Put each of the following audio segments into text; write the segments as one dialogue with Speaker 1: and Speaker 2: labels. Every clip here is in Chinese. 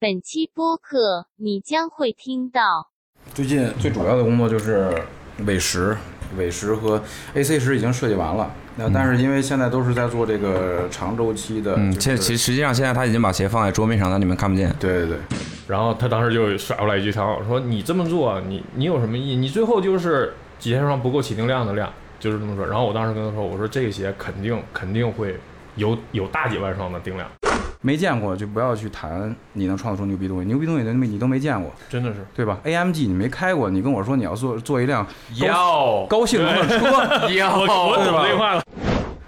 Speaker 1: 本期播客你将会听到。
Speaker 2: 最近最主要的工作就是尾石、尾石和 AC 石已经设计完了。那但是因为现在都是在做这个长周期的，
Speaker 3: 嗯，
Speaker 2: 就
Speaker 3: 其实
Speaker 2: 是
Speaker 3: 其实实际上现在他已经把鞋放在桌面上，但你们看不见。
Speaker 2: 对对对，
Speaker 4: 然后他当时就甩过来一句长话，说你这么做，你你有什么意义？你最后就是几千双不够起订量的量，就是这么说。然后我当时跟他说，我说这个鞋肯定肯定会有有大几万双的订量，
Speaker 2: 没见过就不要去谈你能创造出牛逼东西，牛逼东西都没你都没见过，
Speaker 4: 真的是
Speaker 2: 对吧？AMG 你没开过，你跟我说你要做做一辆
Speaker 4: 要
Speaker 2: 高性能的车，
Speaker 4: 要，我我
Speaker 2: 对哦吧
Speaker 4: 懂这块了。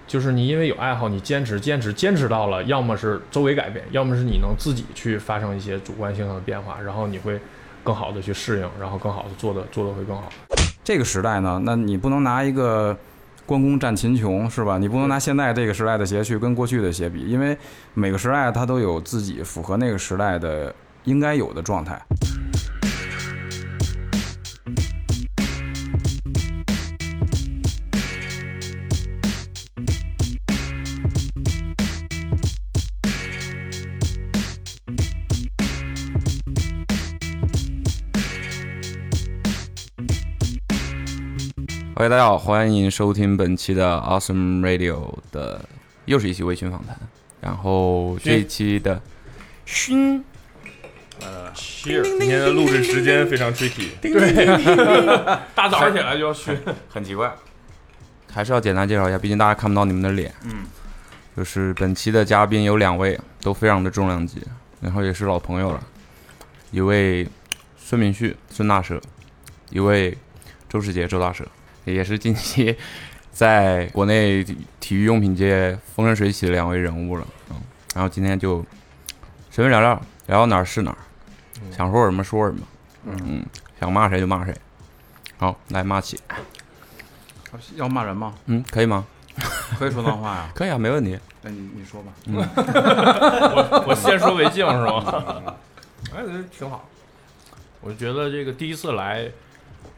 Speaker 4: 就是你因为有爱好，你坚持坚持坚持到了，要么是周围改变，要么是你能自己去发生一些主观性上的变化，然后你会更好的去适应，然后更好的做的做的会更好。
Speaker 2: 这个时代呢，那你不能拿一个关公战秦琼是吧？你不能拿现在这个时代的鞋去跟过去的鞋比，因为每个时代它都有自己符合那个时代的应该有的状态。
Speaker 3: OK，大家好，欢迎收听本期的 Awesome Radio 的又是一期微醺访谈。然后这一期的
Speaker 5: 熏。
Speaker 6: Cheer，今天的录制时间非常 tricky，
Speaker 4: 大早上起来就要去，
Speaker 3: 很奇怪，还是要简单介绍一下，毕竟大家看不到你们的脸。嗯，就是本期的嘉宾有两位，都非常的重量级，然后也是老朋友了，一位孙明旭孙大蛇，一位周世杰周大蛇，也是近期在国内体育用品界风生水起的两位人物了。嗯，然后今天就随便聊聊，聊到哪儿是哪儿，想说什么说什么，嗯，想骂谁就骂谁。好，来骂起，
Speaker 2: 要骂人吗？
Speaker 3: 嗯，可以吗？
Speaker 2: 可以说脏话 呀？
Speaker 3: 可以啊，没问题。
Speaker 2: 那你你说吧。
Speaker 4: 我先说为敬是吗？哎，这挺好。我觉得这个第一次来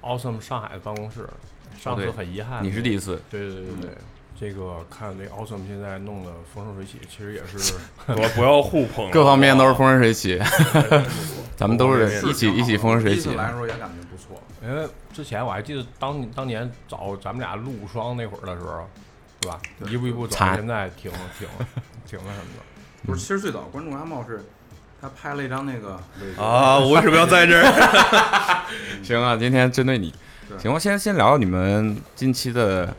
Speaker 4: Awesome 上海的办公室，上次
Speaker 3: 对
Speaker 4: 很遗
Speaker 2: 啊
Speaker 4: 憾，
Speaker 3: 你是第一次，
Speaker 4: 对对对对对。这个看这 Awesome 现在弄得风生水起，其实也是
Speaker 6: 我不要互 捧了，
Speaker 3: 各方面都是风生水起， 咱们都是
Speaker 2: 是
Speaker 3: 一起一起风生水
Speaker 2: 第一
Speaker 3: 起啊
Speaker 2: 次。来的时候也感觉不错。
Speaker 4: 因为之前我还记得当当年找咱们俩录无双那会儿的时候，对吧？一步一步走，
Speaker 3: 惨
Speaker 4: 现在挺挺挺那什么的。
Speaker 2: 不是，其实最早观众阿茂是他拍了一张那个
Speaker 6: 啊！我为什么要在这儿？
Speaker 3: 行啊，今天针对你，
Speaker 2: 对
Speaker 3: 行，我先先聊聊你们近期的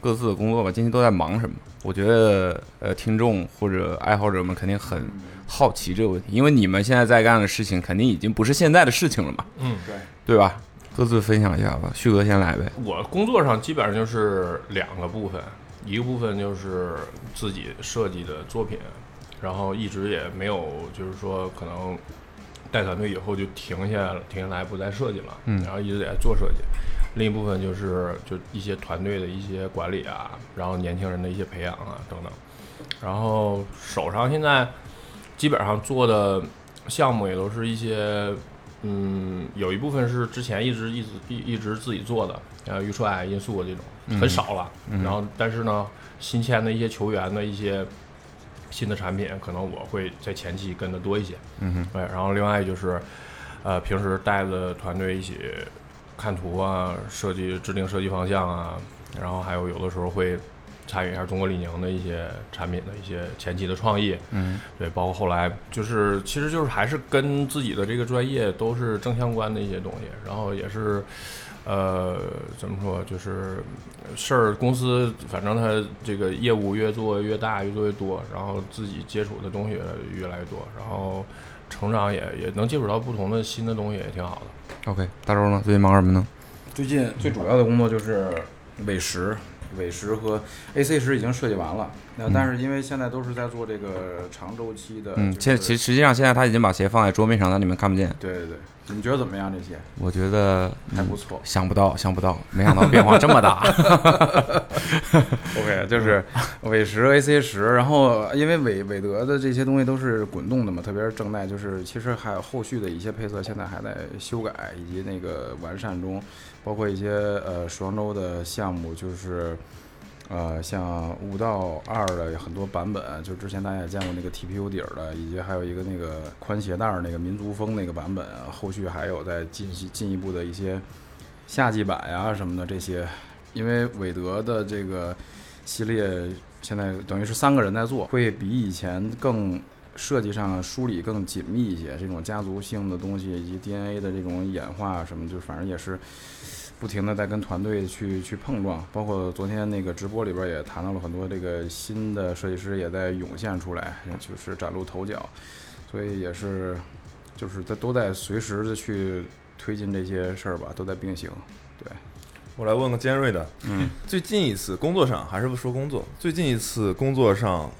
Speaker 3: 各自的工作吧，近期都在忙什么？我觉得呃，听众或者爱好者们肯定很
Speaker 2: 嗯
Speaker 3: 好奇这个问题，因为你们现在在干的事情，肯定已经不是现在的事情了嘛，
Speaker 4: 嗯，
Speaker 2: 对，
Speaker 3: 对吧？各自分享一下吧，旭哥先来呗。
Speaker 4: 我工作上基本上就是两个部分，一个部分就是自己设计的作品，然后一直也没有就是说可能带团队以后就停下停下来不再设计了，嗯，然后一直在做设计。另一部分就是就一些团队的一些管理啊，然后年轻人的一些培养啊等等。然后手上现在基本上做的项目也都是一些嗯，有一部分是之前一直一直一一直自己做的，呃，预帅、音速这种很少了。然后，但是呢，新签的一些球员的一些新的产品，可能我会在前期跟的多一些。嗯哼，对。然后另外就是，呃，平时带着团队一起看图啊，设计制定设计方向啊，然后还有有的时候会参与一下中国李宁的一些产品的一些前期的创意。嗯，对，包括后来就是，其实就是还是跟自己的这个专业都是正相关的一些东西，然后也是。呃，怎么说？就是事儿，公司反正它这个业务越做越大，越做越多，然后自己接触的东西越来越多，然后成长也也能接触到不同的新的东西，也挺好的。
Speaker 3: OK，大周呢？最近忙什么呢？
Speaker 2: 最近最主要的工作就是尾石、尾石和 AC 石已经设计完了。那但是因为现在都是在做这个长周期的，
Speaker 3: 嗯，
Speaker 2: 就
Speaker 3: 现
Speaker 2: 是
Speaker 3: 其实实际上现在他已经把鞋放在桌面上，但你们看不见。
Speaker 2: 对对对，你觉得怎么样？这些
Speaker 3: 我觉得
Speaker 2: 还不错。
Speaker 3: 想不到，想不到，没想到变化这么大。
Speaker 2: OK，就是尾石 AC 石，然后因为韦韦德的这些东西都是滚动的嘛，特别是正代，就是其实还有后续的一些配色，现在还在修改以及那个完善中，包括一些呃双周的项目，就是呃，像五到二的很多版本，就之前大家也见过那个 TPU 底儿的，以及还有一个那个宽鞋带儿那个民族风那个版本，啊后续还有在进行进一步的一些夏季版呀什么的这些，因为韦德的这个系列现在等于是三个人在做，会比以前更设计上梳理更紧密一些，这种家族性的东西以及 DNA 的这种演化什么，就反正也是不停的在跟团队去去碰撞。包括昨天那个直播里边也谈到了很多这个新的设计师也在涌现出来，就是崭露头角，所以也是就是在都在随时的去推进这些事儿吧，都在并行。对，
Speaker 7: 我来问个尖锐的，
Speaker 3: 嗯，
Speaker 7: 最近一次工作上还是不说工作，最近一次工作上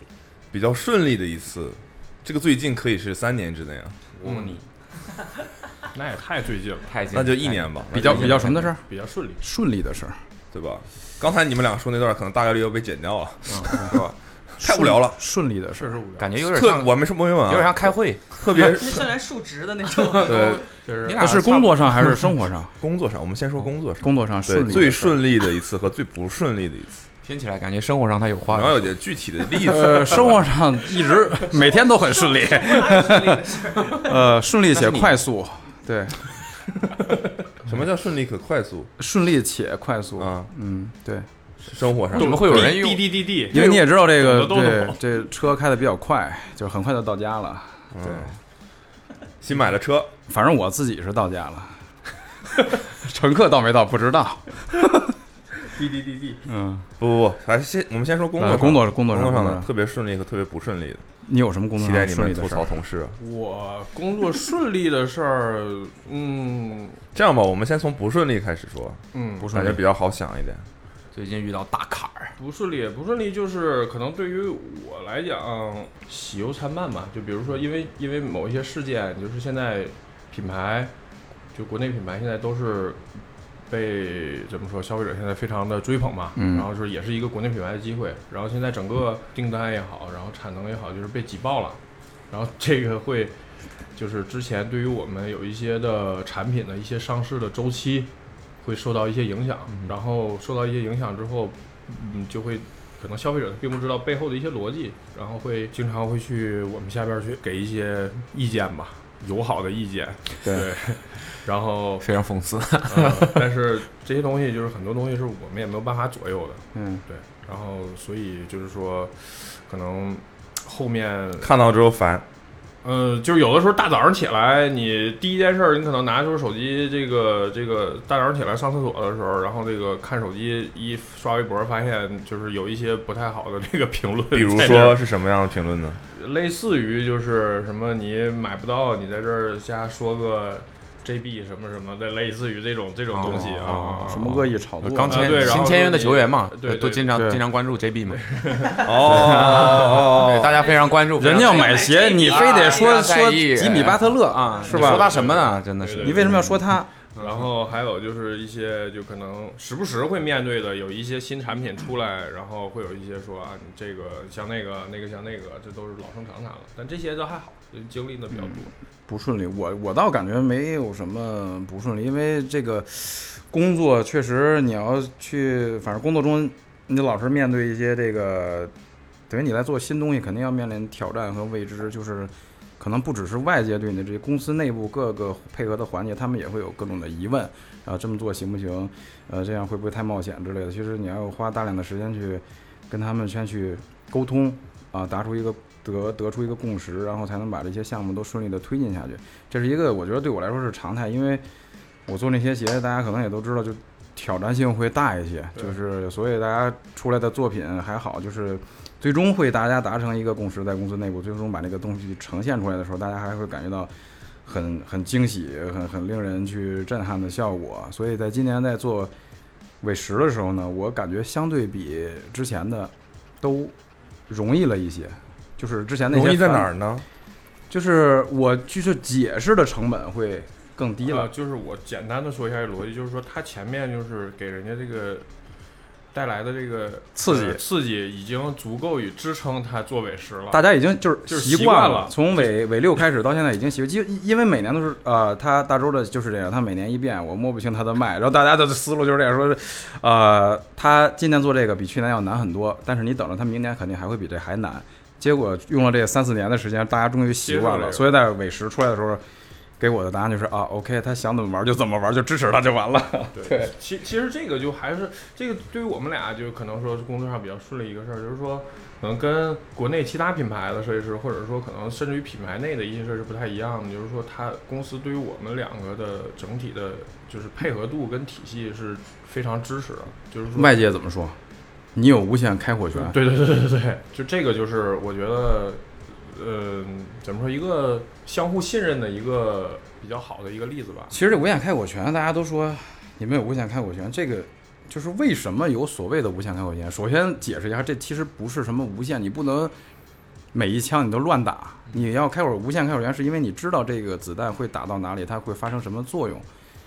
Speaker 7: 比较顺利的一次，这个最近可以是三年之内啊，
Speaker 4: 我问你，
Speaker 8: 嗯
Speaker 4: 那也太最近了，
Speaker 3: 太近
Speaker 7: 那就一年
Speaker 3: 哎
Speaker 7: 吧，
Speaker 2: 比较比较什么的事儿，
Speaker 4: 比较顺利。
Speaker 2: 顺利的事儿。
Speaker 7: 对吧？刚才你们俩说那段可能大概率要被剪掉了， 是吧？太无聊了，
Speaker 2: 顺利的事
Speaker 4: 确
Speaker 2: 儿
Speaker 4: 实。无聊，
Speaker 3: 感觉有点
Speaker 7: 特
Speaker 3: 像，
Speaker 7: 我没说没问
Speaker 3: 有点
Speaker 7: 啊，
Speaker 3: 像开会。
Speaker 7: 特别
Speaker 8: 那像来述职的那种，
Speaker 7: 对
Speaker 4: 就是
Speaker 3: 你俩
Speaker 2: 那是工作上还是生活上？
Speaker 7: 工作上，我们先说工作上，
Speaker 2: 工作上
Speaker 7: 对
Speaker 2: 顺利，
Speaker 7: 最。顺利的一次和最不顺利的一次，
Speaker 3: 拼起来感觉生活上他有话
Speaker 7: 然后有点具体的例子，
Speaker 2: 呃，生活上一 直每天都很顺 利，呃，顺利且快速，对，
Speaker 7: 什么叫顺利可快速
Speaker 2: 顺利且快速，
Speaker 7: 啊？
Speaker 2: 嗯，对，
Speaker 7: 生活上
Speaker 3: 怎么会有人用
Speaker 4: 滴滴滴滴，
Speaker 2: 因为你也知道这个，
Speaker 4: 懂得都
Speaker 2: 对
Speaker 4: 懂，
Speaker 2: 这车开的比较快，就很快就到家了，对，
Speaker 7: 新买了车，
Speaker 2: 反正我自己是到家了， 乘客到没到不知道，
Speaker 4: 滴滴滴滴，
Speaker 2: 嗯，
Speaker 7: 不不不，还是先我们先说工作
Speaker 2: 呃
Speaker 7: 上，
Speaker 2: 工作工
Speaker 7: 工
Speaker 2: 作上
Speaker 7: 上
Speaker 2: 工作
Speaker 7: 的
Speaker 2: 上
Speaker 7: 特别顺利和特别不顺利的，
Speaker 2: 你有什么工作
Speaker 7: 期待
Speaker 2: 上
Speaker 7: 你
Speaker 2: 顺
Speaker 7: 们
Speaker 2: 利的
Speaker 7: 吐
Speaker 2: 事
Speaker 7: 槽
Speaker 2: 儿？
Speaker 7: 同事。啊
Speaker 4: 我工作顺利的事儿，嗯
Speaker 7: 这样吧，我们先从不顺利开始说，
Speaker 4: 嗯，
Speaker 2: 不
Speaker 7: 感觉
Speaker 2: 顺利，
Speaker 7: 比较好想一点。
Speaker 3: 最近遇到大坎儿，
Speaker 4: 不顺利，不顺利就是可能对于我来讲，喜忧参半吧。就比如说，因为因为某一些事件，就是现在品牌，就国内品牌现在都是被怎么说，消费者现在非常的追捧嘛。
Speaker 2: 嗯
Speaker 4: 然后就是也是一个国内品牌的机会，然后现在整个订单也好，然后产能也好，就是被挤爆了。然后这个会就是之前对于我们有一些的产品的一些上市的周期会受到一些影响，
Speaker 2: 嗯
Speaker 4: 然后受到一些影响之后，嗯，就会可能消费者并不知道背后的一些逻辑，然后会经常会去我们下边去给一些意见吧，友好的意见，
Speaker 2: 对
Speaker 4: 对， 然后
Speaker 3: 非常讽刺。
Speaker 4: 呃，但是这些东西就是很多东西是我们也没有办法左右的，
Speaker 2: 嗯，
Speaker 4: 对，然后所以就是说，可能后面
Speaker 7: 看到之后烦，
Speaker 4: 呃，就是有的时候大早上起来，你第一件事儿，你可能拿出手机，这个这个大早上起来上厕所的时候，然后这个看手机一刷微博，发现就是有一些不太好的这个评论，
Speaker 7: 比如
Speaker 4: 在这
Speaker 7: 说
Speaker 4: 儿
Speaker 7: 是什么样的评论呢？
Speaker 4: 类似于就是什么你买不到，你在这儿瞎说个 JB 什么什么的，类似于这种这种东西
Speaker 3: 哦
Speaker 4: 啊，
Speaker 2: 什么恶意炒作？
Speaker 3: 刚
Speaker 4: 啊对
Speaker 3: 签
Speaker 4: 然后
Speaker 3: 新签约的球员嘛
Speaker 4: 对，对
Speaker 3: 都经常
Speaker 2: 对
Speaker 3: 经常关注 JB 嘛，
Speaker 7: 哦 哦
Speaker 3: 大家非常关注。
Speaker 2: 人家要买鞋，你非得说
Speaker 3: 啊
Speaker 2: 说吉米巴特勒啊，
Speaker 3: 啊，
Speaker 2: 是吧
Speaker 3: 你说他什么呢？真的
Speaker 4: 对
Speaker 2: 你
Speaker 4: 对
Speaker 3: 是，
Speaker 2: 为什么要说他？
Speaker 4: 然后还有就是一些就可能时不时会面对的，有一些新产品出来，然后会有一些说啊，你这个像那个，那个像那个，这都是老生常谈了。但这些都还好，就经历的
Speaker 2: 嗯
Speaker 4: 比较多。
Speaker 2: 不顺利，我我倒感觉没有什么不顺利，因为这个工作确实你要去，反正工作中你老是面对一些这个，等于你在做新东西，肯定要面临挑战和未知，就是可能不只是外界对你的这些公司内部各个配合的环节，他们也会有各种的疑问啊，这么做行不行？呃，这样会不会太冒险之类的？其实你要花大量的时间去跟他们先去沟通啊，达出一个得得出一个共识，然后才能把这些项目都顺利的推进下去。这是一个我觉得对我来说是常态，因为我做那些鞋，大家可能也都知道，就挑战性会大一些，
Speaker 4: 对
Speaker 2: 就是所以大家出来的作品还好，就是最终会大家达成一个共识，在公司内部最终把那个东西呈现出来的时候，大家还会感觉到。 很很惊喜，很很令人去震撼的效果。所以在今年在做尾十的时候呢，我感觉相对比之前的都容易了一些，就是之前那些
Speaker 7: 容易在
Speaker 2: 烦
Speaker 7: 哪儿呢？
Speaker 2: 就是我就是解释的成本会更低
Speaker 4: 啊
Speaker 2: 了。
Speaker 4: 就是我简单的说一下这逻辑，就是说他前面就是给人家这个带来的这个
Speaker 2: 刺
Speaker 4: 呃
Speaker 2: 激
Speaker 4: 刺激已经足够以支撑它做美食了。
Speaker 2: 大家已经就是
Speaker 4: 就是
Speaker 2: 习
Speaker 4: 习惯
Speaker 2: 惯
Speaker 4: 了
Speaker 2: 从尾尾六开始到现在已经习惯，因因为每年都是呃，他大周的就是这样，他每年一变，我摸不清他的脉，然后大家的思路就是这样说是，呃，他今年做这个比去年要难很多，但是你等着他明年肯定还会比这还难。结果用了这三四年的时间，大家终于习惯
Speaker 4: 接受这
Speaker 2: 了，
Speaker 4: 个
Speaker 2: 所以在尾食出来的时候，给我的答案就是啊，OK，他想怎么玩就怎么玩，就支持他就完了。
Speaker 4: 对，其其实这个就还是这个对于我们俩就可能说是工作上比较顺利一个事儿，就是说可能跟国内其他品牌的设计师，或者说可能甚至于品牌内的一些设计师不太一样的，就是说他公司对于我们两个的整体的，就是配合度跟体系是非常支持的，就是说
Speaker 2: 外界怎么说？你有无限开火权，
Speaker 4: 对对对对对对，就这个就是我觉得，呃，怎么说一个相互信任的一个比较好的一个例子吧。
Speaker 2: 其实这无限开火权，大家都说你们有无限开火权，这个就是为什么有所谓的无限开火权。首先解释一下，这其实不是什么无限，你不能每一枪你都乱打，你要开火无限开火权，是因为你知道这个子弹会打到哪里，它会发生什么作用，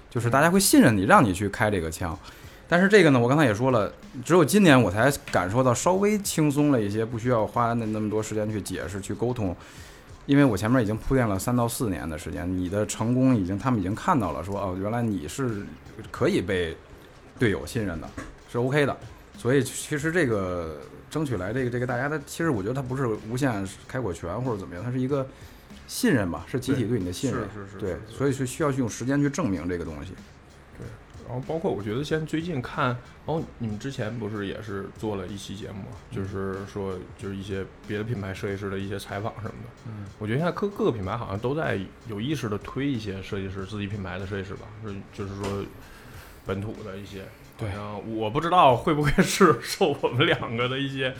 Speaker 2: 就是大家会信任你，让你去开这个枪。但是这个呢，我刚才也说了，只有今年我才感受到稍微轻松了一些，不需要花那那么多时间去解释、去沟通。因为我前面已经铺垫了三到四年的时间，你的成功已经他们已经看到了说，哦，原来你是可以被队友信任的，是 OK 的。所以其实这个争取来这个这个大家的，其实我觉得它不是无限开火权或者怎么样，它是一个信任吧，是集体对你的信任，
Speaker 4: 是是是
Speaker 2: 对
Speaker 4: 是，是
Speaker 2: 所以是需要用时间去证明这个东西。
Speaker 4: 然后包括我觉得现在最近看，哦，你们之前不是也是做了一期节目嘛，就是说就是一些别的品牌设计师的一些采访什么的。嗯，我觉得现在各各个品牌好像都在有意识的推一些设计师自己品牌的设计师吧，就是就是说本土的一些。
Speaker 2: 对
Speaker 4: 然后我不知道会不会是受我们两个的一些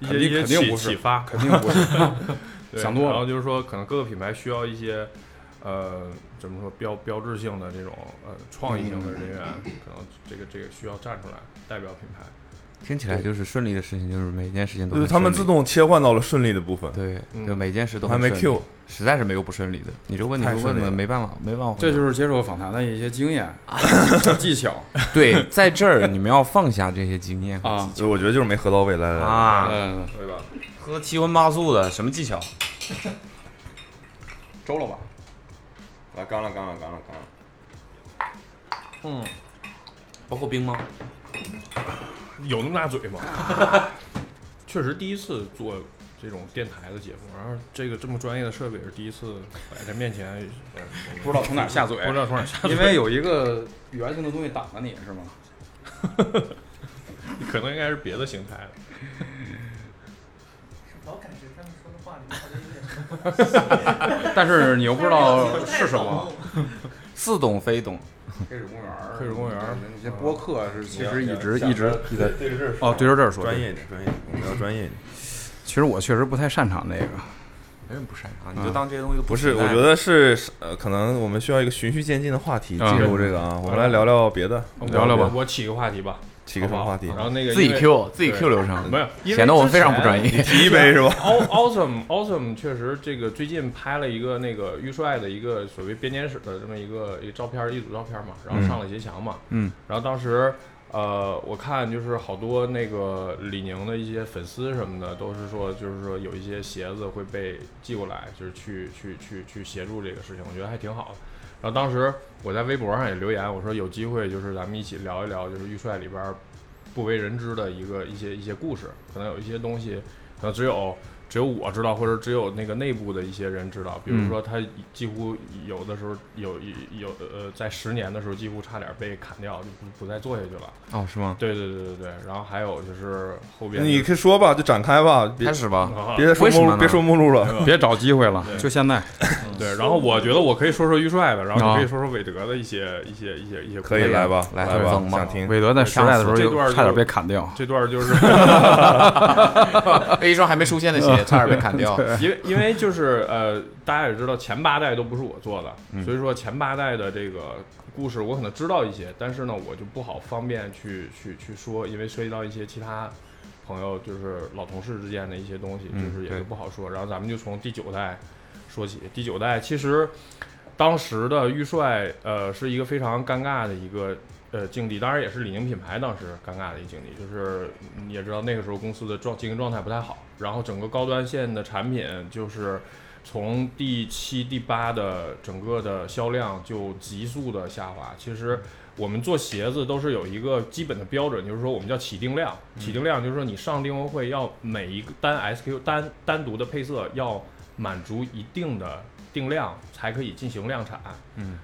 Speaker 4: 一
Speaker 2: 肯定
Speaker 4: 些一些
Speaker 2: 肯定
Speaker 4: 启
Speaker 2: 不是
Speaker 4: 启发，
Speaker 2: 肯定不是，
Speaker 4: 对
Speaker 2: 想多了
Speaker 4: 然后就是说，可能各个品牌需要一些，呃，怎么说标标志性的这种呃创意性的人员，
Speaker 2: 嗯
Speaker 4: 可能这个这个需要站出来代表品牌。
Speaker 3: 听起来就是顺利的事情，就是每件事情都
Speaker 7: 就是
Speaker 3: 很
Speaker 7: 他们
Speaker 3: 顺
Speaker 7: 自
Speaker 3: 利
Speaker 7: 动切换到了顺利的部分。
Speaker 3: 对，
Speaker 4: 嗯
Speaker 3: 就每件事都
Speaker 7: 我还没
Speaker 3: 很顺利
Speaker 7: Q
Speaker 3: 实在是没有不顺利的。你这问题
Speaker 7: 太
Speaker 3: 问
Speaker 7: 顺利
Speaker 3: 的
Speaker 7: 了
Speaker 3: 没办法，没办法回答。
Speaker 2: 这就是接受访谈的一些经验、啊 技巧。
Speaker 3: 对，在这儿 你们要放下这些经验
Speaker 2: 啊
Speaker 7: 所以我觉得就是没合到位。来来来，
Speaker 3: 啊！
Speaker 2: 嗯，
Speaker 4: 对吧？
Speaker 3: 喝七荤八素的什么技巧？
Speaker 2: 周了吧？
Speaker 7: 来刚了刚了刚了刚了，
Speaker 4: 嗯，
Speaker 3: 包括冰吗？
Speaker 4: 有那么大嘴吗？ 确实第一次做这种电台的节目，然后这个这么专业的设备也是第一次摆在面前，呃
Speaker 2: 不知道从哪儿下嘴，
Speaker 4: 不知道从哎哪儿下，
Speaker 2: 因为有一个圆形的东西挡着你是吗？
Speaker 4: 可能应该是别的形态的。
Speaker 9: 老感觉他们说的话里面好像有点什么
Speaker 2: 但是你又不知道是什么。
Speaker 3: 似懂非懂。
Speaker 2: 黑水公园儿，
Speaker 4: 黑水公园儿
Speaker 2: 你这播客是其实
Speaker 7: 你
Speaker 2: 一
Speaker 7: 要
Speaker 2: 直
Speaker 7: 想
Speaker 2: 一直
Speaker 7: 着
Speaker 2: 一直
Speaker 7: 对着这儿说
Speaker 2: 哦，对着这儿说
Speaker 7: 专。业一点，专业一点，我们要专业一点。
Speaker 2: 其实我确实不太擅长这个，
Speaker 3: 没人不擅长，啊你就当这些东西都
Speaker 7: 不是，
Speaker 3: 存
Speaker 7: 我
Speaker 3: 在
Speaker 7: 觉得是呃，可能我们需要一个循序渐进的话题
Speaker 4: 啊
Speaker 7: 进入这个啊。我们来聊聊别的，
Speaker 4: 聊聊
Speaker 7: 别
Speaker 4: 吧
Speaker 7: 的，，
Speaker 4: 我起个话题吧，
Speaker 7: 起个什么话题
Speaker 4: 然？后那个
Speaker 3: 自己
Speaker 4: 因为
Speaker 3: Q 自己
Speaker 4: 对
Speaker 3: Q 流 程，
Speaker 4: 没有因为
Speaker 3: 显得我们
Speaker 4: 之
Speaker 3: 非常不
Speaker 4: 前
Speaker 3: 专业。
Speaker 7: 提一杯 是吧？
Speaker 4: Aw- Awesome Awesome 确实，这个最近拍了一个那个预帅的一个所谓编年史的这么一个一个照片儿一组照片儿嘛，然后上了一些墙嘛，
Speaker 3: 嗯，
Speaker 4: 然后当时呃我看就是好多那个李宁的一些粉丝什么的都是说，就是说有一些鞋子会被寄过来，就是去去去去协助这个事情，我觉得还挺好的。然后当时我在微博上也留言，我说有机会就是咱们一起聊一聊，就是预帅里边儿不为人知的一个一些一些故事，可能有一些东西，可能只有只有我知道，或者只有那个内部的一些人知道。比如说，他几乎有的时候有有呃，在十年的时候几乎差点被砍掉，就不不再做下去了。
Speaker 3: 哦，是吗？
Speaker 4: 对对对对对。然后还有就是后边
Speaker 7: 你可以说吧，就展开吧，别
Speaker 3: 开始吧。
Speaker 4: 啊
Speaker 7: 别说
Speaker 3: 为什么
Speaker 7: 目
Speaker 3: 呢
Speaker 7: 别说目录了。
Speaker 2: 别找机会了，就现在。
Speaker 4: 对，然后我觉得我可以说说预帅的，然后你可以说说韦德的一些一些一些一些。
Speaker 7: 可以来吧，
Speaker 3: 来
Speaker 7: 来吧
Speaker 3: 冷，吗
Speaker 7: 想听。
Speaker 2: 韦德在时代的时候
Speaker 4: 这段
Speaker 2: 就
Speaker 4: 就
Speaker 2: 差点被砍掉，
Speaker 4: 这段就是
Speaker 3: 一双还没出现的鞋，差点被砍掉。
Speaker 4: 因为因为就是呃，大家也知道前八代都不是我做的，
Speaker 3: 嗯
Speaker 4: 所以说前八代的这个故事我可能知道一些，但是呢，我就不好方便去去去说，因为涉及到一些其他朋友就是老同事之间的一些东西，
Speaker 3: 嗯
Speaker 4: 就是也
Speaker 3: 对
Speaker 4: 就不好说。然后咱们就从第九代说起，第九代其实当时的预帅呃是一个非常尴尬的一个呃境地，当然也是李宁品牌当时尴尬的一个境地，就是你也知道那个时候公司的状经营状态不太好，然后整个高端线的产品就是从第七、第八的整个的销量就急速的下滑。其实我们做鞋子都是有一个基本的标准，就是说我们叫起订量，起订量就是说你上订货会要每一个单 SQ 单单独的配色要满足一定的定量才可以进行量产。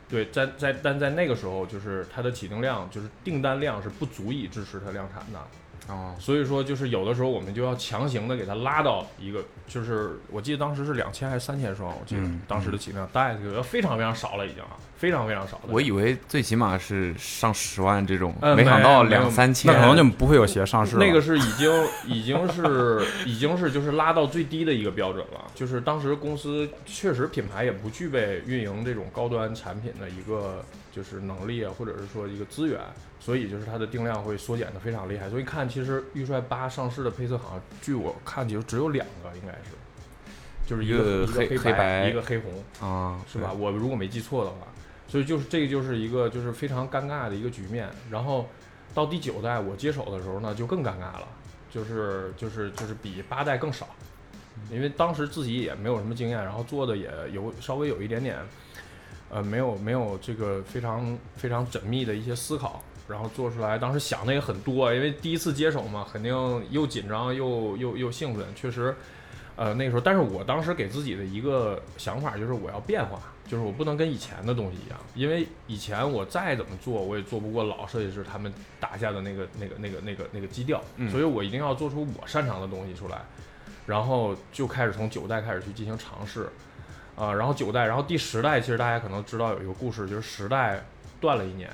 Speaker 4: 对，在在但在那个时候，就是它的起订量，就是订单量是不足以支持它量产的。
Speaker 3: 哦，
Speaker 4: 所以说，就是有的时候我们就要强行的给它拉到一个，就是我记得当时是两千还是三千双，我记得、
Speaker 2: 嗯
Speaker 4: 当时的起订量，大概这个非常非常少了，已经啊，非常非常少了。
Speaker 3: 我以为最起码是上十万这种，
Speaker 4: 呃
Speaker 3: 没想到
Speaker 4: 没有
Speaker 3: 两三千，啊
Speaker 2: 那可能就不会有鞋上市了。
Speaker 4: 那个是已经已经是已经是就是拉到最低的一个标准了，就是当时公司确实品牌也不具备运营这种高端产品的一个就是能力啊，或者是说一个资源，所以就是它的定量会缩减的非常厉害。所以看，其实预帅八上市的配色好像据我看就只有两个，应该是，就是一个
Speaker 3: 一个黑
Speaker 4: 一个
Speaker 3: 黑白
Speaker 4: 一个黑红。
Speaker 3: 啊，
Speaker 4: 是吧？？我如果没记错的话，所以就是这个就是一个就是非常尴尬的一个局面。然后到第九代我接手的时候呢，就更尴尬了，就是就是就是比八代更少，因为当时自己也没有什么经验，然后做的也有稍微有一点点，呃，没有没有这个非常非常缜密的一些思考。然后做出来，当时想的也很多，因为第一次接手嘛，肯定又紧张又又又兴奋，确实，呃，那个时候，但是我当时给自己的一个想法就是我要变化，就是我不能跟以前的东西一样，因为以前我再怎么做，我也做不过老设计师他们打下的那个那个那个那个那个基调，
Speaker 3: 嗯
Speaker 4: 所以我一定要做出我擅长的东西出来，然后就开始从九代开始去进行尝试，啊、然后九代，然后第十代，其实大家可能知道有一个故事，就是十代断了一年。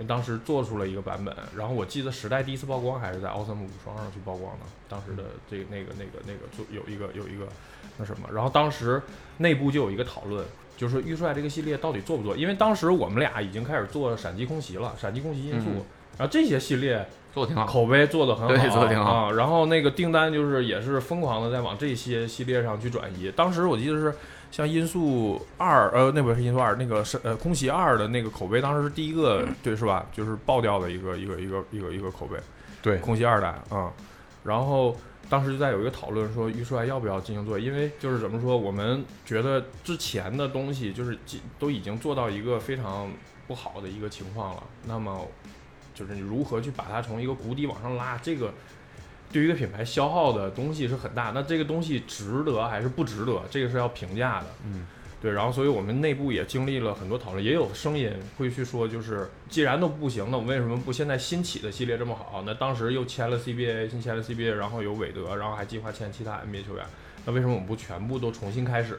Speaker 4: 因为当时做出了一个版本，然后我记得时代第一次曝光还是在奥森姆无双上去曝光的，当时的这个那个那个那个做有一个有一个那什么，然后当时内部就有一个讨论，就是说预帅这个系列到底做不做？因为当时我们俩已经开始做闪击空袭了，闪击空袭因素，
Speaker 3: 嗯
Speaker 4: 然后这些系列
Speaker 3: 做挺好，
Speaker 4: 口碑做得很好，
Speaker 3: 啊对做得挺好
Speaker 4: 啊。然后那个订单就是也是疯狂的在往这些系列上去转移。当时我记得是像《音速二》呃，那不是《音速二》，那个是呃《空袭二》的那个口碑，当时是第一个 对是吧？就是爆掉的一个一个一个一个一个口碑。
Speaker 2: 对
Speaker 4: 空袭二代啊、嗯然后当时就在有一个讨论说，预帅要不要进行做，因为就是怎么说，我们觉得之前的东西就是既都已经做到一个非常不好的一个情况了，那么就是你如何去把它从一个谷底往上拉，这个。对于一个品牌消耗的东西是很大，那这个东西值得还是不值得，这个是要评价的。
Speaker 3: 嗯，
Speaker 4: 对。然后，所以我们内部也经历了很多讨论，也有声音会去说，就是既然都不行，那我为什么不现在新起的系列这么好？那当时又签了 CBA，新签了 CBA，然后有韦德，然后还计划签其他 NBA 球员，那为什么我们不全部都重新开始？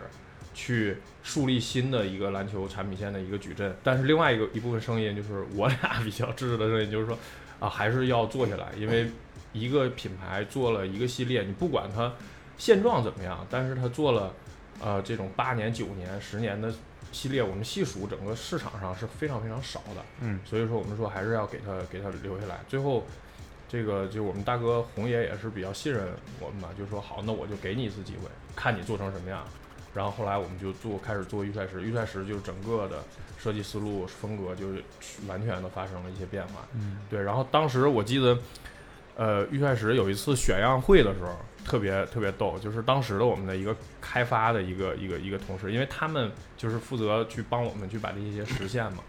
Speaker 4: 去树立新的一个篮球产品线的一个矩阵，但是另外一个一部分声音就是我俩比较支持的声音，就是说啊，还是要做下来，因为一个品牌做了一个系列，你不管它现状怎么样，但是它做了呃这种八年、九年、十年的系列，我们细数整个市场上是非常非常少的。
Speaker 3: 嗯，
Speaker 4: 所以说我们说还是要给它给它留下来。最后这个就我们大哥红爷也是比较信任我们嘛，就说好，那我就给你一次机会，看你做成什么样。然后后来我们就做开始做预赛石，预赛石就是整个的设计思路风格就是完全的发生了一些变化。
Speaker 3: 嗯，
Speaker 4: 对。然后当时我记得，呃，预赛石有一次选样会的时候，特别特别逗，就是当时的我们的一个开发的一个一个一个同事，因为他们就是负责去帮我们去把这些实现嘛。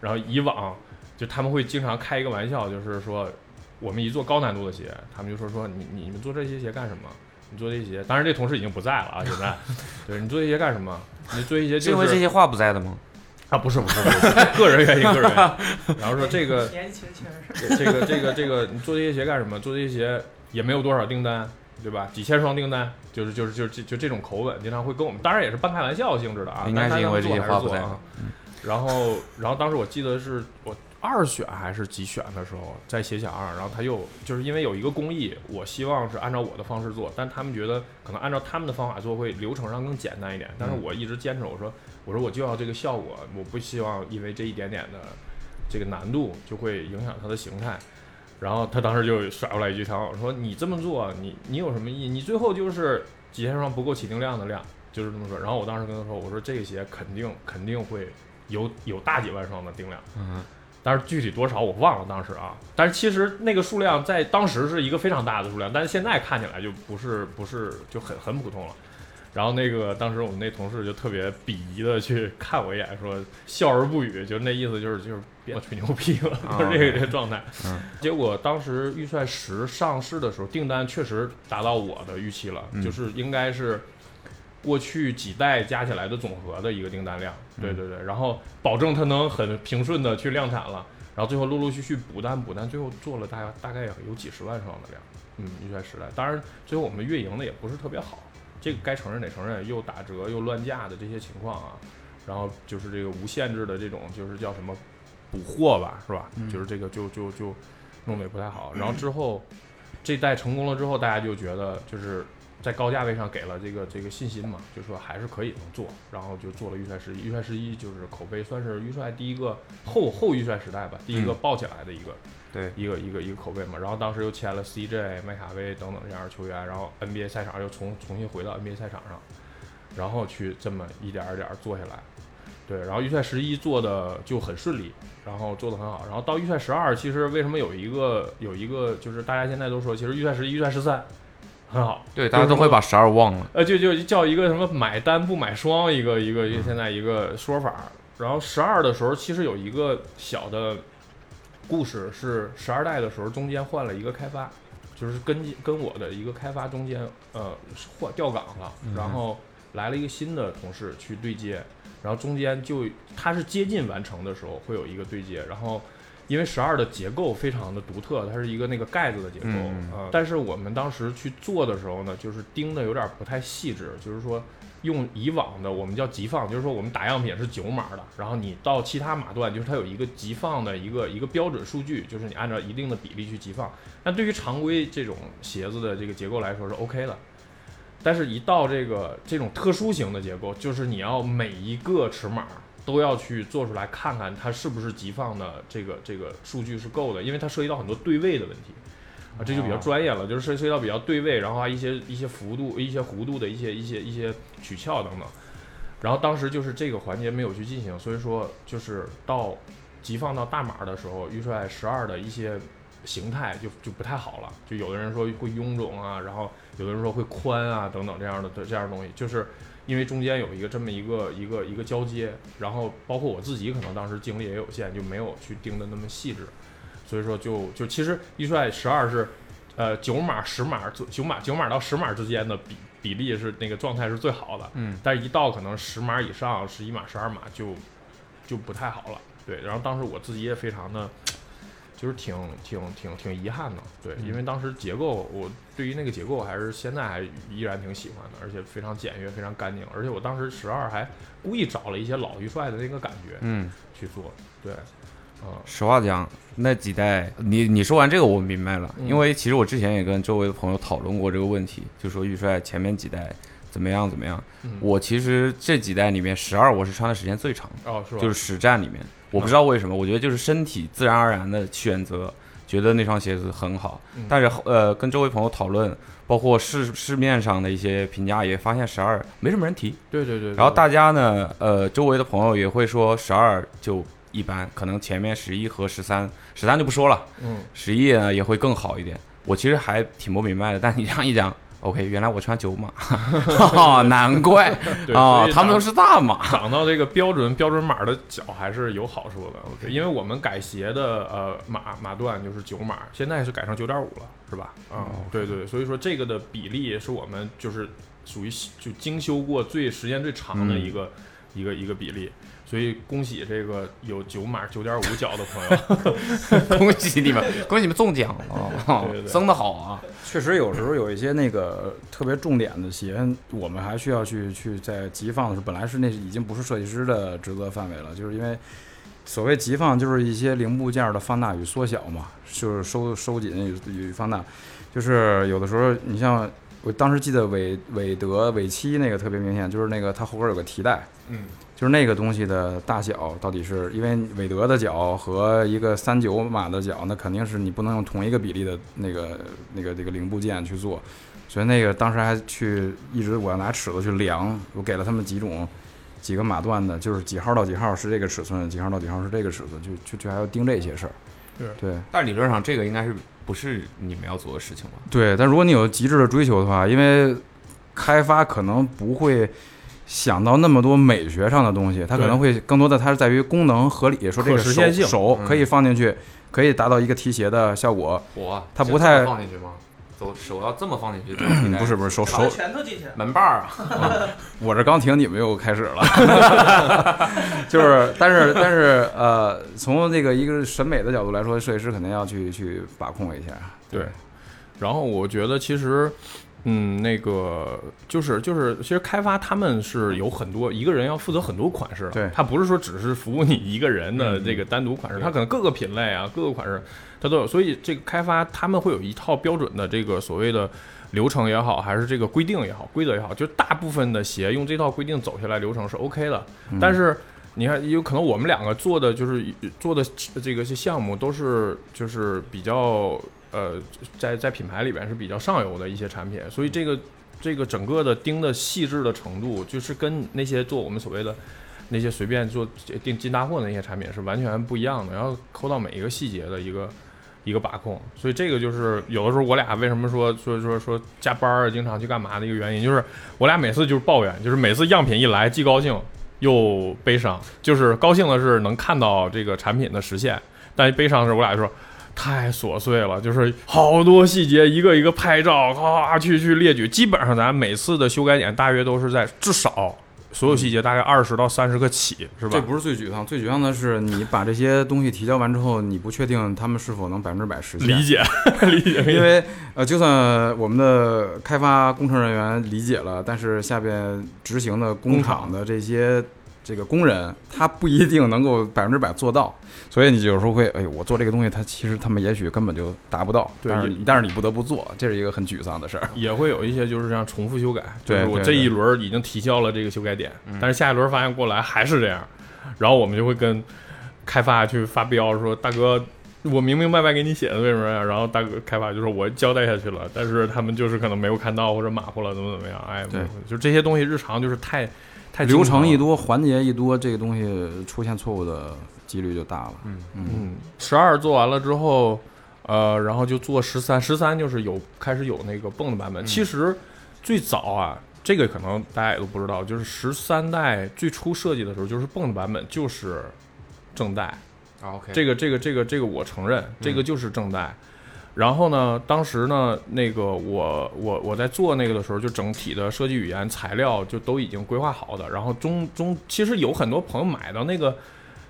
Speaker 4: 然后以往就他们会经常开一个玩笑，就是说我们一做高难度的鞋，他们就说说你你你们做这些鞋干什么？你做这些鞋，当然这同事已经不在了啊，现在， 对你做这些干什么？你做一些
Speaker 3: 是因
Speaker 4: 就
Speaker 3: 为这
Speaker 4: 是
Speaker 3: 些话不在的吗？
Speaker 4: 啊，不是不是不是，个人原因个人原因。然后说这个
Speaker 10: 年轻轻儿
Speaker 4: 这个这个这个，你做这些鞋干什么？做这些鞋也没有多少订单，对吧？几千双订单，就是就是就是就就这种口吻，经常会跟我们，当然也是半开玩笑性质的啊。
Speaker 3: 应该是
Speaker 4: 但
Speaker 3: 因为这些
Speaker 4: 但他
Speaker 3: 话
Speaker 4: 们
Speaker 3: 不
Speaker 4: 做
Speaker 3: 在嗯
Speaker 4: 还是做啊。然后然后当时我记得是我二选还是几选的时候，在写小二，然后他又就是因为有一个工艺，我希望是按照我的方式做，但他们觉得可能按照他们的方法做会流程上更简单一点，但是
Speaker 3: 嗯
Speaker 4: 我一直坚持我说我说我就要这个效果，我不希望因为这一点点的这个难度就会影响它的形态。然后他当时就甩过来一句长话，说你这么做，你你有什么意义？你最后就是几千双不够起订量的量，就是这么说。然后我当时跟他说，我说这个鞋肯定肯定会有有大几万双的订量，
Speaker 3: 嗯，
Speaker 4: 但是具体多少我忘了当时啊。但是其实那个数量在当时是一个非常大的数量，但是现在看起来就不是不是就很很普通了。然后那个当时我们那同事就特别鄙夷的去看我一眼，说笑而不语，就那意思就是就是别吹牛逼了，
Speaker 3: 啊
Speaker 4: 就是这个这个状态。
Speaker 3: 嗯
Speaker 4: 结果当时预帅十上市的时候，订单确实达到我的预期了，
Speaker 3: 嗯
Speaker 4: 就是应该是过去几代加起来的总和的一个订单量。
Speaker 3: 嗯
Speaker 4: 对对对，然后保证它能很平顺的去量产了，然后最后陆陆续续补单补单，最后做了大概大概有几十万双的量。嗯，预算时代，当然最后我们运营的也不是特别好，这个该承认得承认，又打折又乱价的这些情况啊，然后就是这个无限制的这种就是叫什么补货吧，是吧？就是这个就就就弄得也不太好。然后之后这代成功了之后，大家就觉得就是在高价位上给了这个这个信心嘛，就说还是可以能做，然后就做了预帅十一。预帅十一就是口碑算是预帅第一个后后预帅时代吧，第一个爆起来的一个
Speaker 3: 对
Speaker 4: 一个一个一个口碑嘛。然后当时又签了 CJ、麦卡威等等这样的球员，然后 NBA 赛场又重重新回到 NBA 赛场上，然后去这么一点儿一点儿做下来。对，然后预赛十一做的就很顺利，然后做的很好。然后到预赛十二，其实为什么有一个有一个就是大家现在都说，其实预赛十一、预赛十三很好，
Speaker 3: 对，大家都会把十二忘了。
Speaker 4: 呃，就就叫一个什么买单不买双，一个一个一个现在一个说法儿。然后十二的时候，其实有一个小的故事是十二代的时候，中间换了一个开发，就是跟跟我的一个开发中间呃换调岗了，然后来了一个新的同事去对接，然后中间就它是接近完成的时候会有一个对接，然后。因为十二的结构非常的独特，它是一个那个盖子的结构，
Speaker 3: 嗯
Speaker 4: 呃但是我们当时去做的时候呢，就是盯的有点不太细致，就是说用以往的我们叫集放，就是说我们打样品是九码的，然后你到其他码段，就是它有一个集放的一个一个标准数据，就是你按照一定的比例去集放。那对于常规这种鞋子的这个结构来说是 OK 的，但是一到这个这种特殊型的结构，就是你要每一个尺码都要去做出来，看看它是不是集放的这个这个数据是够的，因为它涉及到很多对位的问题。啊，这就比较专业了，就是涉涉及到比较对位，然后还一些一些幅度、一些弧度的一些一些一些取翘等等。然后当时就是这个环节没有去进行，所以说就是到集放到大码的时候，预帅十二的一些形态就就不太好了，就有的人说会臃肿啊，然后有的人说会宽啊等等这样的这样的东西，就是因为中间有一个这么一个一个一个交接，然后包括我自己可能当时精力也有限，就没有去盯得那么细致，所以说就就其实预帅十二是呃九码十码九码九码到十码之间的比比例是那个状态是最好的，
Speaker 3: 嗯，
Speaker 4: 但是一到可能十码以上，十一码、十二码就就不太好了。对，然后当时我自己也非常的，就是挺挺挺挺遗憾的。对，
Speaker 3: 嗯
Speaker 4: 因为当时结构，我对于那个结构还是现在还依然挺喜欢的，而且非常简约，非常干净。而且我当时十二还故意找了一些老预帅的那个感觉
Speaker 3: 嗯，
Speaker 4: 去做。对，啊、
Speaker 3: 实话讲，那几代你你说完这个我明白了，
Speaker 4: 嗯
Speaker 3: 因为其实我之前也跟周围的朋友讨论过这个问题，就说预帅前面几代怎么样怎么样。
Speaker 4: 嗯
Speaker 3: 我其实这几代里面，十二我是穿的时间最长的。
Speaker 4: 哦，是吧？
Speaker 3: 就是实战里面，我不知道为什么，我觉得就是身体自然而然的选择，觉得那双鞋子很好。
Speaker 4: 嗯
Speaker 3: 但是后呃，跟周围朋友讨论，包括市市面上的一些评价，也发现十二没什么人提。
Speaker 4: 对对对对
Speaker 3: 然后大家呢，呃，周围的朋友也会说十二就一般，可能前面十一和十三，十三就不说了，
Speaker 4: 嗯，
Speaker 3: 十一呢也会更好一点。我其实还挺不明白的，但你这样一讲。OK，原来我穿九码， 哦，难怪
Speaker 4: 对
Speaker 3: 啊、
Speaker 4: 所以
Speaker 3: 他们都
Speaker 4: 当
Speaker 3: 是大码，
Speaker 4: 长到这个标准标准码的脚还是有好处的，我觉得因为我们改鞋的呃码码段就是九码，现在是改成九点五了，是吧？啊、对对，所以说这个的比例是我们就是属于就精修过最时间最长的一个、一个一个比例，所以恭喜这个有九码九点五脚的朋友，
Speaker 3: 恭喜你们，恭喜你们中奖了哦
Speaker 4: 对对，对
Speaker 3: 升的好啊！
Speaker 2: 确实有时候有一些那个特别重点的鞋，我们还需要去去在集放的时候，本来是那已经不是设计师的职责范围了，就是因为所谓集放就是一些零部件的放大与缩小嘛，就是收收紧与与放大，就是有的时候你像我当时记得韦韦德韦七那个特别明显，就是那个它后边有个提带，
Speaker 4: 嗯，
Speaker 2: 就是那个东西的大小到底是因为韦德的脚和一个三九码的脚，那肯定是你不能用同一个比例的那个那个这个零部件去做，所以那个当时还去一直我要拿尺子去量，我给了他们几种几个码段的，就是几号到几号是这个尺寸，几号到几号是这个尺寸，就就就还要盯这些事儿。
Speaker 11: 是
Speaker 2: 对
Speaker 3: 但理论上这个应该是不是你们要做的事情吧？
Speaker 2: 对，但如果你有极致的追求的话，因为开发可能不会想到那么多美学上的东西，它可
Speaker 11: 对
Speaker 2: 能会更多的它是在于功能合理，说这个
Speaker 11: 可实现
Speaker 2: 手
Speaker 11: 性
Speaker 2: 手
Speaker 3: 嗯
Speaker 2: 可以放进去，可以达到一个提鞋的效果。
Speaker 3: 我啊
Speaker 2: 它不太
Speaker 3: 放进去吗？手手要这么放进 去，怎么应该
Speaker 2: 嗯不是不是手
Speaker 12: 把
Speaker 2: 手，
Speaker 12: 拳头进去，
Speaker 3: 门把儿啊？
Speaker 2: 我这刚停，你们又开始了，就是，但是但是呃，从这个一个审美的角度来说，设计师肯定要去去把控一下。
Speaker 11: 对，
Speaker 4: 然后我觉得其实，嗯，那个就是就是，其实开发他们是有很多一个人要负责很多款式的，
Speaker 2: 对
Speaker 4: 他不是说只是服务你一个人的这个单独款式，他可能各个品类啊，各个款式他都有，所以这个开发他们会有一套标准的这个所谓的。流程也好，还是这个规定也好，规则也好，就是大部分的鞋用这套规定走下来流程是 OK 的。但是你看，有可能我们两个做的就是做的这个项目都是就是比较呃，在在品牌里边是比较上游的一些产品，所以这个这个整个的盯的细致的程度，就是跟那些做我们所谓的那些随便做订进大货的那些产品是完全不一样的，然后抠到每一个细节的一个一个把控，所以这个就是有的时候我俩为什么说说说说加班儿经常去干嘛的一个原因，就是我俩每次就是抱怨，就是每次样品一来既高兴又悲伤，就是高兴的是能看到这个产品的实现，但悲伤的是我俩就说。太琐碎了，就是好多细节，一个一个拍照，咔、去去列举。基本上咱每次的修改点大约都是在至少所有细节大概二十到三十个起，是吧？
Speaker 2: 这不是最沮丧，最沮丧的是你把这些东西提交完之后，你不确定他们是否能百分之百实现。
Speaker 4: 理解， 理解，
Speaker 2: 因为呃，就算我们的开发工程人员理解了，但是下边执行的工厂的这些这个工人，他不一定能够 百分之百做到，所以你有时候会，哎呦，我做这个东西，他其实他们也许根本就达不到，
Speaker 4: 对
Speaker 2: 但是
Speaker 4: 也
Speaker 2: 但是你不得不做，这是一个很沮丧的事儿。
Speaker 4: 也会有一些就是这样重复修改，就是
Speaker 2: 对
Speaker 4: 我
Speaker 2: 对嗯
Speaker 4: 这一轮儿已经提交了这个修改点，但是下一轮儿发现过来还是这样，然后我们就会跟开发去发飙说：“大哥，我明明白白给你写的，为什么呀？”然后大哥开发就说：“我交代下去了，但是他们就是可能没有看到或者马虎了，怎么怎么样？”哎，
Speaker 2: 对，
Speaker 4: 就这些东西日常就是太太
Speaker 2: 流程一
Speaker 4: 多。
Speaker 2: 多，环节一多，这个东西出现错误的几率就大了。
Speaker 4: 嗯，十二做完了之后，呃，然后就做十三，十三就是有开始有那个泵的版本。其实最早啊，这个可能大家也都不知道，就是十三代最初设计的时候，就是泵的版本就是正代，
Speaker 3: 啊 OK，嗯
Speaker 4: 这个这个这个这个我承认，这个就是正代。然后呢，当时呢，那个我我我在做那个的时候，就整体的设计语言材料就都已经规划好的。然后中中其实有很多朋友买到那个，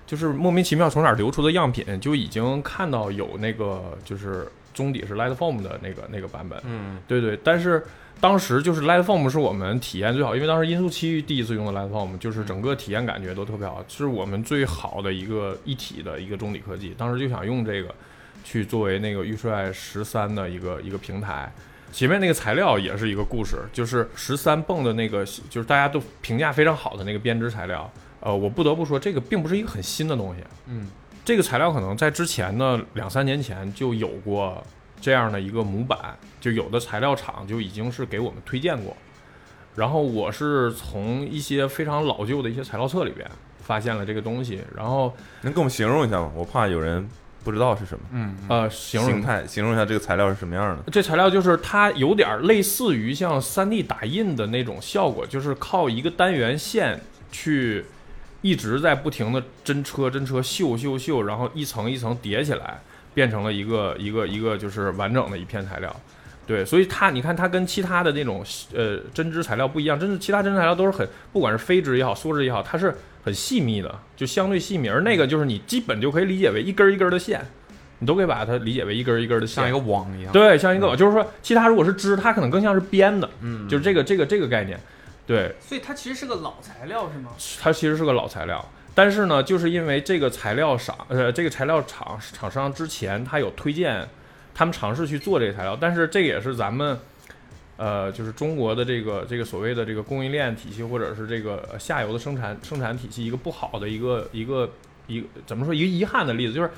Speaker 4: 就是莫名其妙从哪儿流出的样品，就已经看到有那个就是中底是 Lightform 的那个那个版本。
Speaker 3: 嗯
Speaker 4: 对对，但是当时就是 Lightform 是我们体验最好，因为当时音速七第一次用的 Lightform，就是整个体验感觉都特别好，是我们最好的一个一体的一个中底科技。当时就想用这个去作为那个预帅十三的一个一个平台。前面那个材料也是一个故事，就是十三泵的那个，就是大家都评价非常好的那个编织材料。呃，我不得不说，这个并不是一个很新的东西，
Speaker 3: 嗯，
Speaker 4: 这个材料可能在之前的两三年前就有过这样的一个模板，就有的材料厂就已经是给我们推荐过。然后我是从一些非常老旧的一些材料册里边发现了这个东西，然后
Speaker 7: 能给我们形容一下吗？我怕有人不知道是什么
Speaker 3: 嗯，
Speaker 4: 呃，形容
Speaker 7: 形态，形容一下这个材料是什么样的。
Speaker 4: 这材料就是它有点类似于像3 D 打印的那种效果，就是靠一个单元线去一直在不停的针车针车绣绣绣，然后一层一层叠起来，变成了一个一个一个就是完整的一片材料。对，所以它你看它跟其他的那种呃针织材料不一样，针织其他针织材料都是很不管是飞织也好，梭织也好，它是很细密的，就相对细密，而那个就是你基本就可以理解为一根儿一根儿的线。你都可以把它理解为一根儿一根儿的线，
Speaker 3: 像一个网一样。嗯
Speaker 4: 对，像一个，就是说，其他如果是织，它可能更像是编的，嗯，就是这个这个这个概念，对，
Speaker 12: 所以它其实是个老材料是吗？
Speaker 4: 它其实是个老材料，但是呢，就是因为这个材料厂，呃，这个材料厂厂商之前他有推荐，他们尝试去做这个材料，但是这个也是咱们，呃，就是中国的这个这个所谓的这个供应链体系，或者是这个呃下游的生产生产体系一个不好的一个一个一个怎么说一个遗憾的例子，就是。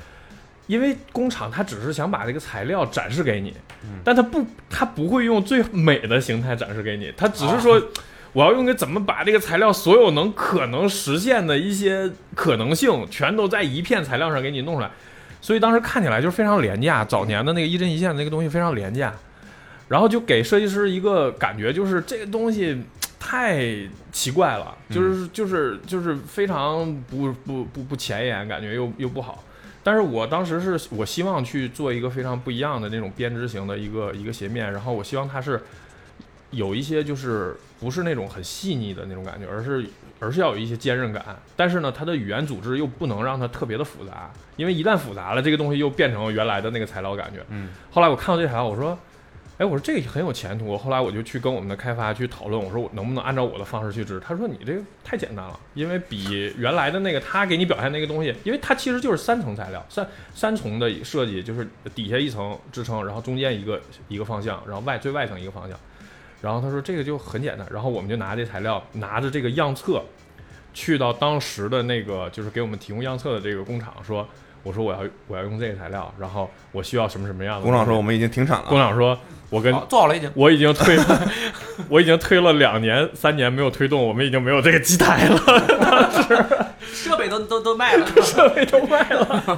Speaker 4: 因为工厂它只是想把这个材料展示给你，但它不，它不会用最美的形态展示给你，它只是说我要用个怎么把这个材料所有能可能实现的一些可能性，全都在一片材料上给你弄出来。所以当时看起来就是非常廉价，早年的那个一针一线的那个东西非常廉价，然后就给设计师一个感觉，就是这个东西太奇怪了，就是就是就是非常不不不不前沿，感觉又又不好。但是我当时是我希望去做一个非常不一样的那种编织型的一个一个鞋面，然后我希望它是有一些就是不是那种很细腻的那种感觉，而是而是要有一些坚韧感。但是呢，它的语言组织又不能让它特别的复杂，因为一旦复杂了，这个东西又变成原来的那个材料感觉。
Speaker 3: 嗯。
Speaker 4: 后来我看到这材料，我说。哎，我说这个很有前途。后来我就去跟我们的开发去讨论，我说我能不能按照我的方式去织？他说你这个太简单了，因为比原来的那个他给你表现那个东西，因为它其实就是三层材料，三三重的设计，就是底下一层支撑，然后中间一个一个方向，然后外最外层一个方向。然后他说这个就很简单，然后我们就拿这材料，拿着这个样册，去到当时的那个就是给我们提供样册的这个工厂说，我说我要我要用这个材料，然后我需要什么什么样的
Speaker 7: 工厂说
Speaker 4: 东西
Speaker 7: 我们已经停产了，
Speaker 4: 工厂说，我跟
Speaker 3: 做好了已经。
Speaker 4: 我已经推 了，我已经推了两年、三年没有推动，我们已经没有这个机台了，
Speaker 13: 设备都都都卖了，
Speaker 4: 设备都卖了。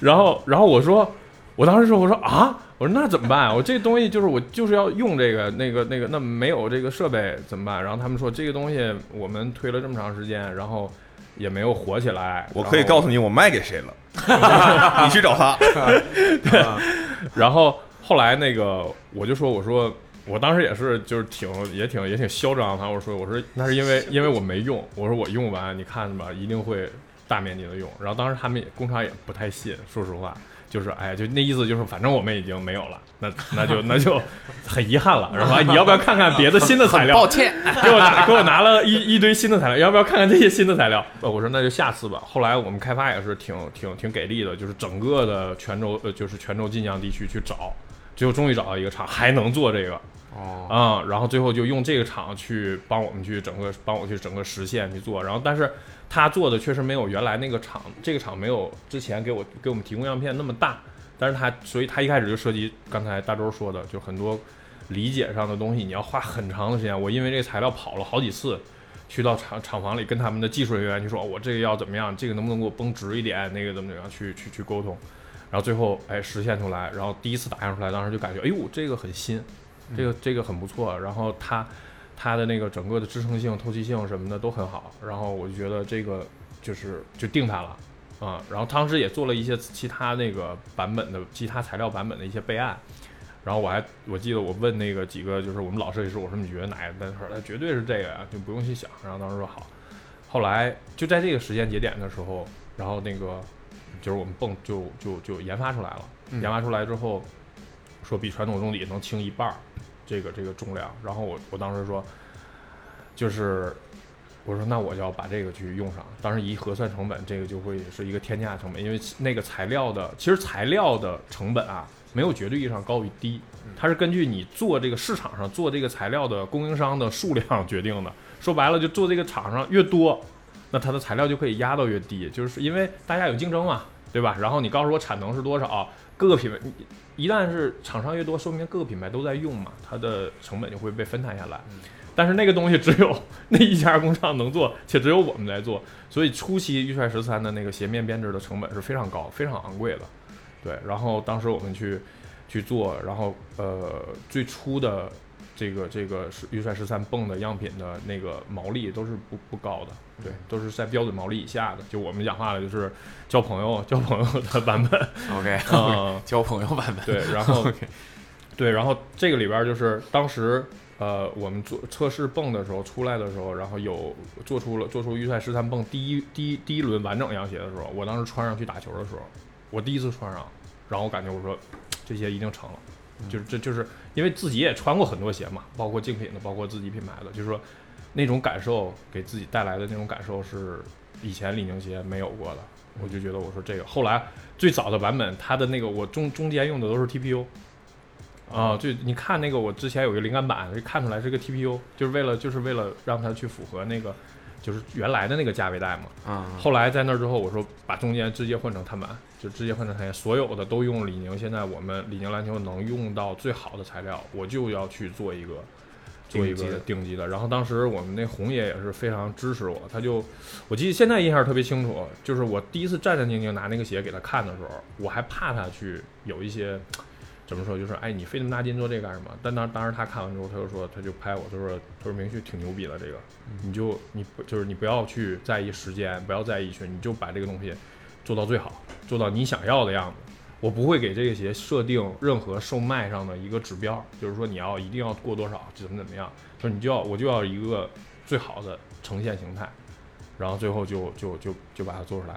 Speaker 4: 然后，然后我说，我当时说，我说啊，我说那怎么办、我这东西就是我就是要用这个那个那个，那没有这个设备怎么办？然后他们说这个东西我们推了这么长时间，然后也没有火起来。
Speaker 7: 我可以告诉你我卖给谁了， 你去找他。
Speaker 4: 然后后来那个我就说，我说我当时也是就是挺也挺也挺嚣张，他我说我说那是因为因为我没用，我说我用完你看吧，一定会大面积的用。然后当时他们也工厂也不太信，说实话。就是，哎，就那意思，就是反正我们已经没有了，那那就那就很遗憾了。然后哎你要不要看看别的新的材料？
Speaker 13: 抱歉，
Speaker 4: 给我拿给我拿了一一堆新的材料，要不要看看这些新的材料？ 呃，我说那就下次吧。后来我们开发也是挺挺挺给力的，就是整个的泉州呃，就是泉州晋江地区去找，最后终于找到一个厂还能做这个，
Speaker 3: 哦，
Speaker 4: 啊、然后最后就用这个厂去帮我们去整个帮我去整个实现去做，然后但是他做的确实没有原来那个厂，这个厂没有之前给我给我们提供样片那么大，但是他所以他一开始就涉及刚才大周说的，就很多理解上的东西，你要花很长的时间。我因为这个材料跑了好几次，去到厂厂房里跟他们的技术人员去说，哦我这个要怎么样，这个能不能给我绷直一点，那个怎么怎么样，去去去沟通，然后最后哎实现出来，然后第一次打样出来，当时就感觉哎呦这个很新。这个这个很不错。然后它它的那个整个的支撑性、透气性什么的都很好。然后我就觉得这个就是就定它了啊、然后当时也做了一些其他那个版本的其他材料版本的一些备案。然后我还我记得我问那个几个就是我们老设计师，我说你觉得哪个单说他绝对是这个呀，就不用去想。然后当时说好。后来就在这个时间节点的时候，然后那个就是我们泵就就就研发出来了。研发出来之后，说比传统中底能轻一半儿，这个这个重量。然后我我当时说，就是我说那我就要把这个去用上。当时一核算成本，这个就会是一个天价成本，因为那个材料的其实材料的成本啊，没有绝对意义上高与低，它是根据你做这个市场上做这个材料的供应商的数量 决定的。说白了，就做这个厂商越多，那它的材料就可以压到越低，就是因为大家有竞争嘛，对吧？然后你告诉我产能是多少，各个品牌一旦是厂商越多，说明各个品牌都在用嘛，它的成本就会被分摊下来。但是那个东西只有那一家工厂能做，且只有我们在做，所以初期预帅十三的那个鞋面编制的成本是非常高、非常昂贵的。对，然后当时我们去去做，然后呃，最初的这个这个是预帅十三泵的样品的那个毛利都是不不高的，对，都是在标准毛利以下的。就我们讲话了，就是交朋友交朋友的版本。
Speaker 3: OK，
Speaker 4: 嗯
Speaker 3: 交朋友版本。
Speaker 4: 对，然后对，然后这个里边儿就是当时呃，我们做测试泵的时候出来的时候，然后有做出了做出预赛十三泵第一第一第一轮完整样鞋的时候，我当时穿上去打球的时候，我第一次穿上，然后我感觉我说这鞋一定成了。就是这就是因为自己也穿过很多鞋嘛，包括竞品的，包括自己品牌的，就是说那种感受给自己带来的那种感受是以前李宁鞋没有过的。我就觉得我说这个，后来最早的版本它的那个我中中间用的都是 TPU，啊，就你看那个我之前有一个灵感板，就看出来是个 TPU，就是为了就是为了让它去符合那个就是原来的那个价位带嘛。
Speaker 3: 嗯，
Speaker 4: 后来在那儿之后，我说把中间直接换成碳板，就直接换成碳板，所有的都用李宁。现在我们李宁篮球能用到最好的材料，我就要去做一个做一
Speaker 14: 定级
Speaker 4: 个
Speaker 14: 的
Speaker 4: 定级的。然后当时我们那红爷也是非常支持我，他就我记得现在印象特别清楚，就是我第一次战战兢兢拿那个鞋给他看的时候，我还怕他去有一些怎么说，就是哎，你费那么大劲做这干什么？但当当时他看完之后，他就说，他就拍我，他说，他说明旭挺牛逼的，这个你就你不就是你不要去在意时间，不要在意去，你就把这个东西做到最好，做到你想要的样子。我不会给这个鞋设定任何售卖上的一个指标，就是说你要一定要过多少，怎么怎么样，就是你就要我就要一个最好的呈现形态，然后最后就就就就把它做出来，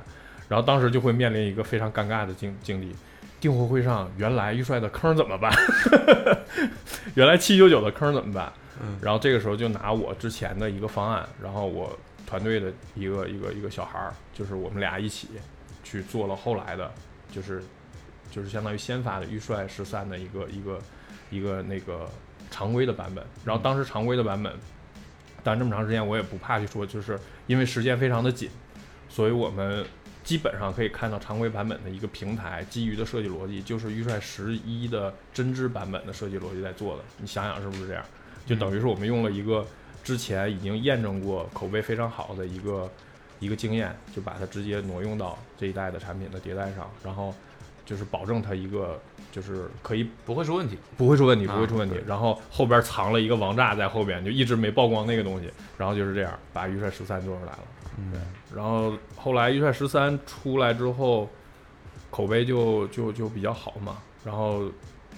Speaker 4: 然后当时就会面临一个非常尴尬的境境地，订货会上原来预帅的坑怎么办？ 原来七九九的坑怎么办？然后这个时候就拿我之前的一个方案，然后我团队的一个一个一个小孩儿，就是我们俩一起去做了后来的，就是就是相当于先发的预帅十三的一个一个一个那个常规的版本。然后当时常规的版本，但这么长时间我也不怕去说，就是因为时间非常的紧，所以我们基本上可以看到常规版本的一个平台，基于的设计逻辑就是预帅十一的针织版本的设计逻辑在做的。你想想是不是这样？就等于是我们用了一个之前已经验证过口碑非常好的一个一个经验，就把它直接挪用到这一代的产品的迭代上，然后就是保证它一个就是可以
Speaker 3: 不会出问题。
Speaker 4: 不会出问题，不
Speaker 3: 啊
Speaker 4: 会出问题。然后后边藏了一个王炸在后边，就一直没曝光那个东西。然后就是这样把预帅十三做出来了。对，然后后来预帅十三出来之后，口碑就就就比较好嘛。然后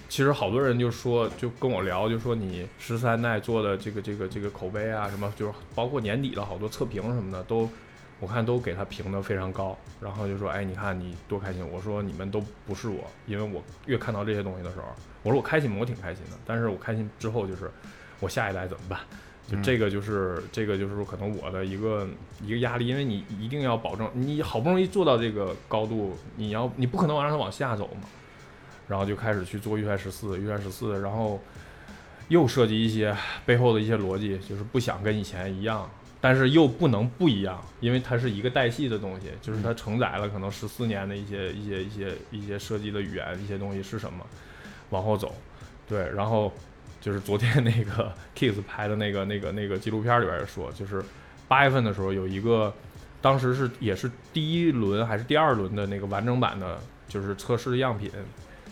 Speaker 4: 其实好多人就说，就跟我聊，就说你十三代做的这个这个这个口碑啊，什么就是包括年底的好多测评什么的都。我看都给他评的非常高，然后就说：“哎，你看你多开心！”我说：“你们都不是我，因为我越看到这些东西的时候，我说我开心吗？我挺开心的，但是我开心之后就是我下一代怎么办？就这个就是、这个就是可能我的一个一个压力，因为你一定要保证你好不容易做到这个高度，你要你不可能让它往下走嘛。然后就开始去做预算十四，预算十四，然后又设计一些背后的一些逻辑，就是不想跟以前一样，但是又不能不一样，因为它是一个代系的东西，就是它承载了可能十四年的一些一些一些一些设计的语言，一些东西是什么，往后走，对，然后就是昨天那个 Kiss 拍的那个那个那个纪录片里边也说，就是八月份的时候有一个，当时是也是第一轮还是第二轮的那个完整版的，就是测试样品，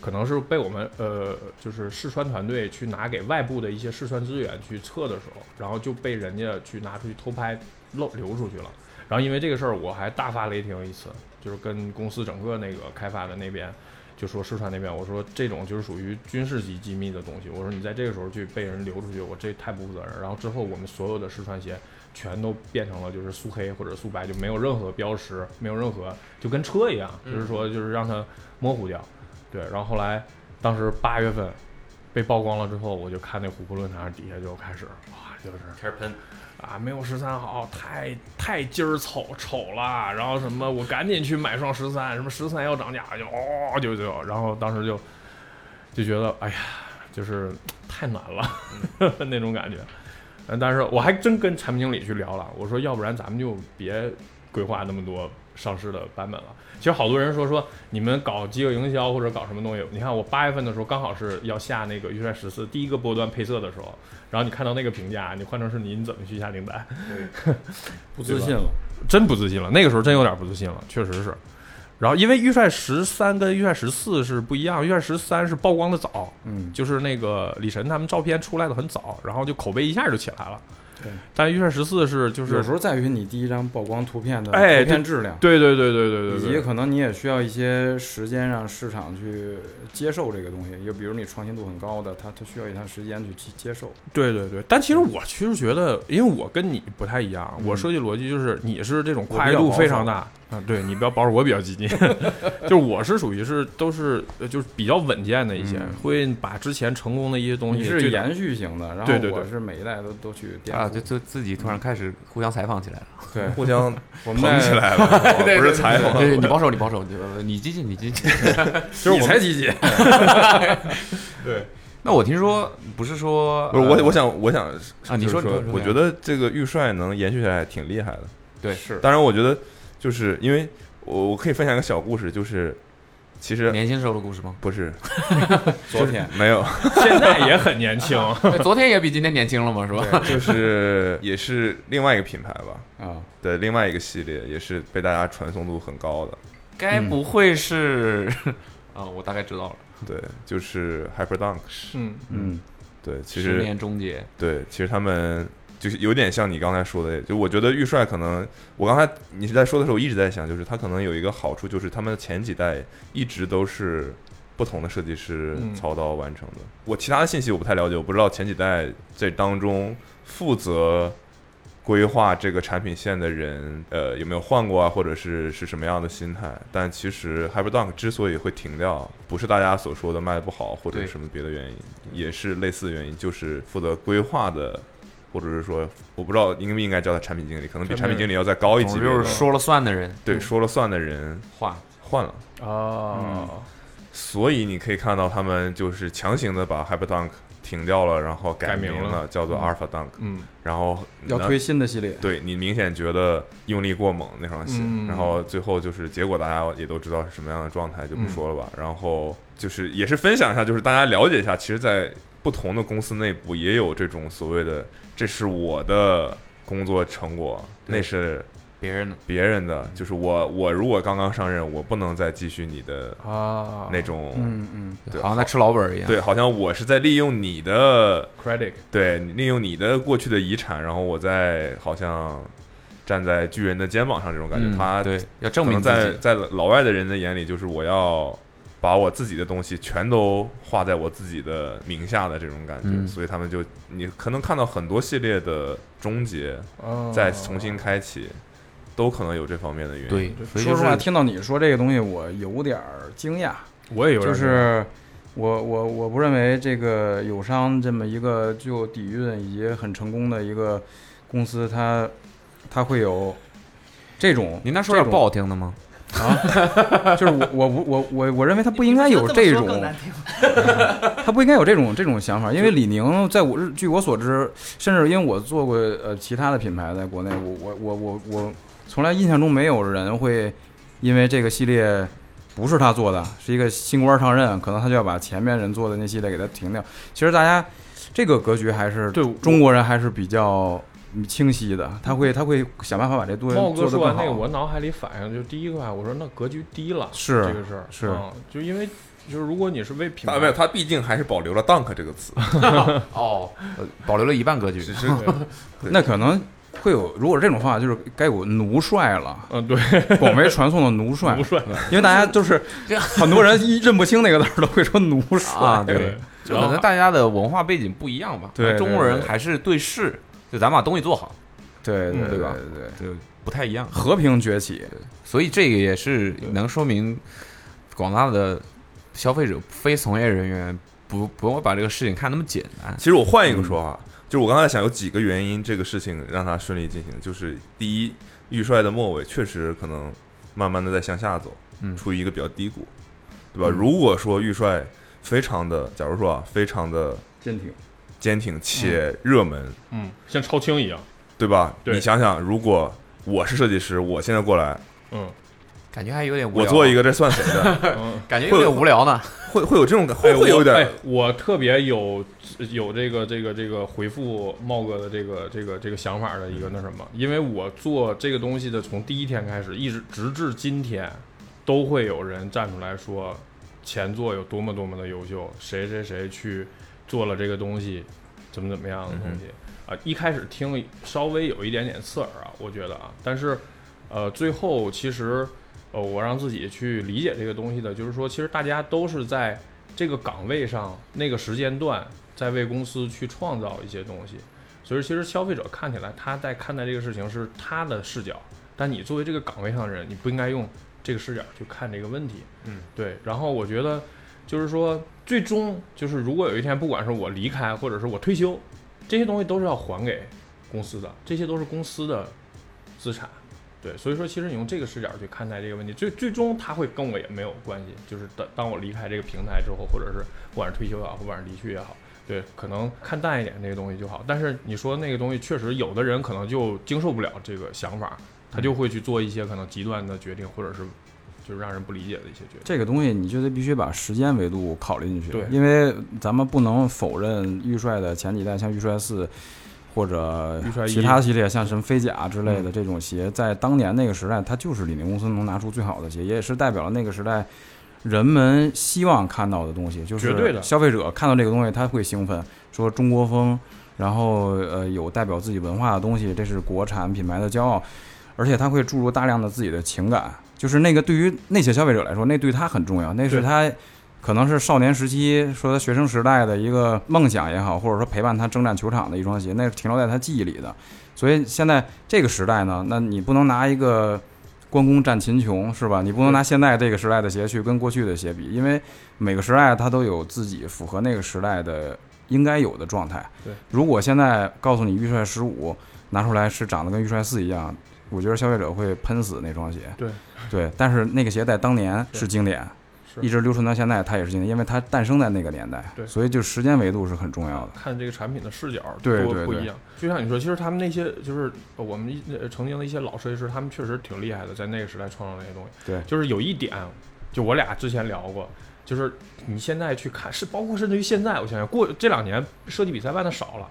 Speaker 4: 可能是被我们呃就是试穿团队去拿给外部的一些试穿资源去测的时候，然后就被人家去拿出去偷拍漏流出去了。然后因为这个事儿，我还大发雷霆一次，就是跟公司整个那个开发的那边就说试穿那边，我说这种就是属于军事级机密的东西，我说你在这个时候去被人流出去，我这太不负责任。然后之后我们所有的试穿鞋全都变成了就是素黑或者素白，就没有任何标识，没有任何就跟车一样，就是说就是让它模糊掉。对，然后后来当时八月份被曝光了之后，我就看那虎扑论坛底下就开始哇，就是
Speaker 13: 开始喷，
Speaker 4: 啊，没有十三好，太太今儿丑丑了，然后什么，我赶紧去买双十三，什么十三要涨价，就哦，就就，然后当时就就觉得，哎呀，就是太难了
Speaker 13: 嗯
Speaker 4: 那种感觉。呃但是我还真跟产品经理去聊了，我说要不然咱们就别规划那么多上市的版本了。其实好多人说说你们搞饥饿营销或者搞什么东西，你看我八月份的时候刚好是要下那个预帅十四第一个波段配色的时候，然后你看到那个评价，你换成是你，你怎么去下订单？
Speaker 2: 不自信了。
Speaker 4: 真不自信了，那个时候真有点不自信了，确实是。然后因为预帅十三跟预帅十四是不一样，预帅十三是曝光的早，
Speaker 2: 嗯，
Speaker 4: 就是那个李晨他们照片出来的很早，然后就口碑一下就起来了。
Speaker 2: 对，
Speaker 4: 但预帅十四是就是
Speaker 2: 有时候在于你第一张曝光图片的
Speaker 4: 哎
Speaker 2: 图片质量，
Speaker 4: 对对对对对对
Speaker 2: 以及
Speaker 4: 对，
Speaker 2: 可能你也需要一些时间让市场去接受这个东西。就比如你创新度很高的，它它需要一段时间去接接受。
Speaker 4: 对对对。但其实我其实觉得，因为我跟你不太一样，我设计逻辑就是你是这种跨越度非常大啊，对你比较保守，我比较 激进，就是我是属于是都是呃就是比较稳健的一些，
Speaker 2: 嗯
Speaker 4: 会把之前成功的一些东西
Speaker 2: 你
Speaker 4: 最
Speaker 2: 是延续型的，然
Speaker 4: 对对
Speaker 2: 后
Speaker 4: 对
Speaker 2: 我是每一代都都去颠
Speaker 3: 啊，
Speaker 2: 覆。
Speaker 3: 就就自己突然开始互相采访起来了。
Speaker 2: 对，
Speaker 7: 互相
Speaker 2: 我们
Speaker 7: 捧起
Speaker 2: 在
Speaker 7: 来了，我不是采 访，
Speaker 3: 对，你保守，你保守，你你激进，你激进。
Speaker 2: 就是我才积极，
Speaker 3: 那我听说不是说，
Speaker 7: 不是我，我
Speaker 3: 想
Speaker 7: 想，我想
Speaker 3: 啊你
Speaker 7: 就是
Speaker 3: 说
Speaker 7: 说
Speaker 3: 你说你说
Speaker 7: 我觉得这个预帅能延续下来挺厉害的。
Speaker 3: 对
Speaker 2: 是
Speaker 7: 当然，我觉得就是因为我我可以分享一个小故事，就是其实
Speaker 3: 年轻时候的故 事吗？
Speaker 7: 不是，
Speaker 2: 昨天
Speaker 7: 没有，
Speaker 4: 现在也很年 轻，
Speaker 15: 昨天也比今天年轻了嘛，是吧？
Speaker 7: 就是也是另外一个品牌吧
Speaker 2: 啊，
Speaker 7: 的另外一个系列，也是被大家传颂度很高的。
Speaker 3: 该不会是啊？我大概知道了，
Speaker 7: 对，就是 Hyper Dunk。
Speaker 4: 嗯，
Speaker 2: 嗯，
Speaker 7: 对，其
Speaker 3: 十
Speaker 7: 实
Speaker 3: 年终结，
Speaker 7: 对，其实他们就是有点像你刚才说的，就我觉得玉帅可能，我刚才你是在说的时候，我一直在想，就是他可能有一个好处，就是他们前几代一直都是不同的设计师
Speaker 4: 嗯
Speaker 7: 操刀完成的。我其他的信息我不太了解，我不知道前几代这当中负责。规划这个产品线的人，呃，有没有换过啊，或者是是什么样的心态？但其实 Hyperdunk 之所以会停掉，不是大家所说的卖的不好，或者
Speaker 3: 对
Speaker 7: 什么别的原因，也是类似的原因，就是负责规划的，或者是说，我不知道应不应该叫他产品经理，可能比
Speaker 4: 产品
Speaker 7: 产品经理要再高一级
Speaker 3: 总
Speaker 7: 别
Speaker 3: 之
Speaker 7: 的，
Speaker 3: 嗯就是说了算的人
Speaker 7: 对说了算的人
Speaker 3: 话。
Speaker 7: 换了，
Speaker 4: 嗯哦，
Speaker 7: 所以你可以看到他们就是强行的把 Hyperdunk 停掉了，然后改
Speaker 4: 改名
Speaker 7: 名
Speaker 4: 了
Speaker 7: 叫做 Alpha Dunk，
Speaker 4: 嗯，
Speaker 7: 然后
Speaker 2: 要
Speaker 7: 那
Speaker 2: 推新的系列，
Speaker 7: 对你明显觉得用力过猛那双鞋，
Speaker 4: 嗯
Speaker 7: 然后最后就是结果大家也都知道是什么样的状态，就不说了吧。然后就是也是分享一下，就是大家了解一下，其实，在不同的公司内部也有这种所谓的“这是我的工作成果”，
Speaker 3: 对
Speaker 7: 那是
Speaker 3: 别人呢？
Speaker 7: 别人的，就是我我如果刚刚上任，我不能再继续你的
Speaker 4: 啊，
Speaker 7: 那种。
Speaker 2: 嗯嗯，
Speaker 7: 对
Speaker 3: 好像在吃老本哦儿一样。
Speaker 7: 对，好像我是在利用你的
Speaker 4: credit
Speaker 7: 对，你利用你的过去的遗产，然后我在好像站在巨人的肩膀上这种感觉，
Speaker 3: 嗯，
Speaker 7: 他
Speaker 3: 对要证
Speaker 7: 可
Speaker 3: 明
Speaker 7: 能在
Speaker 3: 自己。
Speaker 7: 在老外的人的眼里，就是我要把我自己的东西全都画在我自己的名下的这种感觉，
Speaker 3: 嗯
Speaker 7: 所以他们就你可能看到很多系列的终结，
Speaker 4: 哦
Speaker 7: 再重新开启，都可能有这方面的原因。
Speaker 3: 对，所以
Speaker 2: 说
Speaker 3: 就
Speaker 2: 实话，
Speaker 3: 是
Speaker 2: 听到你说这个东西，我有点儿惊讶。
Speaker 4: 我也有点
Speaker 2: 就
Speaker 4: 儿
Speaker 2: 是我我我不认为这个友商这么一个具有底蕴以及很成功的一个公司，它它会有这种
Speaker 3: 您那说点不好听的吗？
Speaker 2: 就是我我我我我我认为它不
Speaker 13: 你
Speaker 2: 应该有
Speaker 13: 这么说
Speaker 2: 种，
Speaker 13: 更难听。
Speaker 2: 他不应该有这种这种想法，因为李宁在我据我所知，甚至因为我做过呃其他的品牌，在国内，我我我我我从来印象中没有人会因为这个系列不是他做的，是一个新官上任，可能他就要把前面人做的那系列给他停掉。其实大家这个格局还是
Speaker 4: 对我
Speaker 2: 中国人还是比较清晰的，他会他会想办法把这东西
Speaker 4: 茂哥
Speaker 2: 做得
Speaker 4: 说完
Speaker 2: 更
Speaker 4: 那
Speaker 2: 好。
Speaker 4: 个，我脑海里反应就第一个啊，我说那格局低了，
Speaker 2: 是
Speaker 4: 这个事儿
Speaker 2: 是
Speaker 4: 嗯就因为就是如果你是为品
Speaker 7: 啊他没有，
Speaker 4: 牌，
Speaker 7: 他毕竟还是保留了 “dunk” 这个词，
Speaker 15: 哦，
Speaker 3: 呃保留了一半格局
Speaker 7: 只，是
Speaker 2: 那可能会有，如果是这种方法，就是该有奴帅了，
Speaker 4: 嗯，对，
Speaker 2: 广为传颂的奴帅
Speaker 4: 不。帅
Speaker 2: 因为大家就是很多人一认不清那个字儿，都会说奴帅。
Speaker 3: 啊，对
Speaker 4: 对，，
Speaker 3: 就可能大家的文化背景不一样吧。
Speaker 2: 对对
Speaker 3: 中国人还是对事，就咱把东西做好，
Speaker 2: 对对
Speaker 4: 嗯
Speaker 2: 对
Speaker 3: 对吧
Speaker 2: 对，
Speaker 3: 就不太一样。
Speaker 2: 和平崛起，
Speaker 3: 所以这个也是能说明广大的消费者、非从业人员不不要把这个事情看那么简单。
Speaker 7: 其实我换一个说法，啊就是我刚才想有几个原因，这个事情让它顺利进行，就是第一，预帅的末尾确实可能慢慢的在向下走，
Speaker 3: 嗯
Speaker 7: 处于一个比较低谷，对吧？如果说预帅非常的，假如说啊，非常的
Speaker 2: 坚挺。
Speaker 7: 坚挺且热门，
Speaker 4: 嗯，像超轻一样，
Speaker 7: 对吧？
Speaker 4: 对
Speaker 7: 你想想，如果我是设计师，我现在过来，
Speaker 4: 嗯，
Speaker 15: 感觉还有点无聊。
Speaker 7: 我
Speaker 3: 啊
Speaker 7: 做一个，这算谁的？
Speaker 4: 嗯
Speaker 15: 感觉有点无聊呢。
Speaker 7: 啊会会有这种感，会
Speaker 4: 哎
Speaker 7: 会有点
Speaker 4: 我哎，我特别有有这个这个这个回复茂哥的这个这个这个想法的一个那什么，因为我做这个东西的从第一天开始，一直直至今天，都会有人站出来说前作有多么多么的优秀，谁谁谁去做了这个东西，怎么怎么样的东西。
Speaker 7: 嗯
Speaker 4: 啊，一开始听稍微有一点点刺耳啊，我觉得啊，但是，呃，最后其实，呃，我让自己去理解这个东西的，就是说，其实大家都是在这个岗位上、那个时间段，在为公司去创造一些东西。所以，其实消费者看起来他在看待这个事情是他的视角，但你作为这个岗位上的人，你不应该用这个视角去看这个问题。
Speaker 7: 嗯，
Speaker 4: 对。然后我觉得，就是说，最终就是如果有一天，不管是我离开，或者是我退休，这些东西都是要还给公司的，这些都是公司的资产。对，所以说其实你用这个视角去看待这个问题，最最终它会跟我也没有关系。就是当当我离开这个平台之后，或者是不管是退休也好，不管是离去也好，对，可能看淡一点这个东西就好。但是你说那个东西，确实有的人可能就经受不了这个想法，他就会去做一些可能极端的决定，或者是就是让人不理解的一些决定。
Speaker 2: 这个东西你就得必须把时间维度考虑进去，
Speaker 4: 对
Speaker 2: 因为咱们不能否认玉帅的前几代，像玉帅四或者
Speaker 4: 玉帅一
Speaker 2: 其他系列，像什么飞甲之类的这种鞋，在当年那个时代，它就是李宁公司能拿出最好的鞋，也是代表了那个时代人们希望看到的东西，就
Speaker 4: 绝对
Speaker 2: 是
Speaker 4: 的
Speaker 2: 消费者看到这个东西他会兴奋，说中国风，然后呃有代表自己文化的东西，这是国产品牌的骄傲，而且他会注入大量的自己的情感，就是那个对于那些消费者来说，那对他很重要，那是
Speaker 4: 对
Speaker 2: 他可能是少年时期，说他学生时代的一个梦想也好，或者说陪伴他征战球场的一双鞋，那是停留在他记忆里的。所以现在这个时代呢，那你不能拿一个关公战秦琼是吧？你不能拿现在这个时代的鞋去跟过去的鞋比，因为每个时代它都有自己符合那个时代的应该有的状态。
Speaker 4: 对，
Speaker 2: 如果现在告诉你预帅十五拿出来是长得跟预帅四一样，我觉得消费者会喷死那双鞋。
Speaker 4: 对，
Speaker 2: 对，但是那个鞋在当年是经典，
Speaker 4: 是
Speaker 2: 一直流传到现在，它也是经典，因为它诞生在那个年代，
Speaker 4: 对
Speaker 2: 所以就时间维度是很重要的。
Speaker 4: 看这个产品的视角
Speaker 2: 对
Speaker 4: 多
Speaker 2: 对
Speaker 4: 不
Speaker 2: 对
Speaker 4: 一样。就像你说，其实他们那些就是呃我们一呃曾经的一些老设计师，他们确实挺厉害的，在那个时代创造那些东西。
Speaker 2: 对
Speaker 4: 就是有一点，就我俩之前聊过，就是你现在去看，是包括甚至于现在，我想想过这两年设计比赛办的少了。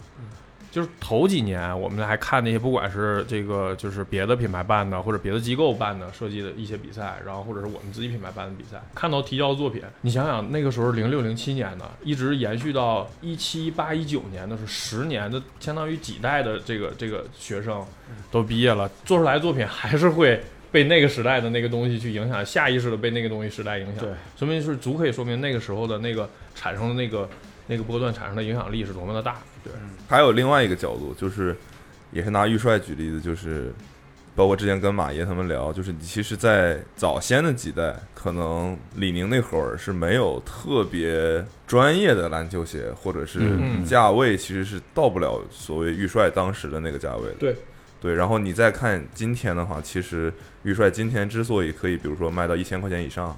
Speaker 4: 就是头几年，我们还看那些，不管是这个就是别的品牌办的，或者别的机构办的设计的一些比赛，然后或者是我们自己品牌办的比赛，看到提交的作品，你想想那个时候零六零七年的，一直延续到一七一八一九年的时候，十年的相当于几代的这个这个学生都毕业了，做出来的作品还是会被那个时代的那个东西去影响，下意识的被那个东西时代影响，
Speaker 2: 对，
Speaker 4: 说明是足可以说明那个时候的那个产生的那个那个波段产生的影响力是多么的大，对。
Speaker 7: 还有另外一个角度，就是也是拿玉帅举例子，就是包括之前跟马爷他们聊，就是你其实，在早先的几代，可能李宁那会儿是没有特别专业的篮球鞋，或者是
Speaker 2: 嗯
Speaker 7: 价位其实是到不了所谓玉帅当时的那个价位的。
Speaker 4: 对。
Speaker 7: 对，然后你再看今天的话，其实玉帅今天之所以可以，比如说卖到一千块钱以上，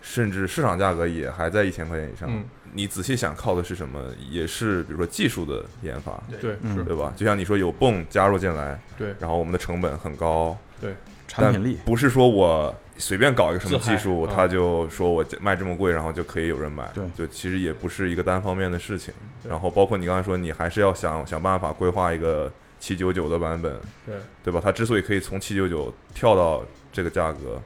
Speaker 7: 甚至市场价格也还在一千块钱以上，
Speaker 4: 嗯
Speaker 7: 你仔细想靠的是什么？也是比如说技术的研发，
Speaker 4: 对，
Speaker 2: 嗯
Speaker 4: 是
Speaker 7: 对吧？就像你说有泵加入进来，
Speaker 4: 对
Speaker 7: 然后我们的成本很高，
Speaker 2: 产品力，
Speaker 7: 不是说我随便搞一个什么技术，
Speaker 4: 自嗨嗯
Speaker 7: 他就说我卖这么贵，然后就可以有人买，
Speaker 2: 对
Speaker 7: 就其实也不是一个单方面的事情。
Speaker 4: 对
Speaker 7: 然后包括你刚才说，你还是要想想办法规划一个七九九的版本，
Speaker 4: 对
Speaker 7: 对吧？它之所以可以从七九九跳到这个价格。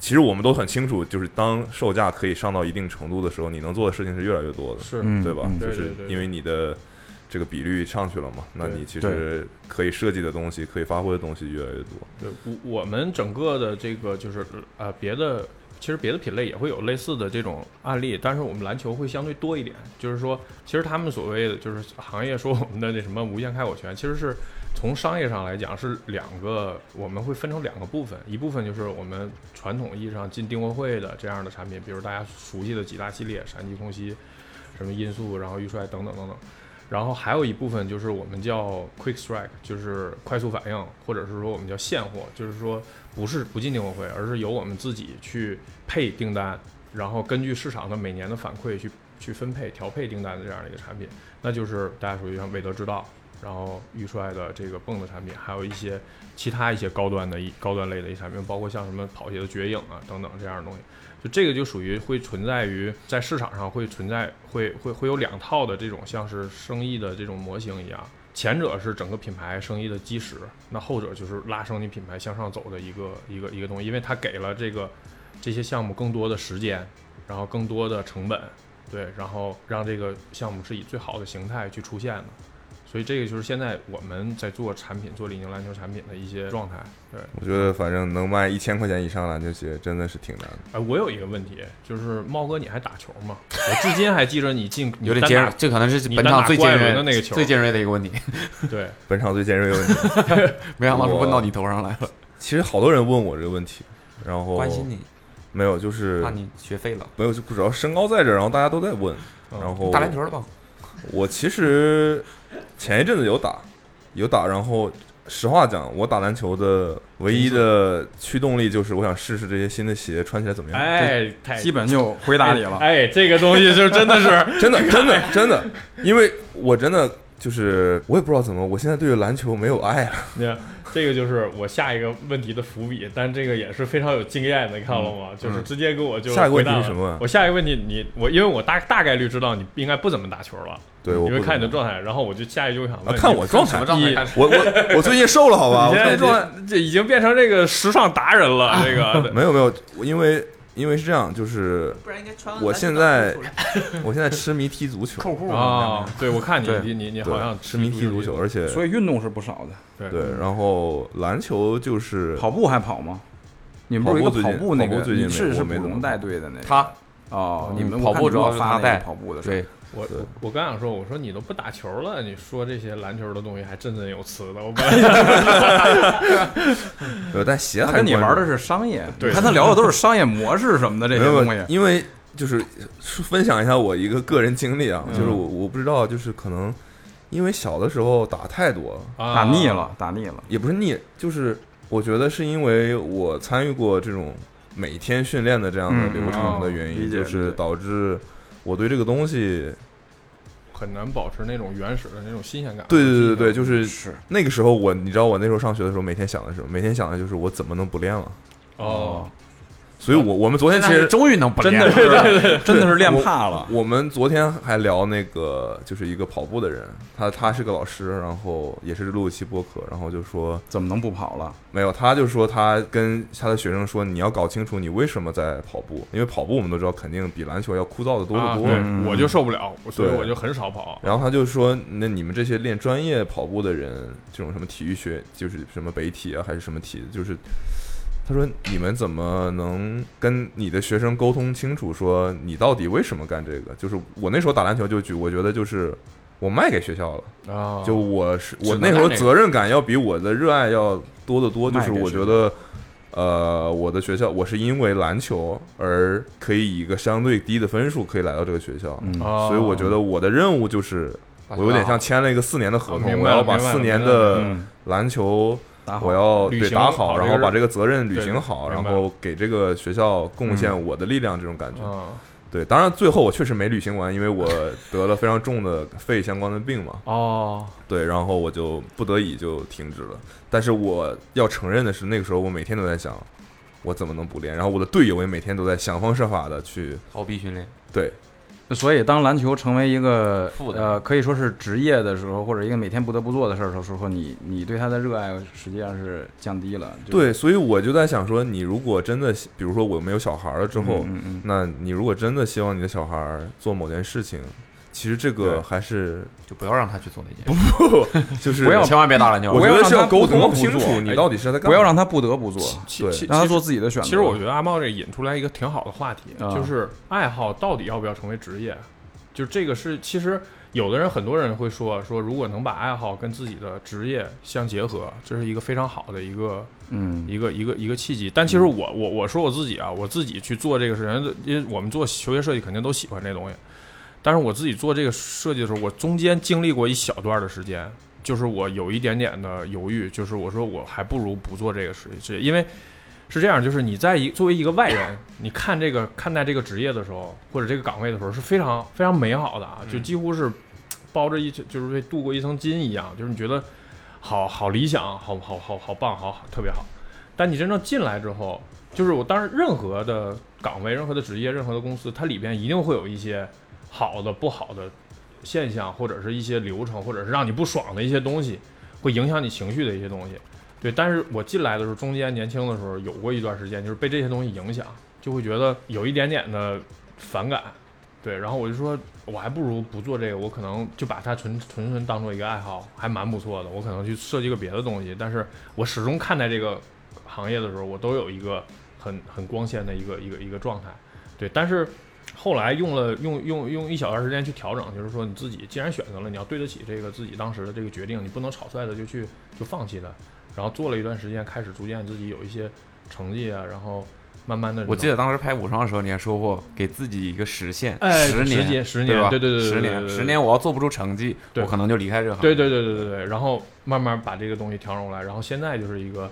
Speaker 7: 其实我们都很清楚，就是当售价可以上到一定程度的时候，你能做的事情是越来越多的。
Speaker 4: 是，
Speaker 2: 嗯，
Speaker 7: 对吧？
Speaker 2: 嗯
Speaker 4: 对
Speaker 7: 就是
Speaker 4: 对对对
Speaker 7: 因为你的这个比率上去了嘛，那
Speaker 4: 对
Speaker 7: 你其实可以设计的东西、可以发挥的东西越来越多。
Speaker 4: 对我我们整个的这个就是呃别的，其实别的品类也会有类似的这种案例，但是我们篮球会相对多一点。就是说，其实他们所谓的就是行业说我们的那什么无限开火权，其实是从商业上来讲是两个，我们会分成两个部分，一部分就是我们传统意义上进订货会的这样的产品，比如大家熟悉的几大系列，闪击空袭，什么音速，然后预帅等等等等。然后还有一部分就是我们叫 quick strike，就是快速反应，或者是说我们叫现货，就是说不是不进订货会，而是由我们自己去配订单，然后根据市场的每年的反馈去去分配调配订单的这样的一个产品，那就是大家属于像韦德之道，然后预帅的这个泵的产品，还有一些其他一些高端的一高端类的一些产品，包括像什么跑鞋的绝影啊等等这样的东西。就这个就属于会存在于在市场上会存在会会会有两套的这种像是生意的这种模型一样，前者是整个品牌生意的基石，那后者就是拉升你品牌向上走的一个一个一个东西，因为它给了这个这些项目更多的时间，然后更多的成本，对，然后让这个项目是以最好的形态去出现的。所以这个就是现在我们在做产品，做李宁篮球产品的一些状态。对，
Speaker 7: 我觉得反正能卖一千块钱以上篮球鞋真的是挺 难
Speaker 4: 哎，
Speaker 7: 的。
Speaker 4: 我有一个问题，就是猫哥，你还打球吗？我至今还记着你 进
Speaker 15: 有点
Speaker 4: 你
Speaker 15: 尖
Speaker 4: 单
Speaker 15: 锐
Speaker 4: 打，
Speaker 15: 这可能是
Speaker 4: 你
Speaker 15: 本
Speaker 4: 单
Speaker 15: 场
Speaker 4: 打
Speaker 15: 最
Speaker 4: 怪
Speaker 15: 尖
Speaker 4: 伦
Speaker 15: 锐
Speaker 4: 的那个球
Speaker 15: 最尖锐的一个问 题。
Speaker 4: 对，
Speaker 7: 本场最尖锐的问题，
Speaker 15: 没想到是
Speaker 7: 我
Speaker 15: 问到你头上来了，
Speaker 7: 其实好多人问我这个问题，然后
Speaker 3: 关心你，
Speaker 7: 没有，就是
Speaker 15: 怕你学废了，
Speaker 7: 没有，就主要身高在这儿，然后大家都在问，
Speaker 4: 嗯
Speaker 7: 然后
Speaker 15: 打篮球了吧？
Speaker 7: 我其实前一阵子有打，有打，然后实话讲，我打篮球的唯一的驱动力就是我想试试这些新的鞋穿起来怎么样。
Speaker 4: 哎，太哎
Speaker 2: 基本就回答你了。
Speaker 4: 哎，这个东西就真的是
Speaker 7: 真的，真的，真的，因为我真的就是我也不知道怎么，我现在对篮球没有爱了。
Speaker 4: 那这个就是我下一个问题的伏笔，但这个也是非常有经验的，你看了吗？就是直接给我就
Speaker 7: 嗯下一个问题
Speaker 4: 回答
Speaker 7: 是什么啊
Speaker 4: 了我下一个问题你我因为我大大概率知道你应该不怎么打球了，
Speaker 7: 对，我
Speaker 4: 因为
Speaker 7: 不
Speaker 4: 看你的状态，然后我就下一句想
Speaker 7: 啊
Speaker 4: 问你、
Speaker 7: 看我状态
Speaker 4: 什么，
Speaker 14: 态
Speaker 4: 你
Speaker 14: 看
Speaker 7: 我我我最近瘦了，好吧？
Speaker 4: 你
Speaker 7: 我
Speaker 4: 现在
Speaker 7: 看
Speaker 4: 状态这已经变成这个时尚达人了，这 个
Speaker 7: 没有没有，我因为因为是这样，就是
Speaker 13: 不然应该穿。
Speaker 7: 我现在 我现在痴迷踢足 球，
Speaker 2: 嗯
Speaker 4: 啊、哦，对我看你
Speaker 2: 对
Speaker 4: 你你你
Speaker 7: 对
Speaker 4: 好像
Speaker 7: 痴迷踢足球，，而且
Speaker 2: 所以运动是不少的。
Speaker 7: 对，然后篮球就是
Speaker 2: 跑步还跑吗？你们不是有一个跑步那个
Speaker 7: 跑步最
Speaker 2: 你
Speaker 7: 近跑步最近
Speaker 2: 是
Speaker 7: 没
Speaker 2: 是
Speaker 7: 我没
Speaker 2: 普
Speaker 7: 怎么
Speaker 2: 龙带队的那个
Speaker 15: 他
Speaker 2: 哦，
Speaker 15: 嗯
Speaker 2: 你们
Speaker 15: 跑步主要是
Speaker 2: 是发
Speaker 15: 他
Speaker 2: 那个
Speaker 15: 带
Speaker 2: 跑步的事儿
Speaker 15: 对，
Speaker 4: 我
Speaker 7: 对
Speaker 4: 我刚想说，我说你都不打球了，你说这些篮球的东西还振振有词的，我本来 想
Speaker 7: 呃，但鞋
Speaker 2: 他
Speaker 7: 还
Speaker 2: 跟你
Speaker 7: 关注
Speaker 2: 玩的是商业，
Speaker 4: 对
Speaker 2: 你看他聊的都是商业模式什么的这
Speaker 7: 没
Speaker 2: 些
Speaker 7: 有，
Speaker 2: 东西。啊
Speaker 7: 因为就是分享一下我一个个人经历啊，就是我我不知道，就是可能因为小的时候打太多，
Speaker 4: 啊
Speaker 2: 打腻，了，打腻了。
Speaker 7: 也不是腻，就是我觉得是因为我参与过这种每天训练的这样的
Speaker 2: 嗯
Speaker 7: 流程的原因，
Speaker 2: 理解
Speaker 7: 就是
Speaker 2: 理解
Speaker 7: 导致我对这个东西，
Speaker 4: 很难保持那种原始的那种新鲜感。
Speaker 7: 对对对对，就是
Speaker 2: 是
Speaker 7: 那个时候我，你知道我那时候上学的时候，每天想的是什么？每天想的就是我怎么能不练了？
Speaker 4: 哦，
Speaker 7: 所以
Speaker 2: 嗯
Speaker 7: 我我们昨天其
Speaker 15: 现在
Speaker 7: 实
Speaker 15: 是终于能不
Speaker 2: 真
Speaker 15: 练
Speaker 2: 的
Speaker 15: 了
Speaker 2: 是，真的是练怕了。
Speaker 7: 我们昨天还聊那个，就是一个跑步的人，他他是个老师，然后也是录一期播客，然后就说
Speaker 2: 怎么能不跑了？
Speaker 7: 没有，他就说他跟他的学生说，你要搞清楚你为什么在跑步，因为跑步我们都知道肯定比篮球要枯燥的多
Speaker 4: 啊
Speaker 7: 得多。
Speaker 4: 对，我就受不了，所以
Speaker 7: 嗯对
Speaker 4: 我就很少跑。
Speaker 7: 然后他就说，那你们这些练专业跑步的人，这种什么体育学，就是什么北体啊，还是什么体，就是他说你们怎么能跟你的学生沟通清楚，说你到底为什么干这个？就是我那时候打篮球就举，我觉得就是我卖给学校了。
Speaker 4: 啊，
Speaker 7: 就我是我
Speaker 4: 只能
Speaker 7: 那时候
Speaker 4: 干这个
Speaker 7: 责任感要比我的热爱要多得多，就
Speaker 2: 卖
Speaker 7: 是
Speaker 2: 给
Speaker 7: 我
Speaker 2: 学
Speaker 7: 觉得，呃，我的学校我是因为篮球而可以以一个相对低的分数可以来到这个学校，
Speaker 2: 嗯
Speaker 4: 哦
Speaker 7: 所以我觉得我的任务就是，
Speaker 4: 把它
Speaker 7: 我有点
Speaker 4: 打
Speaker 7: 像签了一个四年的合
Speaker 4: 啊
Speaker 7: 同，
Speaker 4: 明
Speaker 7: 我
Speaker 4: 白了
Speaker 7: 要把
Speaker 4: 明白了
Speaker 7: 四年
Speaker 4: 明白了
Speaker 7: 的
Speaker 2: 嗯
Speaker 7: 篮球
Speaker 2: 打好
Speaker 7: 我要
Speaker 4: 履
Speaker 7: 对
Speaker 4: 行
Speaker 7: 打
Speaker 4: 好
Speaker 7: 好，
Speaker 4: 这
Speaker 7: 然
Speaker 4: 个
Speaker 7: 后把
Speaker 4: 任
Speaker 7: 这个责任履
Speaker 4: 对
Speaker 7: 行好，
Speaker 4: 明
Speaker 7: 然
Speaker 4: 白嗯
Speaker 7: 后给这个学校贡献我的力量，这种感觉。
Speaker 4: 啊，
Speaker 7: 对，当然最后我确实没履行完，因为我得了非常重的肺相关的病嘛。
Speaker 4: 哦，
Speaker 7: 对，然后我就不得已就停止了。但是我要承认的是，那个时候我每天都在想，我怎么能不练？然后我的队友也每天都在想方设法的去
Speaker 15: 逃避训练，
Speaker 7: 对，
Speaker 2: 所以，当篮球成为一个
Speaker 15: 负担
Speaker 2: 呃，可以说是职业的时候，或者一个每天不得不做的事儿的时候，你你对它的热爱实际上是降低了。就
Speaker 7: 对，，所以我就在想说，你如果真的，比如说我没有小孩了之后，
Speaker 2: 嗯嗯
Speaker 7: 那你如果真的希望你的小孩儿做某件事情，其实这
Speaker 2: 对
Speaker 7: 个 还是
Speaker 15: 就不要让他去做那件事，
Speaker 7: 就是
Speaker 2: 不要
Speaker 15: 千万别打篮球
Speaker 7: 我
Speaker 2: 不
Speaker 7: 觉
Speaker 2: 要
Speaker 7: 得
Speaker 2: 让
Speaker 7: 是
Speaker 2: 他
Speaker 7: 要沟
Speaker 2: 不得
Speaker 7: 通
Speaker 2: 不
Speaker 7: 清
Speaker 2: 做哎
Speaker 7: 楚你到底是在干嘛。
Speaker 2: 不要让他不得不做，
Speaker 4: 其其
Speaker 2: 让他
Speaker 4: 其
Speaker 2: 做自己的选择。
Speaker 4: 其实我觉得阿猫这引出来一个挺好的话题，
Speaker 2: 啊
Speaker 4: 就是爱好到底要不要成为职业？就这个是，其实有的人很多人会说说，如果能把爱好跟自己的职业相结合，这是一个非常好的一个
Speaker 2: 嗯，
Speaker 4: 一个一个一个契机。但其实我我我说我自己啊，我自己去做这个事情，因为我们做球鞋设计肯定都喜欢这东西。但是我自己做这个设计的时候，我中间经历过一小段的时间，就是我有一点点的犹豫，就是我说我还不如不做这个事情，因为是这样，就是你在一作为一个外人，你看这个看待这个职业的时候，或者这个岗位的时候，是非常非常美好的啊，就几乎是包着一就是被镀过一层金一样，就是你觉得好好理想，好好好好棒，好好特别好。但你真正进来之后，就是我当然任何的岗位、任何的职业、任何的公司，它里边一定会有一些好的、不好的现象，或者是一些流程，或者是让你不爽的一些东西，会影响你情绪的一些东西。对，但是我进来的时候，中间年轻的时候有过一段时间，就是被这些东西影响，就会觉得有一点点的反感。对，然后我就说，我还不如不做这个，我可能就把它纯纯纯当做一个爱好，还蛮不错的。我可能去设计个别的东西，但是我始终看待这个行业的时候，我都有一个很很光鲜的一个一个一个状态。对，但是后来用了用用用一小段时间去调整，就是说你自己既然选择了，你要对得起这个自己当时的这个决定，你不能草率的就去就放弃它。然后做了一段时间，开始逐渐自己有一些成绩啊，然后慢慢的，
Speaker 15: 我记得当时拍武双的时候，你还说过给自己一个时限，
Speaker 4: 哎
Speaker 15: 十年，
Speaker 4: 时间十
Speaker 15: 对
Speaker 4: 年
Speaker 15: 吧？
Speaker 4: 对对对对
Speaker 15: 十
Speaker 4: 对对
Speaker 15: 年，
Speaker 4: 对
Speaker 15: 十年，我要做不出成绩，
Speaker 4: 对
Speaker 15: 我可能就离开这个行业。
Speaker 4: 对对对对对对，然后慢慢把这个东西调整过来，然后现在就是一个，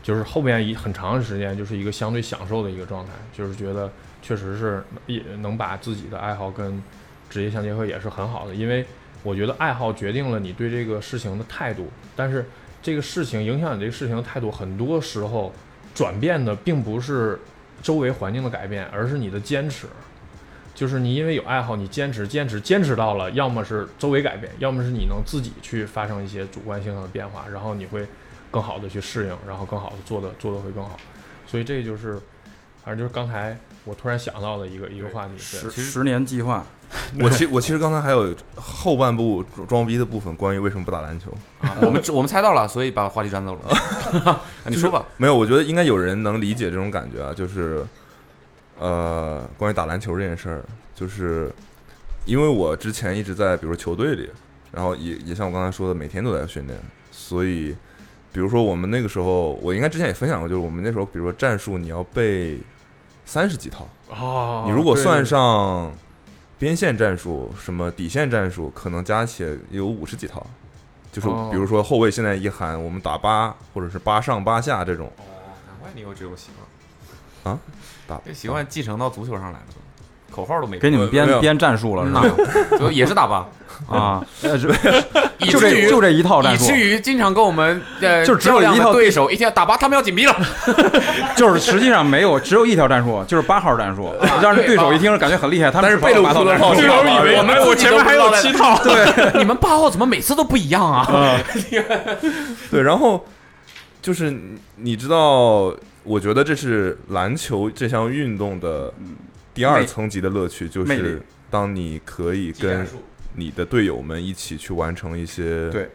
Speaker 4: 就是后面一很长的时间就是一个相对享受的一个状态，就是觉得确实是也能把自己的爱好跟职业相结合也是很好的，因为我觉得爱好决定了你对这个事情的态度，但是这个事情影响你这个事情的态度，很多时候转变的并不是周围环境的改变，而是你的坚持。就是你因为有爱好，你坚持坚持坚持到了，要么是周围改变，要么是你能自己去发生一些主观性上的变化，然后你会更好的去适应，然后更好的做的做的会更好。所以这就是，反正就是刚才我突然想到的一个一个话题。
Speaker 2: 十
Speaker 4: 对
Speaker 2: 十年计划，
Speaker 7: 我其我其实刚才还有后半部装逼的部分，关于为什么不打篮球，
Speaker 3: 啊我们我们猜到了，所以把话题转走了。 啊你说吧，
Speaker 7: 没有，我觉得应该有人能理解这种感觉啊，就是，呃，关于打篮球这件事儿，就是因为我之前一直在，比如说球队里，然后也也像我刚才说的，每天都在训练，所以，比如说我们那个时候，我应该之前也分享过，就是我们那时候，比如说战术你要背三十几套，
Speaker 4: 哦
Speaker 7: 你如果
Speaker 4: 对
Speaker 7: 算上边线战术、什么底线战术，可能加起来有五十几套。就是
Speaker 4: 哦
Speaker 7: 比如说后卫现在一喊我们打八或者是八上八下这种，
Speaker 3: 难怪你有这种习惯，
Speaker 7: 打
Speaker 3: 啊这习惯继承到足球上来了，口号都没
Speaker 2: 给你们
Speaker 7: 没
Speaker 2: 编
Speaker 7: 有
Speaker 2: 编战术了是
Speaker 3: 那
Speaker 2: 吧？
Speaker 3: 就也是打吧，
Speaker 2: 啊，呃这
Speaker 3: 以
Speaker 2: 就
Speaker 3: 至于
Speaker 2: 这就这一套
Speaker 3: 以
Speaker 2: 战术
Speaker 3: 至，于经常跟我们呃
Speaker 2: 就只有
Speaker 3: 较量的
Speaker 2: 一套
Speaker 3: 对手一天打吧，他们要紧逼了，
Speaker 2: 就是实际上没有，只有一条战术，就是八号战术，让
Speaker 3: 啊对
Speaker 2: 对手一听感觉很厉害，他们
Speaker 7: 但是
Speaker 2: 只报
Speaker 7: 贝
Speaker 2: 八
Speaker 7: 鲁
Speaker 2: 套
Speaker 7: 斯
Speaker 2: 战
Speaker 7: 的
Speaker 2: 术
Speaker 7: 炮，
Speaker 4: 队友以为我们我前
Speaker 2: 哎
Speaker 4: 面还有七套，
Speaker 3: 你们八号怎么每次都不一样啊？
Speaker 2: 嗯
Speaker 7: 对，然后就是你你知道，我觉得这是篮球这项运动的第
Speaker 2: 嗯
Speaker 7: 二
Speaker 2: 魅
Speaker 7: 层级的乐趣，就
Speaker 2: 魅力
Speaker 7: 是当你可以跟你的队友们一起去完成一些
Speaker 2: 对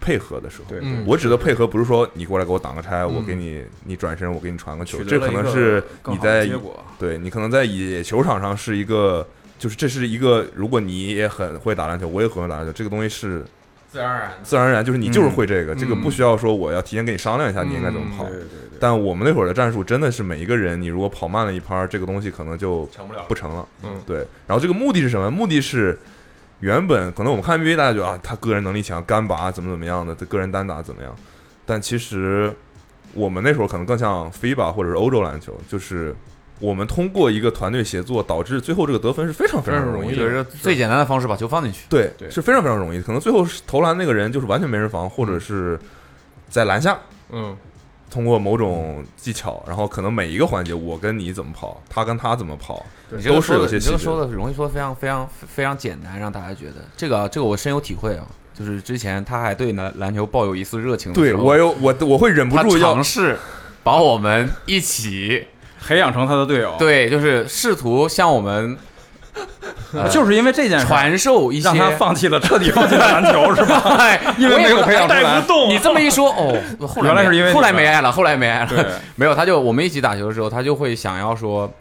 Speaker 7: 配合的时候。
Speaker 2: 对
Speaker 4: 嗯
Speaker 7: 我指的配合不是说你过来给我挡个拆，我
Speaker 2: 嗯
Speaker 7: 给你你转身，我给你传个球，
Speaker 2: 取
Speaker 7: 这
Speaker 2: 得了
Speaker 7: 可
Speaker 2: 一
Speaker 7: 能
Speaker 2: 个
Speaker 7: 是
Speaker 2: 更
Speaker 7: 你
Speaker 2: 好的
Speaker 7: 在
Speaker 2: 结果，
Speaker 7: 对你可能在野球场上是一个，就是这是一个，如果你也很会打篮球，我也很会打篮球，这个东西是
Speaker 3: 自然而然，
Speaker 7: 自然而然就是你就是会这个，
Speaker 4: 嗯
Speaker 7: 这个不需要说我要提前跟你商量一下，你应该怎么跑。
Speaker 2: 对
Speaker 3: 嗯
Speaker 2: 对对，
Speaker 7: 但我们那会儿的战术真的是每一个人，你如果跑慢了一拍儿，这个东西可能就
Speaker 4: 成不了
Speaker 7: 不成了。
Speaker 4: 嗯
Speaker 7: 对。然后这个目的是什么？目的是原本可能我们看 NBA 大家觉得啊，他个人能力强，干拔怎么怎么样的，他个人单打怎么样？但其实我们那时候可能更像 FIBA 或者是欧洲篮球，就是我们通过一个团队协作，导致最后这个得分是非常非常
Speaker 4: 非常
Speaker 7: 容
Speaker 4: 容
Speaker 7: 易
Speaker 4: 易
Speaker 7: 的。
Speaker 4: 的
Speaker 3: 就是最简单的方式把球放进去，
Speaker 7: 对，
Speaker 4: 对
Speaker 7: 是非常非常容易的。可能最后是投篮那个人就是完全没人防，或
Speaker 3: 嗯
Speaker 7: 者是在篮下
Speaker 4: 嗯，
Speaker 7: 通过某种技巧，然后可能每一个环节我跟你怎么跑，他跟他怎么跑，
Speaker 3: 你这
Speaker 7: 都
Speaker 3: 个
Speaker 7: 是
Speaker 3: 说
Speaker 7: 有
Speaker 3: 的，
Speaker 7: 些
Speaker 3: 你这
Speaker 7: 细
Speaker 3: 个
Speaker 7: 节
Speaker 3: 说。的容易说得非常非常非常简单，让大家觉得这个啊这个我深有体会啊，就是之前他还对篮篮球抱有一丝热情的
Speaker 7: 对
Speaker 3: 时候
Speaker 7: 我有我我会忍不
Speaker 3: 他
Speaker 7: 住要
Speaker 3: 尝试把我们一起
Speaker 2: 培养成他的队友，
Speaker 3: 对，就是试图向我们
Speaker 2: 就是因为这件事儿
Speaker 3: 传授一些
Speaker 2: 让他放弃了，彻底放弃了篮球是吧？
Speaker 3: 哎，
Speaker 2: 因为
Speaker 3: 我也
Speaker 2: 没有培养出来，
Speaker 3: 你这么一说，哦，后来
Speaker 2: 原来
Speaker 3: 没
Speaker 2: 是因为你
Speaker 3: 后来没爱了，后来没爱
Speaker 2: 对
Speaker 3: 了， 没有，他就我们一起打球的时候，他就会想要说，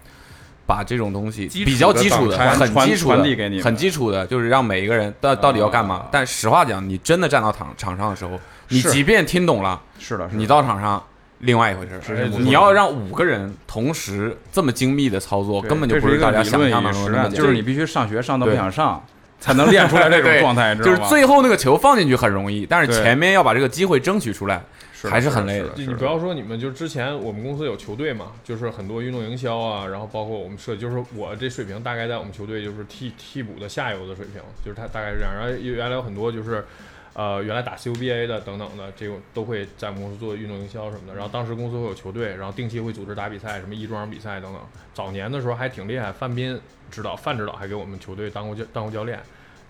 Speaker 3: 把这种东西
Speaker 7: 基础的
Speaker 3: 比较基础的、
Speaker 7: 挡拆
Speaker 3: 很基础
Speaker 2: 传传
Speaker 3: 的
Speaker 2: 递给你们
Speaker 3: 很基础的，就是让每一个人到到底要干嘛
Speaker 2: 啊。
Speaker 3: 但实话讲，你真的站到场场上的时候，你
Speaker 2: 是
Speaker 3: 即便听懂了，
Speaker 2: 是的，是的
Speaker 3: 你到场上。另外一回事儿，你要让五个人同时这么精密的操作，
Speaker 2: 对
Speaker 3: 根本就
Speaker 2: 这
Speaker 3: 不
Speaker 2: 是一
Speaker 3: 大
Speaker 2: 个
Speaker 3: 家
Speaker 2: 理
Speaker 3: 想
Speaker 2: 论
Speaker 3: 象
Speaker 2: 与
Speaker 3: 当中
Speaker 2: 实
Speaker 3: 那么
Speaker 2: 战，
Speaker 3: 简单。
Speaker 2: 就是你必须上学上到不想上，才能练出来这种
Speaker 3: 对
Speaker 2: 状态，你知
Speaker 3: 就
Speaker 2: 道
Speaker 3: 是
Speaker 2: 吗？
Speaker 3: 最后那个球放进去很容易，但是
Speaker 2: 对
Speaker 3: 前面要把这个机会争取出来，
Speaker 2: 的
Speaker 3: 还是很累的。
Speaker 4: 你不要说你们，就是之前我们公司有球队嘛，就是很多运动营销啊，然后包括我们设计，就是我这水平大概在我们球队就是替替补的下游的水平，就是他大概是这样。然后原来有很多就是，呃，原来打 CUBA 的等等的，这种都会在我们公司做运动营销什么的。然后当时公司会有球队，然后定期会组织打比赛，什么亦庄比赛等等。早年的时候还挺厉害，范斌指导范指导还给我们球队当过教当过教练，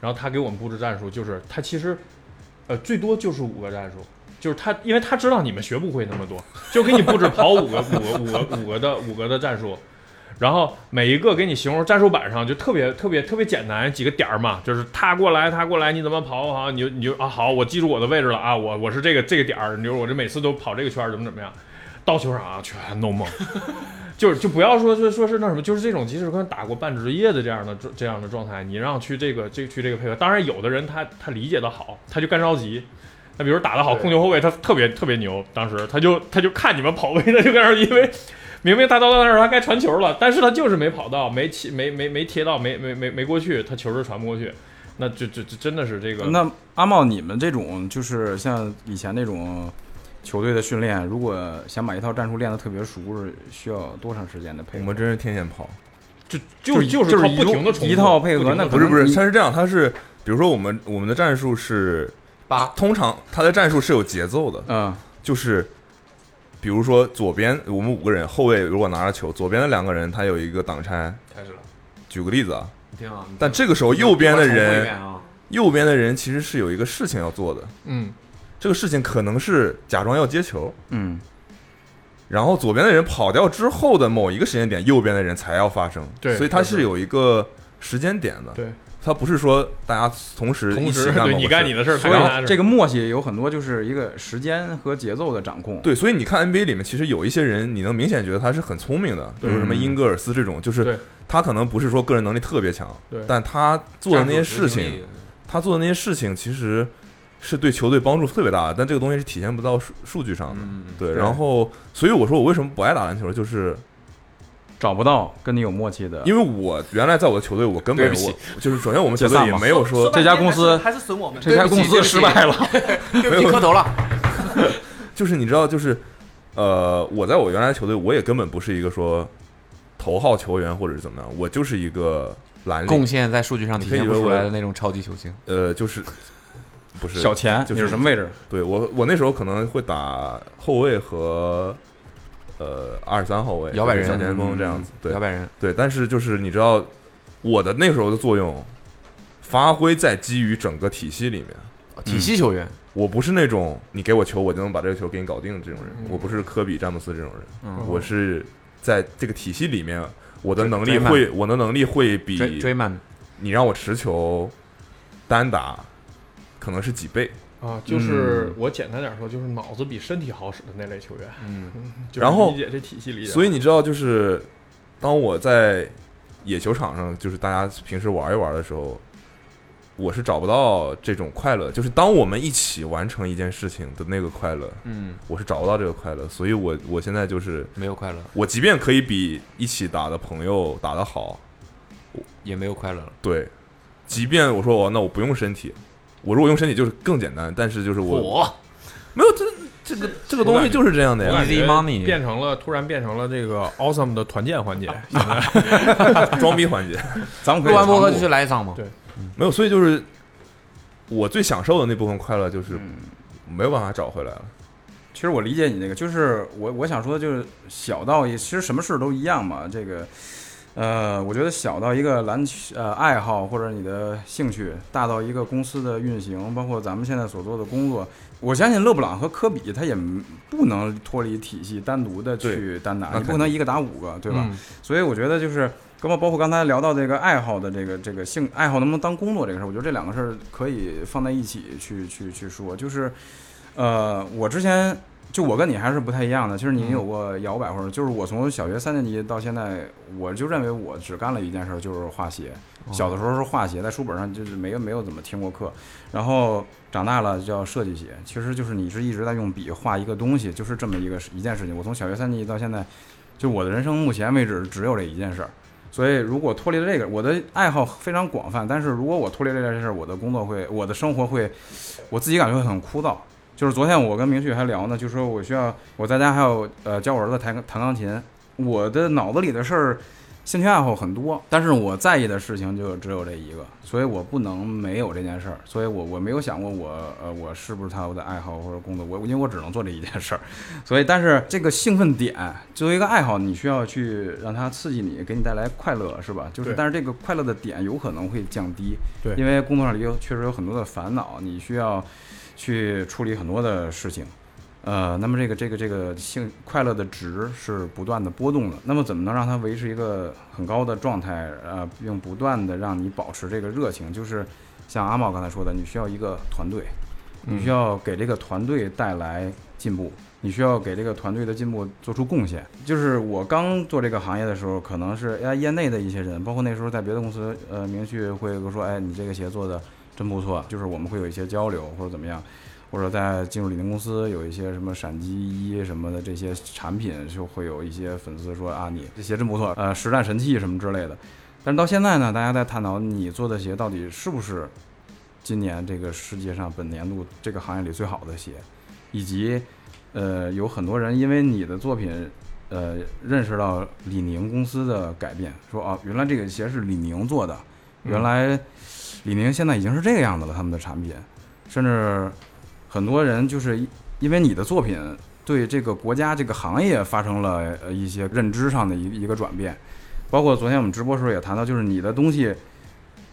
Speaker 4: 然后他给我们布置战术，就是他其实，呃，最多就是五个战术。就是他，因为他知道你们学不会那么多， 就给你布置跑五个、五个、五个、五个的五个的战术，然后每一个给你形容战术板上就特别特别特别简单，几个点儿嘛，就是他过来他过来你怎么跑好，你就你就啊好，我记住我的位置了啊，我我是这个这个点儿，你说我这每次都跑这个圈儿怎么怎么样，到球场啊全弄懵，就是就不要说说说是那什么，就是这种即使跟打过半职业的这样的这这样的状态，你让去这个这去这个配合，当然有的人他他理解的好，他就干着急。那比如打得好控球后卫，他特别特别牛，当时他就他就看你们跑位，他就干着急，因为明明他到那儿他该传球了，但是他就是没跑到，没切没没没贴到，没没没没过去，他球是传不过去，那就就就真的是这个
Speaker 2: 那阿茂，你们这种就是像以前那种球队的训练，如果想把一套战术练得特别熟，是需要多长时间的配合？
Speaker 7: 我们真是天天跑，
Speaker 4: 就就
Speaker 2: 就是
Speaker 4: 靠
Speaker 2: 一
Speaker 4: 不停的
Speaker 2: 路一套配合，那
Speaker 7: 不是不是，
Speaker 2: 你
Speaker 7: 它是这样，它是比如说我们我们的战术是八，通常它的战术是有节奏的，
Speaker 2: 嗯
Speaker 7: 就是比如说左边我们五个人，后卫如果拿着球，左边的两个人他有一个挡拆，
Speaker 14: 开始了，
Speaker 7: 举个例子啊，
Speaker 13: 你听啊，
Speaker 7: 但这个时候右边的人，
Speaker 13: 啊，
Speaker 7: 右边的人其实是有一个事情要做的，
Speaker 14: 嗯，
Speaker 7: 这个事情可能是假装要接球，
Speaker 2: 嗯，
Speaker 7: 然后左边的人跑掉之后的某一个时间点，右边的人才要发生，
Speaker 14: 对
Speaker 7: 所以它
Speaker 14: 对
Speaker 7: 是
Speaker 14: 对
Speaker 7: 有一个时间点的，
Speaker 14: 对，
Speaker 7: 它不是说大家同时一
Speaker 14: 同
Speaker 7: 起
Speaker 14: 时
Speaker 7: 干某
Speaker 14: 对
Speaker 7: 个
Speaker 14: 你干
Speaker 7: 事
Speaker 14: 你的事儿，他干他
Speaker 2: 所
Speaker 14: 的
Speaker 2: 以
Speaker 14: 事
Speaker 2: 这
Speaker 14: 儿，
Speaker 2: 个默契有很多就是一个时间和节奏的掌控。
Speaker 7: 对，所以你看 NBA 里面，其实有一些人，你能明显觉得他是很聪明的，比如什么英格尔斯这种，就
Speaker 14: 对
Speaker 7: 是他可能不是说个人能力特别强
Speaker 14: 对，
Speaker 7: 但他做的那些事情，，他做的那些事情其实是对球队帮助特别大的，但这个东西是体现不到数数据上的。对，
Speaker 2: 对
Speaker 7: 然后所以我说我为什么不爱打篮球，就是
Speaker 2: 找不到跟你有默契的，
Speaker 7: 因为我原来在我的球队，我根本
Speaker 3: 对不起
Speaker 7: 我就是首先我们球
Speaker 2: 解
Speaker 7: 队
Speaker 2: 散
Speaker 7: 也
Speaker 2: 吧
Speaker 7: 没有说
Speaker 2: 这家公司
Speaker 13: 还是损我们，
Speaker 2: 这家公司失败了。
Speaker 13: 对不起，磕头了。
Speaker 7: 就是你知道，就是呃，我在我原来球队，我也根本不是一个说头号球员或者是怎么样，我就是一个蓝领
Speaker 3: 贡，献在数据上体现不出来的那种超级球星，
Speaker 7: 呃，就是不是
Speaker 2: 小钱，
Speaker 7: 就
Speaker 2: 你
Speaker 7: 是
Speaker 2: 是什么位置？
Speaker 7: 对我我那时候可能会打后卫和呃二十三号位，
Speaker 3: 摇摆人嗯
Speaker 7: 小前锋这样子，对
Speaker 3: 摇摆人，
Speaker 7: 对，但是就是你知道我的那时候的作用，发挥在基于整个体系里面。
Speaker 3: 体系球员，
Speaker 7: 我不是那种你给我球我就能把这个球给你搞定的这种人，
Speaker 3: 嗯
Speaker 7: 我不是科比、詹姆斯这种人，我是在这个体系里面，我的能力
Speaker 3: 追追慢
Speaker 7: 会，我的能力
Speaker 3: 追
Speaker 7: 会比
Speaker 3: 追曼，
Speaker 7: 你让我持球单打可能是几倍。
Speaker 4: 啊，
Speaker 14: 嗯
Speaker 4: 就是我简单点说，就是脑子比身体好使的那类球员。
Speaker 3: 嗯，
Speaker 4: 就是
Speaker 7: 然后
Speaker 4: 理解这体系理解，
Speaker 7: 所
Speaker 4: 以
Speaker 7: 以你知道，就是当我在野球场上，就是大家平时玩一玩的时候，我是找不到这种快乐。就是当我们一起完成一件事情的那个快乐，
Speaker 3: 嗯，
Speaker 7: 我是找不到这个快乐。所以我我现在就是，
Speaker 3: 没有快乐，
Speaker 7: 我即便可以比一起打的朋友打得好，
Speaker 3: 也没有快乐了，
Speaker 7: 对，即便我说我哦那我不用身体，我如果用身体就是更简单，但是就是我
Speaker 13: 我
Speaker 7: 没有这这个这个东西就是这样的
Speaker 4: 我感
Speaker 7: 呀，
Speaker 3: Easy
Speaker 4: 觉
Speaker 3: money
Speaker 4: 变成了突然变成了这个 awesome 的团建环节，
Speaker 14: 啊
Speaker 4: 现在
Speaker 7: 装逼环节。
Speaker 2: 咱们可以
Speaker 3: 录完播客
Speaker 2: 尝
Speaker 3: 就
Speaker 2: 试
Speaker 3: 去来一场嘛
Speaker 4: 对，
Speaker 7: 没有，所以就是我最享受的那部分快乐，就是没有办法找回来了。
Speaker 2: 其实我理解你那个，就是我我想说的就是小到也，其实什么事都一样嘛。这个，呃，我觉得小到一个篮球呃爱好或者你的兴趣，大到一个公司的运行，包括咱们现在所做的工作，我相信勒布朗和科比他也不能脱离体系单独的去单打，
Speaker 7: 那
Speaker 2: 你不可能一个打五个，对吧？
Speaker 4: 嗯
Speaker 2: 所以我觉得就是，包括包括刚才聊到这个爱好的这个这个兴爱好能不能当工作这个事儿，我觉得这两个事儿可以放在一起去去去说。就是，呃，我之前就我跟你还是不太一样的，其实你有过摇摆或者就是我从小学三年级到现在，我就认为我只干了一件事儿，就是画鞋。小的时候是画鞋，在书本上就是没有没有怎么听过课，然后长大了叫设计鞋，其实就是你是一直在用笔画一个东西，就是这么一个一件事情。我从小学三年级到现在。就我的人生目前为止只有这一件事儿，所以如果脱离了这个，我的爱好非常广泛，但是如果我脱离了这件事儿，我的工作会，我的生活会，我自己感觉会很枯燥。就是昨天我跟明旭还聊呢，就说我需要我在家还有呃教我儿子弹弹钢琴，我的脑子里的事儿。兴趣爱好很多，但是我在意的事情就只有这一个，所以我不能没有这件事儿，所以我我没有想过我呃我是不是他我的爱好或者工作，我因为我只能做这一件事儿，所以，但是这个兴奋点作为一个爱好，你需要去让它刺激你，给你带来快乐，是吧？就是
Speaker 4: 对，
Speaker 2: 但是这个快乐的点有可能会降低，
Speaker 4: 对
Speaker 2: 因为工作上也有确实有很多的烦恼，你需要去处理很多的事情。呃，那么这个这个这个性快乐的值是不断的波动的，那么怎么能让它维持一个很高的状态？呃，并不断的让你保持这个热情，就是像阿茂刚才说的，你需要一个团队，你需要给这个团队带来进步，你需要给这个团队的进步做出贡献。就是我刚做这个行业的时候，可能是哎业内的一些人，包括那时候在别的公司，呃，明旭会跟我说，哎，你这个鞋做的真不错，就是我们会有一些交流或者怎么样。或者在进入李宁公司有一些什么闪击衣什么的这些产品，就会有一些粉丝说啊，你这鞋真不错，呃，实战神器什么之类的。但是到现在呢，大家在探讨你做的鞋到底是不是今年这个世界上本年度这个行业里最好的鞋，以及呃有很多人因为你的作品呃认识到李宁公司的改变，说啊，原来这个鞋是李宁做的，原来李宁现在已经是这个样子了，他们的产品，甚至很多人就是因因为你的作品对这个国家这个行业发生了呃一些认知上的一一个转变，包括昨天我们直播时候也谈到，就是你的东西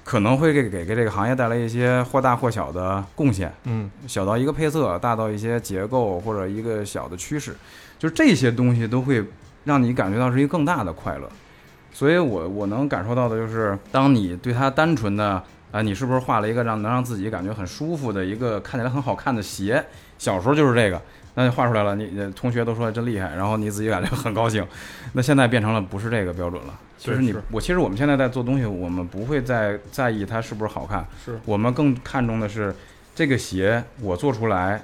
Speaker 2: 可能会给给给这个行业带来一些或大或小的贡献，
Speaker 4: 嗯，
Speaker 2: 小到一个配色，大到一些结构或者一个小的趋势，就是这些东西都会让你感觉到是一个更大的快乐。所以我我能感受到的就是，当你对它单纯的啊、你是不是画了一个让能让自己感觉很舒服的一个看起来很好看的鞋？小时候就是这个，那就画出来了，你你同学都说真厉害，然后你自己感觉很高兴。那现在变成了不是这个标准了，就是你
Speaker 4: 是
Speaker 2: 我其实我们现在在做东西，我们不会再在意它是不是好看，
Speaker 4: 是
Speaker 2: 我们更看重的是这个鞋我做出来，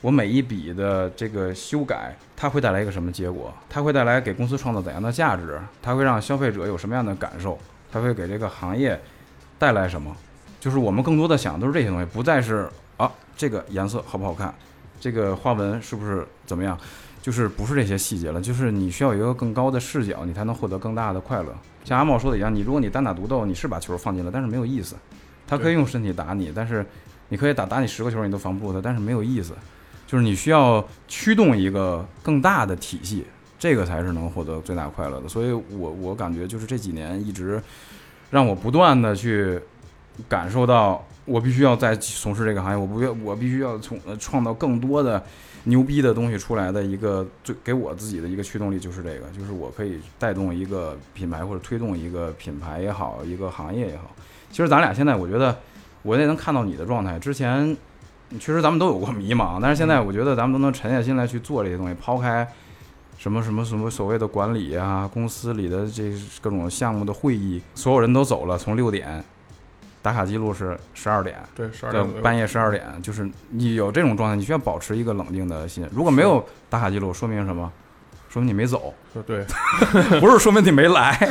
Speaker 2: 我每一笔的这个修改，它会带来一个什么结果？它会带来给公司创造怎样的价值？它会让消费者有什么样的感受？它会给这个行业带来什么？就是我们更多的想的都是这些东西，不再是啊这个颜色好不好看，这个花纹是不是怎么样，就是不是这些细节了，就是你需要有一个更高的视角，你才能获得更大的快乐。像阿茂说的一样，你如果你单打独斗，你是把球放进了，但是没有意思。他可以用身体打你，但是你可以打打你十个球你都防不住他，但是没有意思。就是你需要驱动一个更大的体系，这个才是能获得最大快乐的。所以我我感觉就是这几年一直让我不断的去感受到，我必须要再从事这个行业，我不要我必须要从呃创造更多的牛逼的东西出来的一个最给我自己的一个驱动力就是这个，就是我可以带动一个品牌或者推动一个品牌也好，一个行业也好。其实咱俩现在我觉得我也能看到你的状态，之前确实咱们都有过迷茫，但是现
Speaker 4: 嗯
Speaker 2: 在我觉得咱们都能沉下心来去做这些东西，抛开什么什么什么所谓的管理啊，公司里的这各种项目的会议，所有人都走了，从六点打卡记录是十二点，
Speaker 4: 对，十二
Speaker 2: 对
Speaker 4: 点左右
Speaker 2: 半夜十二点，就是你有这种状态，你需要保持一个冷静的心。如果没有打卡记录，说明什么？说明你没走，
Speaker 4: 是 对，
Speaker 2: 不是说明你没来，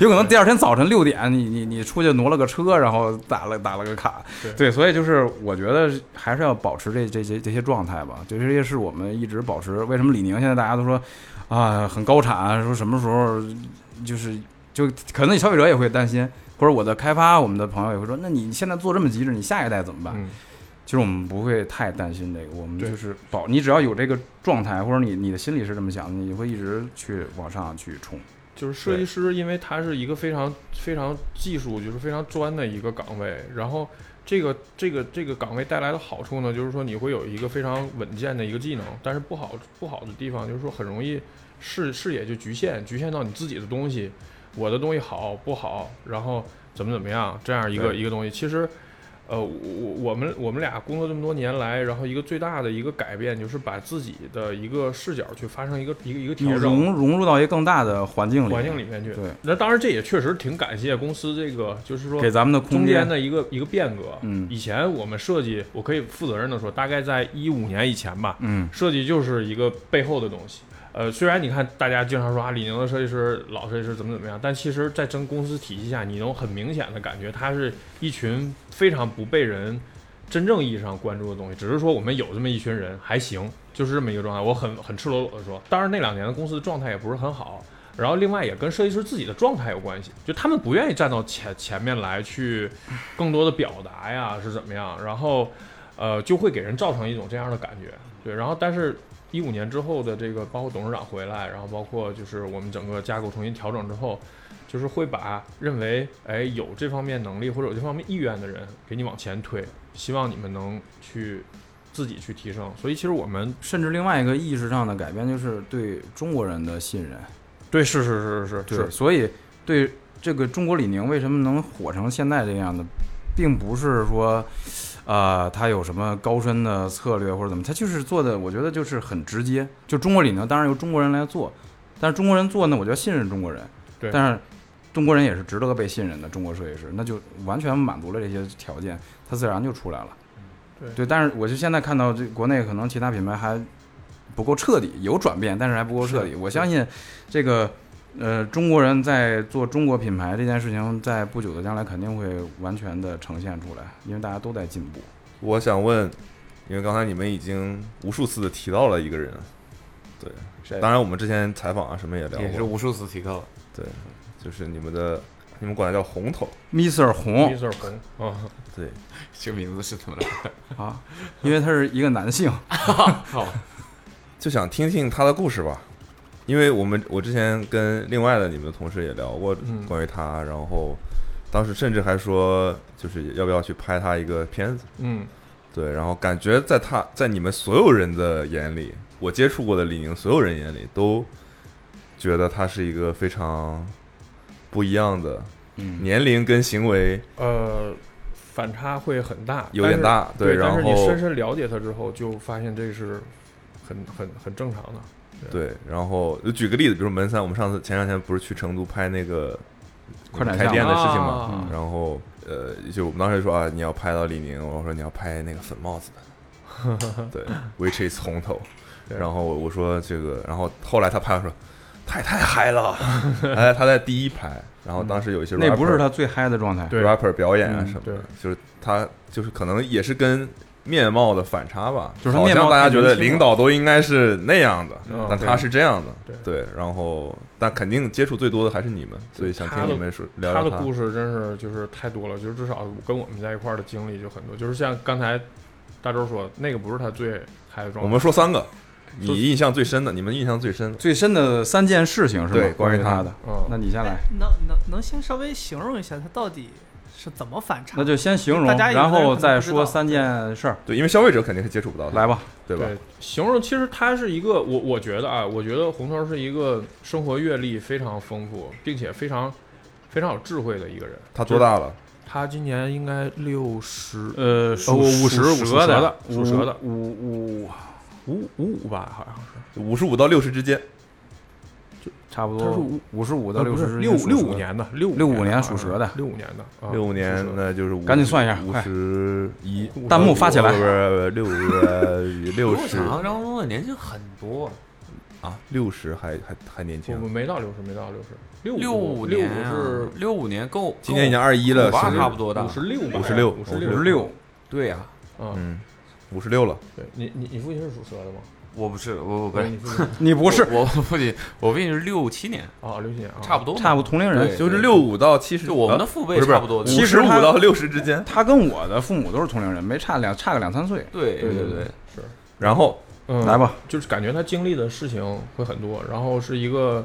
Speaker 2: 有可能第二天早晨六点，你你你出去挪了个车，然后打了打了个卡，
Speaker 4: 对
Speaker 2: 所以就是我觉得还是要保持这这些这些状态吧，就这些是我们一直保持。为什么李宁现在大家都说啊很高产，说什么时候就是就可能你消费者也会担心，或者我的开发我们的朋友也会说，那你现在做这么极致，你下一代怎么办？
Speaker 4: 嗯
Speaker 2: 其实我们不会太担心这个，我们
Speaker 4: 对
Speaker 2: 就是保，你只要有这个状态，或者你你的心里是这么想的，你会一直去往上去冲。
Speaker 4: 就是设计师，因为他是一个非常非常技术，就是非常专的一个岗位。然后这个这个这个岗位带来的好处呢，就是说你会有一个非常稳健的一个技能，但是不好不好的地方就是说很容易视视野就局限，局限到你自己的东西，我的东西好不好，然后怎么怎么样这样一个一个东西。其实，呃，我我我们我们俩工作这么多年来，然后一个最大的一个改变就是把自己的一个视角去发生一个一个一
Speaker 2: 你
Speaker 4: 个调整。
Speaker 2: 融融入到一个更大的环境里，
Speaker 4: 环境里面去。
Speaker 2: 对，
Speaker 4: 那当然这也确实挺感谢公司这个，就是说
Speaker 2: 给咱们的空
Speaker 4: 中间
Speaker 2: 间，
Speaker 4: 的一个一个变革。
Speaker 2: 嗯
Speaker 4: 以前我们设计，我可以负责任的说，大概在一五年以前吧，
Speaker 2: 嗯，
Speaker 4: 设计就是一个背后的东西。呃，虽然你看大家经常说啊，李宁的设计师、老设计师怎么怎么样，但其实，在真公司体系下，你能很明显的感觉，它是一群非常不被人真正意义上关注的东西。只是说我们有这么一群人还行，就是这么一个状态。我很很赤裸裸的说，当然那两年的公司状态也不是很好，然后另外也跟设计师自己的状态有关系，就他们不愿意站到前前面来去更多的表达呀是怎么样，然后呃就会给人造成一种这样的感觉，对，然后但是。一五年之后的这个，包括董事长回来，然后包括就是我们整个架构重新调整之后，就是会把认为哎有这方面能力或者有这方面意愿的人给你往前推，希望你们能去自己去提升。所以其实我们
Speaker 2: 甚至另外一个意识上的改变就是对中国人的信任。
Speaker 4: 对是是是是
Speaker 2: 对，所以对这个中国李宁为什么能火成现在这样的，并不是说，呃，他有什么高深的策略或者怎么，他就是做的，我觉得就是很直接。就中国李宁，当然由中国人来做，但是中国人做呢，我就要信任中国人。
Speaker 4: 对
Speaker 2: 但是中国人也是值得被信任的中国设计师，那就完全满足了这些条件，他自然就出来了。
Speaker 4: 对
Speaker 2: 但是我就现在看到这国内可能其他品牌还不够彻底，有转变，但是还不够彻底。我相信这个呃，中国人在做中国品牌这件事情，在不久的将来肯定会完全的呈现出来，因为大家都在进步。
Speaker 7: 我想问，因为刚才你们已经无数次的提到了一个人，对，
Speaker 4: 谁
Speaker 7: 当然，我们之前采访啊什么也聊
Speaker 15: 也是
Speaker 7: 过，
Speaker 15: 无数次提到的。
Speaker 7: 对，就是你们的，你们管它叫红头，
Speaker 2: Mr. 红
Speaker 4: Mr. 红啊，
Speaker 7: 对，
Speaker 15: 这个名字是怎么来的？
Speaker 2: 啊，因为他是一个男性，
Speaker 7: 就想听听他的故事吧，因为我们我之前跟另外的你们的同事也聊过
Speaker 4: 嗯
Speaker 7: 关于他，然后当时甚至还说就是要不要去拍他一个片子，
Speaker 4: 嗯，
Speaker 7: 对，然后感觉在他在你们所有人的眼里，我接触过的李宁所有人眼里都觉得他是一个非常不一样的，
Speaker 15: 嗯，
Speaker 7: 年龄跟行为
Speaker 4: 呃，反差会很大，
Speaker 7: 有点大
Speaker 4: 但是
Speaker 7: 对
Speaker 4: 嗯对，但是你
Speaker 7: 然后
Speaker 4: 深深了解他之后，就发现这是很很很正常的。
Speaker 7: 对，然后就举个例子，比如说门三，我们上次前两天不是去成都拍那个
Speaker 2: 快嗯闪
Speaker 7: 开
Speaker 2: 项
Speaker 7: 店的
Speaker 2: 目
Speaker 7: 事情嘛，
Speaker 4: 啊
Speaker 7: 然后呃，就我们当时就说啊，你要拍到李宁，我说你要拍那个粉帽子 的，对，which is 红头，
Speaker 4: 对
Speaker 7: 然后我我说这个，然后后来他拍完说，他也太嗨了， 他在他在第一排，然后当时有一些 rapper,
Speaker 2: 那不是他最嗨的状态。
Speaker 4: 对
Speaker 7: rapper 表演啊
Speaker 2: 嗯
Speaker 7: 什么
Speaker 4: 对
Speaker 7: 的，就是他就是可能也是跟。面貌的反差吧，
Speaker 2: 就是他
Speaker 7: 好
Speaker 2: 面
Speaker 7: 像
Speaker 2: 貌
Speaker 7: 大家
Speaker 2: 太
Speaker 7: 觉
Speaker 2: 年
Speaker 7: 得
Speaker 2: 轻了
Speaker 7: 领导都应该是那样的，
Speaker 4: 嗯
Speaker 7: 但他是这样的，
Speaker 4: 对
Speaker 7: 对，然后但肯定接触最多的还是你们，所以想
Speaker 4: 他
Speaker 7: 听
Speaker 4: 的
Speaker 7: 你们说聊
Speaker 4: 他
Speaker 7: 聊
Speaker 4: 的故事真是就是太多了，就是至少跟我们在一块儿的经历就很多，就是像刚才大周说，那个不是他最嗨的状态。
Speaker 7: 我们说三个，
Speaker 4: 说
Speaker 7: 你印象最深的，你们印象最深的，
Speaker 2: 最深的三件事情是吧？
Speaker 7: 对
Speaker 2: 关
Speaker 7: 关于
Speaker 2: 于
Speaker 7: 他
Speaker 2: 他的，那
Speaker 4: 嗯，
Speaker 2: 你先来，
Speaker 13: 能能能先稍微形容一下他到底是怎么反差？
Speaker 2: 那就先形容，
Speaker 13: 大家有的人
Speaker 2: 然
Speaker 13: 可能
Speaker 2: 后
Speaker 13: 不
Speaker 2: 再
Speaker 13: 知
Speaker 2: 说
Speaker 13: 道
Speaker 2: 三件事儿，
Speaker 7: 对，因为消费者肯定是接触不到的，
Speaker 2: 来吧。
Speaker 7: 对吧？
Speaker 4: 对，形容其实他是一个，我我觉得啊，我觉得红头是一个生活阅历非常丰富，并且非常非常有智慧的一个人。
Speaker 7: 他多大了？
Speaker 4: 他今年应该六十，
Speaker 2: 呃，
Speaker 4: 哦，五
Speaker 2: 属
Speaker 4: 十五蛇的，
Speaker 2: 属
Speaker 4: 属
Speaker 2: 蛇
Speaker 4: 蛇
Speaker 2: 的
Speaker 4: 的，
Speaker 2: 五五
Speaker 4: 五五五吧，好像是，
Speaker 7: 五十五到六十之间，
Speaker 2: 差不
Speaker 4: 他
Speaker 2: 多
Speaker 4: 是五
Speaker 2: 五十五到
Speaker 4: 呃
Speaker 2: 六
Speaker 4: 不
Speaker 2: 十
Speaker 4: 是，六六五，年的，六
Speaker 2: 65
Speaker 4: 五
Speaker 2: 年
Speaker 4: 年
Speaker 2: 属蛇的
Speaker 4: 六五年的，啊
Speaker 7: 六五
Speaker 4: 属
Speaker 7: 年
Speaker 4: 蛇的
Speaker 7: 那就是50
Speaker 2: 赶紧算一下
Speaker 7: 五
Speaker 2: 快
Speaker 7: 十一。
Speaker 2: 弹幕发起来
Speaker 7: 不是不是不是 六六十
Speaker 15: 长张东的年轻很多，
Speaker 7: 啊，六十还还还年
Speaker 4: 不不
Speaker 7: 轻，
Speaker 4: 没到六十，没到六十，六
Speaker 15: 六
Speaker 4: 五
Speaker 15: 年
Speaker 4: 六
Speaker 15: 啊
Speaker 4: 五是
Speaker 15: 六五年够，
Speaker 7: 今年已经二十一了，
Speaker 15: 五八
Speaker 7: 是
Speaker 15: 差不多大
Speaker 4: 五。十六吧，
Speaker 7: 56
Speaker 4: 五十
Speaker 2: 六
Speaker 4: 六
Speaker 2: 十六，
Speaker 15: 对呀，
Speaker 4: 啊，
Speaker 7: 嗯，五十六了，
Speaker 4: 对你你你父亲是属蛇的吗？
Speaker 15: 我不是，我我不是
Speaker 4: 你，父亲
Speaker 2: 你不是
Speaker 15: 我我父亲，我父亲是六七年，
Speaker 4: 啊，六七年啊，
Speaker 15: 差不多嘛，
Speaker 2: 差不多同龄人，
Speaker 15: 对
Speaker 7: 就是六五到七十，
Speaker 15: 就我们的
Speaker 7: 啊
Speaker 15: 父
Speaker 7: 不
Speaker 15: 辈
Speaker 7: 是
Speaker 15: 差不多的。
Speaker 7: 七十五到六十之间。
Speaker 2: 他跟我的父母都是同龄人，没差两差个两三岁。
Speaker 15: 对
Speaker 4: 对
Speaker 15: 对
Speaker 4: 对
Speaker 15: 对，
Speaker 4: 是，
Speaker 7: 然后
Speaker 4: 嗯，
Speaker 2: 来吧，
Speaker 4: 就是感觉他经历的事情会很多，然后是一个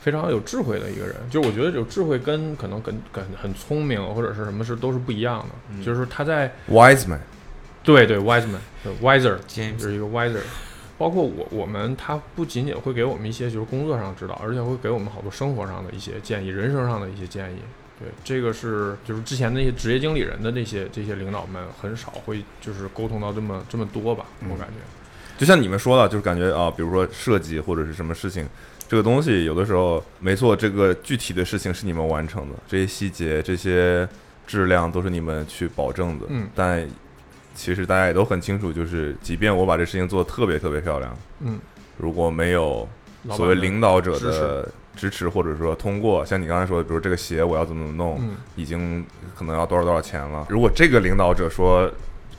Speaker 4: 非常有智慧的一个人。就我觉得有智慧跟可能跟跟很聪明或者是什么事都是不一样的。
Speaker 15: 嗯
Speaker 4: 就是他在
Speaker 7: wise man，
Speaker 4: 对对 wise man 对 wiser
Speaker 15: James
Speaker 4: 就是一个 wiser，包括我我们他不仅仅会给我们一些就是工作上的指导，而且会给我们好多生活上的一些建议，人生上的一些建议。对，这个是就是之前那些职业经理人的那些这些领导们很少会就是沟通到这么这么多吧，我感觉。
Speaker 7: 就像你们说的，就是感觉啊，比如说设计或者是什么事情，这个东西有的时候没错，这个具体的事情是你们完成的，这些细节、这些质量都是你们去保证的。
Speaker 4: 嗯
Speaker 7: 但其实大家也都很清楚，就是即便我把这事情做得特别特别漂亮，
Speaker 4: 嗯，
Speaker 7: 如果没有
Speaker 4: 老板
Speaker 7: 所谓
Speaker 4: 的
Speaker 7: 领导者
Speaker 4: 支持
Speaker 7: 的支持或者说通过，像你刚才说的，比如这个鞋我要怎么怎么弄，
Speaker 4: 嗯
Speaker 7: 已经可能要多少多少钱了。如果这个领导者说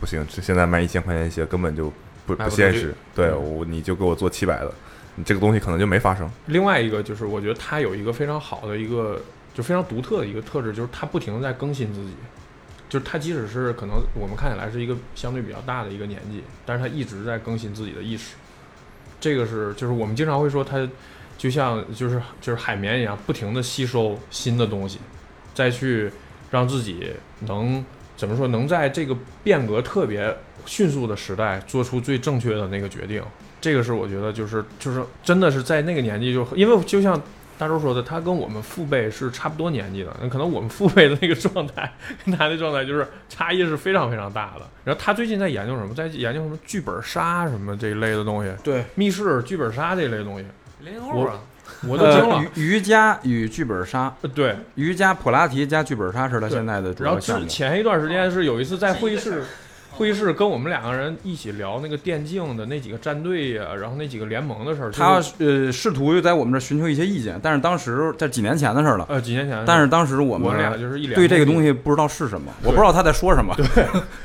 Speaker 7: 不行，这现在卖一千块钱一鞋根本就不
Speaker 15: 卖
Speaker 7: 不
Speaker 15: 不出
Speaker 7: 现
Speaker 15: 去
Speaker 7: 实，对我你就给我做七百的，你这个东西可能就没发生。
Speaker 4: 另外一个就是，我觉得他有一个非常好的一个，就非常独特的一个特质，就是他不停的在更新自己。就是他即使是可能我们看起来是一个相对比较大的一个年纪，但是他一直在更新自己的意识。这个是就是我们经常会说他就像就是就是海绵一样，不停的吸收新的东西，再去让自己能怎么说能在这个变革特别迅速的时代做出最正确的那个决定。这个是我觉得就是就是真的是在那个年纪就因为就像大周说的，他跟我们父辈是差不多年纪的，那可能我们父辈的那个状态跟他的状态就是差异是非常非常大的。然后他最近在研究什么，在研究什么剧本杀什么这一类的东西，
Speaker 2: 对，
Speaker 4: 密室、剧本杀这一类东西，
Speaker 15: 零零后啊，
Speaker 4: 我都惊
Speaker 2: 呃
Speaker 4: 了。，
Speaker 2: 瑜瑜伽与剧本杀，
Speaker 4: 呃对，
Speaker 2: 瑜伽、普拉提加剧本杀是他
Speaker 4: 对
Speaker 2: 现在的主
Speaker 4: 然
Speaker 2: 要
Speaker 4: 后
Speaker 2: 项
Speaker 4: 之
Speaker 2: 目。
Speaker 4: 前一段时间是有一次在会议室，会议室跟我们两个人一起聊那个电竞的那几个战队呀、然后那几个联盟的事儿。
Speaker 2: 他
Speaker 4: 就是
Speaker 2: 呃试图又在我们这儿寻求一些意见，但是当时在几年前的事儿了。
Speaker 4: 呃几年前，
Speaker 2: 但是当时我
Speaker 4: 我们俩
Speaker 2: 们
Speaker 4: 就是一脸
Speaker 2: 对这个
Speaker 4: 懵逼
Speaker 2: 东西不知道是什么，我
Speaker 4: 对
Speaker 2: 不知道他在说什么，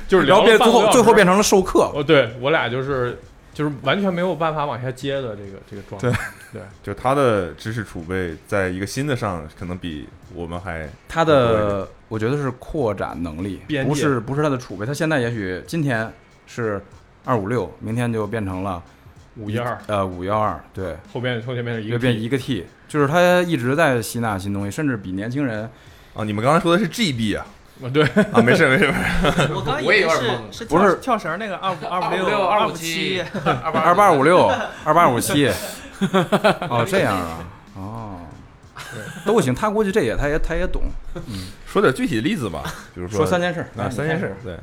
Speaker 4: 就
Speaker 2: 然
Speaker 4: 是聊
Speaker 2: 后
Speaker 4: 了
Speaker 2: 变
Speaker 4: 半
Speaker 2: 最
Speaker 4: 个
Speaker 2: 后
Speaker 4: 多
Speaker 2: 最后
Speaker 4: 小时
Speaker 2: 变成了授课。
Speaker 4: 哦，对我俩就是就是完全没有办法往下接的这个这个状态。对，
Speaker 7: 就他的知识储备在一个新的上，可能比我们还
Speaker 2: 他的我觉得是扩展能力
Speaker 4: 边，界
Speaker 2: 不是不是他的储备。他现在也许今天是二五六，明天就变成了
Speaker 4: 五一二
Speaker 2: 呃五幺二，对，
Speaker 4: 后边后边变成一
Speaker 2: 就
Speaker 4: 个
Speaker 2: 变
Speaker 4: T
Speaker 2: 一个 T，就是他一直在吸纳新东西，甚至比年轻人
Speaker 7: 啊。你们刚才说的是 GB 啊？
Speaker 4: 啊， 对，
Speaker 7: 啊，没事没事没事。
Speaker 13: 我刚以
Speaker 15: 我也
Speaker 13: 为
Speaker 15: 有点
Speaker 13: 是
Speaker 15: 懵
Speaker 13: 是
Speaker 2: 不
Speaker 13: 跳
Speaker 2: 是
Speaker 13: 跳绳那个二五二五
Speaker 15: 256
Speaker 13: 二五
Speaker 15: 257
Speaker 13: 七，
Speaker 15: 二八
Speaker 2: 二八五 六、二八五七， 哦这样啊，哦，都行。他估计这也他也他也懂，
Speaker 7: 说点具体的例子吧，比如
Speaker 2: 说三
Speaker 7: 件
Speaker 2: 件事
Speaker 7: 啊三件事，，对，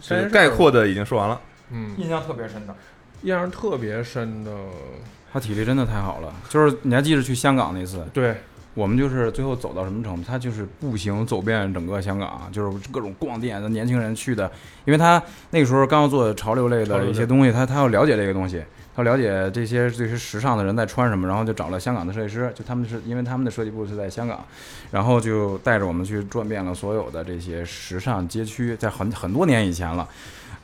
Speaker 4: 三
Speaker 7: 这
Speaker 4: 件
Speaker 7: 个
Speaker 4: 事
Speaker 7: 概括的已经说完了。
Speaker 4: 嗯，
Speaker 16: 印象特别深的，
Speaker 4: 印象特别深的，
Speaker 2: 他体力真的太好了。就是你还记得去香港那次，
Speaker 4: 对，
Speaker 2: 我们就是最后走到什么程度？他就是步行走遍整个香港，啊就是各种逛店，那年轻人去的，因为他那个时候刚要做潮流类
Speaker 4: 潮流
Speaker 2: 的
Speaker 4: 类
Speaker 2: 一些东西，他他要了解这个东西，他要了解这些这些时尚的人在穿什么，然后就找了香港的设计师，就他们是因为他们的设计部是在香港，然后就带着我们去转遍了所有的这些时尚街区，在很很多年以前了。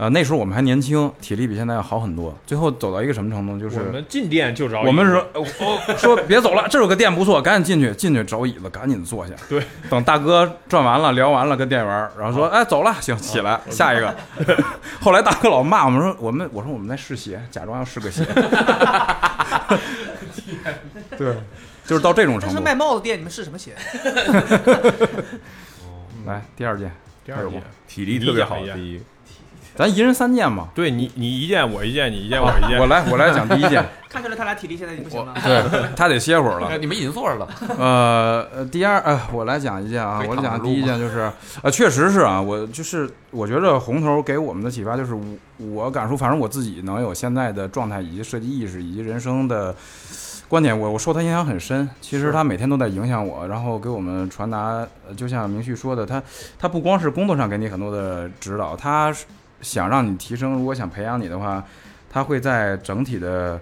Speaker 2: 呃，那时候我们还年轻，体力比现在要好很多。最后走到一个什么程度，就是
Speaker 4: 我们进店就找
Speaker 2: 我们
Speaker 4: 椅子
Speaker 2: 说，呃哦，说别走了，这有个店不错，赶紧进去，进去找椅子，赶紧坐下。
Speaker 4: 对，
Speaker 2: 等大哥转完了，聊完了，跟店员儿，然后说，哎，走了，行，起来，下一个。 后来大哥老骂我们说，我们我说我们在试鞋，假装要试个鞋。对， 就是到这种
Speaker 13: 但
Speaker 2: 程
Speaker 13: 是
Speaker 2: 度。
Speaker 13: 卖帽子店，你们是什么鞋？
Speaker 2: 来第二件，
Speaker 4: 第二件，
Speaker 7: 体力特别好
Speaker 4: 你，讲一
Speaker 7: 第一，
Speaker 2: 咱一人三件嘛。
Speaker 4: 对你你一件我一件，你一件我 一件，
Speaker 2: 我来，我来讲第一件，
Speaker 13: 看出来他俩体力现在已经不行了。
Speaker 2: 对他得歇会儿了。
Speaker 15: 哎你们已经坐着了，
Speaker 2: 呃， 呃第二，呃，我来讲一件啊
Speaker 15: 可，以
Speaker 2: 我
Speaker 15: 躺着
Speaker 2: 讲
Speaker 15: 录
Speaker 2: 第一件就是，呃，确实是啊，我就是我觉着红头给我们的启发就是我，我感受，反正我自己能有现在的状态，以及设计意识，以及人生的观点，我我受他影响很深。其实他每天都在影响我，然后给我们传达，呃就像明旭说的，他他不光是工作上给你很多的指导，他是想让你提升，如果想培养你的话，他会在整体的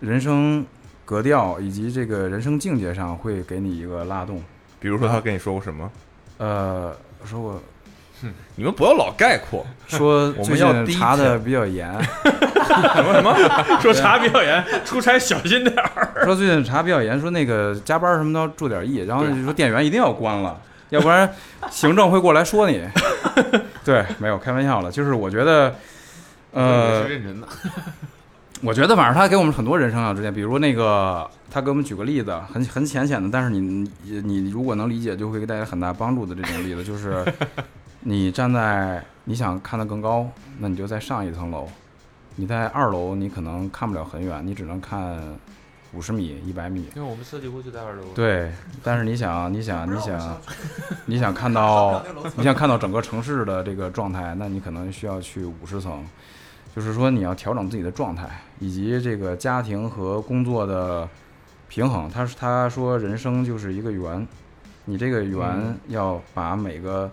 Speaker 2: 人生格调以及这个人生境界上会给你一个拉动。
Speaker 7: 比如说他跟你说过什么？
Speaker 2: 呃，说我
Speaker 7: 你们不要老概括，
Speaker 2: 说
Speaker 7: 我
Speaker 2: 最
Speaker 7: 们要
Speaker 2: 近
Speaker 7: 低
Speaker 2: 查
Speaker 7: 调
Speaker 2: 的比较严，
Speaker 4: 说查表演，出差小心点儿。
Speaker 2: 说最近查比较严，说那个加班什么都要注点意，然后就说店员一定要关了，要不然行政会过来说你。 对，没有开玩笑了，就是我觉得，呃，
Speaker 15: 认真的，
Speaker 2: 我觉得反正他给我们很多人生上啊之见，比如那个他给我们举个例子，很很浅显的，但是你你你如果能理解，就会给大家很大帮助的这种例子，就是你站在你想看得更高，那你就在上一层楼；你在二楼，你可能看不了很远，你只能看五十米、一百米。
Speaker 15: 因为我们设计部就在二楼，
Speaker 2: 对，但是你想，你想，你想，你想看到，你想看到整个城市的这个状态，那你可能需要去五十层，就是说你要调整自己的状态，以及这个家庭和工作的平衡。他他说人生就是一个圆，你这个圆要把每个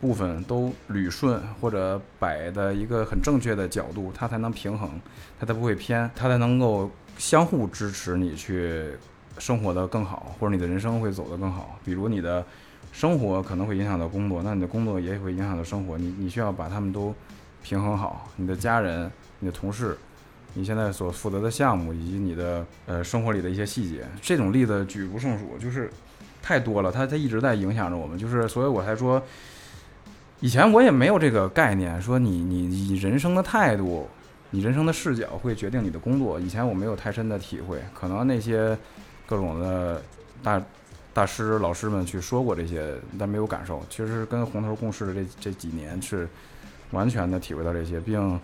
Speaker 2: 部分都捋顺或者摆的一个很正确的角度，它才能平衡，它才不会偏，它才能够相互支持你去生活的更好，或者你的人生会走得更好。比如你的生活可能会影响到工作，那你的工作也会影响到生活，你你需要把他们都平衡好，你的家人、你的同事。你现在所负责的项目以及你的呃生活里的一些细节，这种例子举不胜数，就是太多了，它它一直在影响着我们，就是所以我才说，以前我也没有这个概念，说你你你人生的态度，你人生的视角会决定你的工作。以前我没有太深的体会，可能那些各种的大大师老师们去说过这些，但没有感受。其实跟红头共事的这这几年是完全的体会到这些，并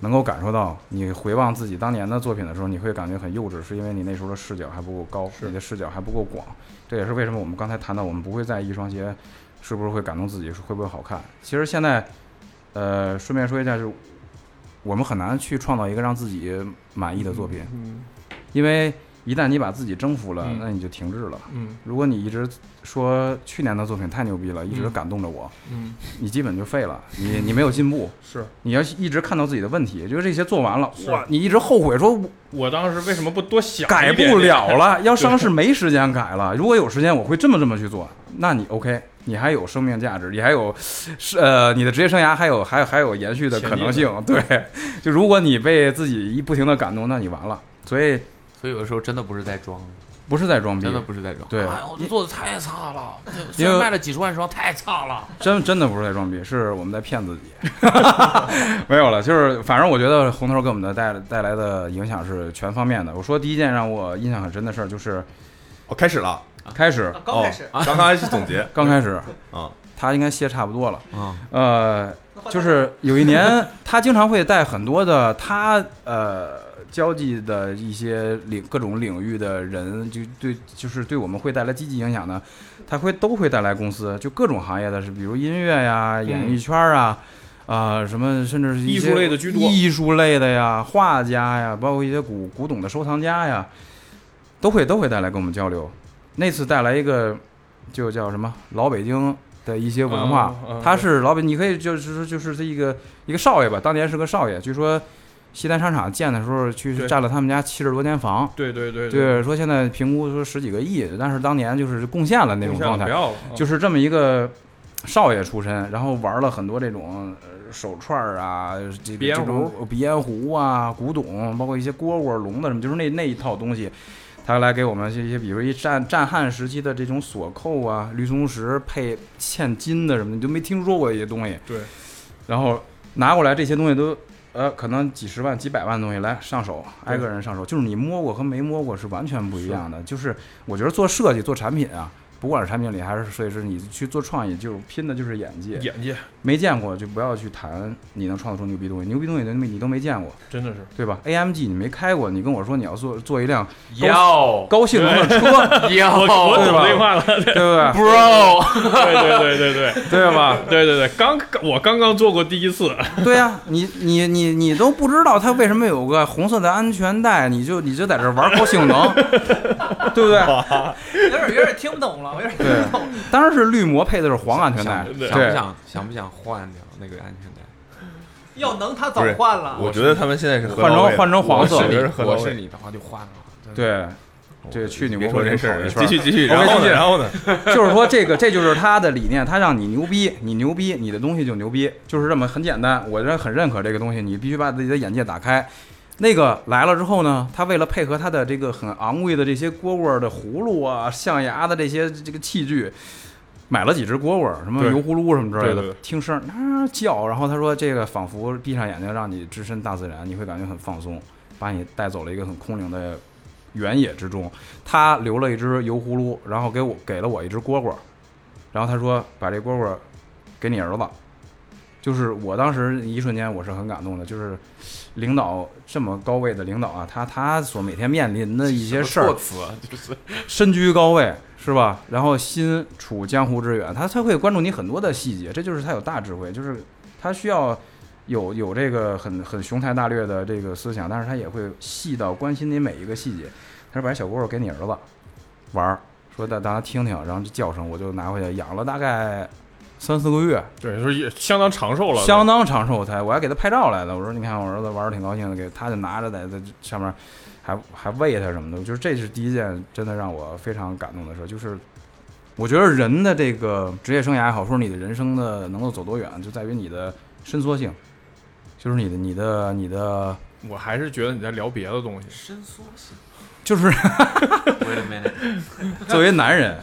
Speaker 2: 能够感受到。你回望自己当年的作品的时候，你会感觉很幼稚，是因为你那时候的视角还不够高，你的视角还不够广。这也是为什么我们刚才谈到，我们不会在意一双鞋是不是会感动自己，会不会好看。其实现在，呃，顺便说一下，就是我们很难去创造一个让自己满意的作品，
Speaker 4: 嗯
Speaker 2: 因为一旦你把自己征服了
Speaker 4: 嗯，
Speaker 2: 那你就停滞了。
Speaker 4: 嗯
Speaker 2: 如果你一直说去年的作品太牛逼了，一直
Speaker 4: 嗯
Speaker 2: 感动着我，
Speaker 4: 嗯，
Speaker 2: 你基本就废了，你你没有进步。
Speaker 4: 是
Speaker 2: 你要一直看到自己的问题，就是这些做完了，哇，你一直后悔说我
Speaker 4: 我当时为什么不多想？
Speaker 2: 改不了了，要上市没时间改了。如果有时间，我会这么这么去做。那你 OK，你还有生命价值，你还有是呃你的职业生涯还有还有还有延续的可能性。对，就如果你被自己一不停的感动，那你完了。所以
Speaker 15: 所以有的时候真的不是在装，
Speaker 2: 不是在装逼
Speaker 15: 真，的不是在装。
Speaker 2: 对
Speaker 15: 哎呀，我这做的太差了，
Speaker 2: 因
Speaker 15: 虽
Speaker 2: 为
Speaker 15: 然卖了几十万双，太差了。
Speaker 2: 真真的不是在装逼，是我们在骗自己。 没有了，就是反正我觉得红头给我们的带带来的影响是全方面的。我说第一件让我印象很深的事儿就是
Speaker 7: 哦，开始了，哦
Speaker 2: 开始
Speaker 13: 啊刚开始，
Speaker 7: 刚刚是总 结
Speaker 2: 刚开始
Speaker 7: 啊，
Speaker 2: 他应该歇差不多了。
Speaker 15: 啊，
Speaker 2: 呃，就是有一年， 他经常会带很多的他呃交际的一些领各种领域的人，就对，就是对我们会带来积极影响的，他会都会带来公司，就各种行业的，是比如音乐呀、演艺圈啊。啊、什么，甚至是一些
Speaker 4: 艺术类的居多
Speaker 2: 艺术类的呀，画家呀，包括一些古古董的收藏家呀，都会都会带来跟我们交流。那次带来一个，就叫什么老北京的一些文化，
Speaker 4: 嗯嗯
Speaker 2: 他是老北，你可以就是说就是这一个一个少爷吧，当年是个少爷，据说西单商场建的时候去
Speaker 4: 对
Speaker 2: 占了他们家七十多间房，
Speaker 4: 对对对
Speaker 2: 对，说现在评估说十几个亿，但是当年就是贡献了那种状态
Speaker 4: 不，要了，
Speaker 2: 就是是这么一个少爷出身，然后玩了很多这种呃手串儿啊，这个
Speaker 4: 鼻烟
Speaker 2: 这种鼻烟壶啊、古董，包括一些蝈蝈、笼子什么，就是那那一套东西。他来给我们这些，比如一战战汉时期的这种锁扣啊、绿松石配嵌金的什么的，你都没听说过这些东西。
Speaker 4: 对，
Speaker 2: 然后拿过来这些东西都，呃，可能几十万、几百万的东西来上手，挨个人上手，就是你摸过和没摸过是完全不一样的。就是我觉得做设计、做产品啊，不管是产品里还是设计师，你去做创意，就是拼的就是眼界。
Speaker 4: 嗯眼界
Speaker 2: 没见过就不要去谈你能创造出牛逼东西，牛逼东西你都没你都没见过，
Speaker 4: 真的是
Speaker 2: 对吧？AMG 你没开过，你跟我说你要做做一辆
Speaker 15: 要
Speaker 2: 高性能的车，
Speaker 15: 要，
Speaker 4: 我
Speaker 2: 哦对吧
Speaker 4: 懂这话了，
Speaker 2: 对不
Speaker 15: bro，
Speaker 4: 对对对对对
Speaker 2: 对？对吧？
Speaker 4: 对对对，刚我刚刚做过第一次，
Speaker 2: 对呀、你你你你都不知道它为什么有个红色的安全带，你就你就在这玩高性能，对不对？
Speaker 13: 有点有点听不懂了，我有点听不懂。
Speaker 2: 当然是绿膜配的是黄安全带
Speaker 15: 想，
Speaker 4: 对
Speaker 15: 想不
Speaker 2: 对
Speaker 15: 想想不想换掉那个安全带？
Speaker 13: 要能他早
Speaker 7: 不是
Speaker 13: 换了，
Speaker 7: 我觉得他们现在是
Speaker 2: 换成换成黄色
Speaker 7: 我，觉得是很
Speaker 15: 我是你的话就换了。真的，
Speaker 2: 对对，去你
Speaker 7: 别
Speaker 2: 国
Speaker 7: 说
Speaker 2: 会
Speaker 7: 这
Speaker 2: 里
Speaker 7: 事
Speaker 2: 跑
Speaker 7: 儿，
Speaker 2: 一圈
Speaker 7: 继。续继续，
Speaker 2: 我
Speaker 7: 然
Speaker 2: 没
Speaker 7: 后
Speaker 2: 理
Speaker 7: 呢，
Speaker 2: 解
Speaker 7: 然后呢？
Speaker 2: 就是说这个这就是他的理念，他让你牛逼，你牛逼，你的东西就牛逼，就是这么很简单。我认很认可这个东西，你必须把自己的眼界打开。那个来了之后呢，他为了配合他的这个很昂贵的这些蝈蝈的葫芦啊、象牙的这些这个器具，买了几只蝈蝈，什么
Speaker 4: 对
Speaker 2: 油葫芦什么之类
Speaker 4: 对对
Speaker 2: 的
Speaker 4: 对，
Speaker 2: 听声儿啊叫，然后他说这个仿佛闭上眼睛让你置身大自然，你会感觉很放松，把你带走了一个很空灵的原野之中。他留了一只油葫芦，然后给我给了我一只蝈蝈，然后他说把这蝈蝈给你儿子。就是我当时一瞬间我是很感动的，就是领导这么高位的领导啊，他他所每天面临的一些事儿
Speaker 15: 措，辞啊就是
Speaker 2: 身居高位是吧？然后心处江湖之远，他他会关注你很多的细节，这就是他有大智慧，就是他需要有有这个很很雄才大略的这个思想，但是他也会细到关心你每一个细节。他说把小蝈蝈给你儿子玩儿，说让大家听听，然后这叫声我就拿回去养了大概三四个月，
Speaker 4: 对，说也相当长寿了，
Speaker 2: 相当长寿才，我还给他拍照来了。我说你看我儿子玩的挺高兴的，给他就拿着在在上面还还喂他什么的，就是这是第一件真的让我非常感动的事，就是。我觉得人的这个职业生涯也好，或者你的人生的能够走多远，就在于你的伸缩性，就是你的、你的、你的，
Speaker 4: 我还是觉得你在聊别的东西。
Speaker 15: 伸缩型。
Speaker 2: 就是
Speaker 15: Wait a minute，
Speaker 2: 作为男人，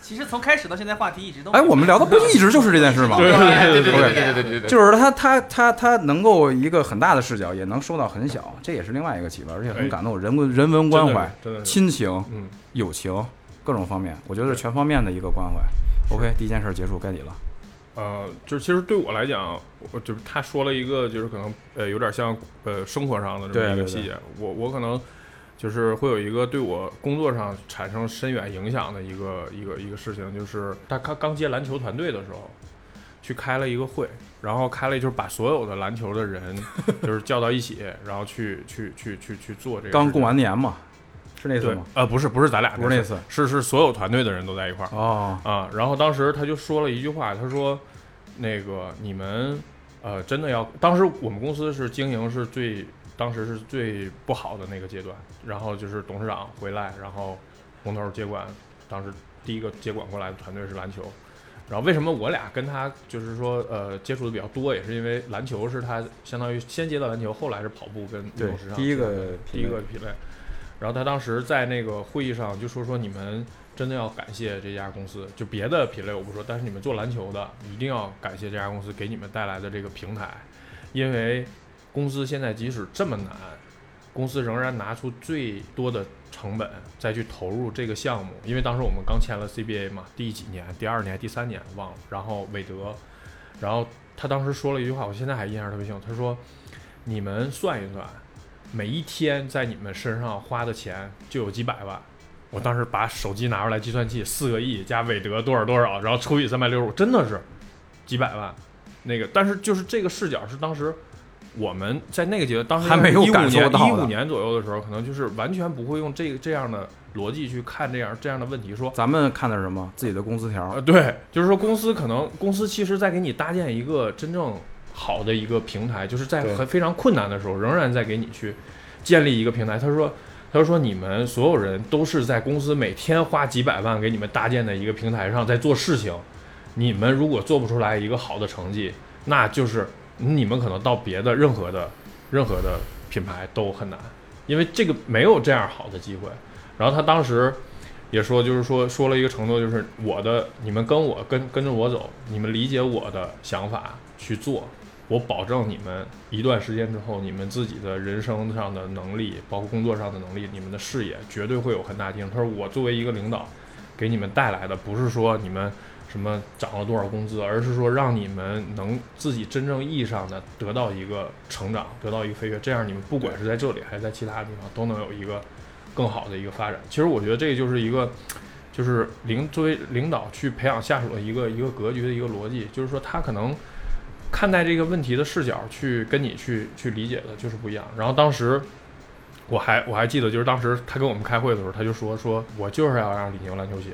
Speaker 13: 其实从开始到现在话题一直都
Speaker 2: 哎，我们聊的不一直就是这件事吗？
Speaker 4: 对对对
Speaker 15: 对
Speaker 4: 对
Speaker 15: 对对对对对，
Speaker 2: 就是他他他他能够一个很大的视角，也能收到很小，这也是另外一个启发，而且很感动，人文人文关怀、
Speaker 4: 真的是真的是
Speaker 2: 亲情、
Speaker 4: 嗯，
Speaker 2: 友情各种方面，我觉得是全方面的一个关怀。OK，第一件事结束，该你了。
Speaker 4: 呃，就是其实对我来讲，我就是他说了一个，就是可能呃有点像呃生活上的这
Speaker 2: 对
Speaker 4: 么一个
Speaker 2: 对
Speaker 4: 细
Speaker 2: 对
Speaker 4: 节，我我可能就是会有一个对我工作上产生深远影响的一个一个一个事情，就是他刚刚接篮球团队的时候，去开了一个会，然后开了就是把所有的篮球的 人就是叫到一起，然后去去去去去做这个
Speaker 2: 刚
Speaker 4: 事情
Speaker 2: 过完年嘛，是那次
Speaker 4: 对
Speaker 2: 吗？，
Speaker 4: 呃，不是不是咱俩
Speaker 2: 不是那
Speaker 4: 次，
Speaker 2: 次。
Speaker 4: 是是所有团队的人都在一块儿。
Speaker 2: 哦，
Speaker 4: 啊，然后当时他就说了一句话，他说：“那个你们呃，真的要……当时我们公司是经营是最，当时是最不好的那个阶段。然后就是董事长回来，然后红头接管，当时第一个接管过来的团队是篮球，然后为什么我俩跟他就是说呃接触的比较多，也是因为篮球是他相当于先接到篮球，后来是跑步跟运
Speaker 2: 对
Speaker 4: 动时尚
Speaker 2: 第一个
Speaker 4: 第一个品类。然后他当时在那个会议上就说说你们真的要感谢这家公司，就别的品类我不说，但是你们做篮球的一定要感谢这家公司给你们带来的这个平台，因为公司现在即使这么难，公司仍然拿出最多的成本再去投入这个项目，因为当时我们刚签了 CBA 嘛，第几年、第二年、第三年忘了，然后韦德，然后他当时说了一句话，我现在还印象特别清，他说：“你们算一算，每一天在你们身上花的钱就有几百万。”我当时把手机拿出来，计算器四个亿加韦德多少多少，然后除以三百六十五，真的是几百万。那个，但是就是这个视角是当时我们在那个阶段，当时
Speaker 2: 还没有
Speaker 4: 一五
Speaker 2: 感受
Speaker 4: 年
Speaker 2: 到
Speaker 4: 一
Speaker 2: 的
Speaker 4: 五年左右的时候，可能就是完全不会用这个这样的逻辑去看这样这样的问题，说
Speaker 2: 咱们看的是什么？自己的工资条
Speaker 4: 呃，。对，就是说公司可能公司其实在给你搭建一个真正好的一个平台，就是在
Speaker 2: 对
Speaker 4: 很非常困难的时候，仍然在给你去建立一个平台。他说，他说你们所有人都是在公司每天花几百万给你们搭建的一个平台上在做事情，你们如果做不出来一个好的成绩，那就是你们可能到别的任何的任何的品牌都很难，因为这个没有这样好的机会。然后他当时也说，就是说说了一个承诺，就是我的，你们跟我跟跟着我走，你们理解我的想法去做，我保证你们一段时间之后，你们自己的人生上的能力，包括工作上的能力，你们的视野绝对会有很大提升。他说，我作为一个领导，给你们带来的不是说你们什么涨了多少工资，而是说让你们能自己真正意义上的得到一个成长，得到一个飞跃，这样你们不管是在这里还是在其他地方，都能有一个更好的一个发展。其实我觉得这个就是一个，就是领作为领导去培养下属的一个一个格局的一个逻辑，就是说他可能看待这个问题的视角去跟你去去理解的就是不一样。然后当时我还我还记得，就是当时他跟我们开会的时候，他就说说我就是要让李宁篮球鞋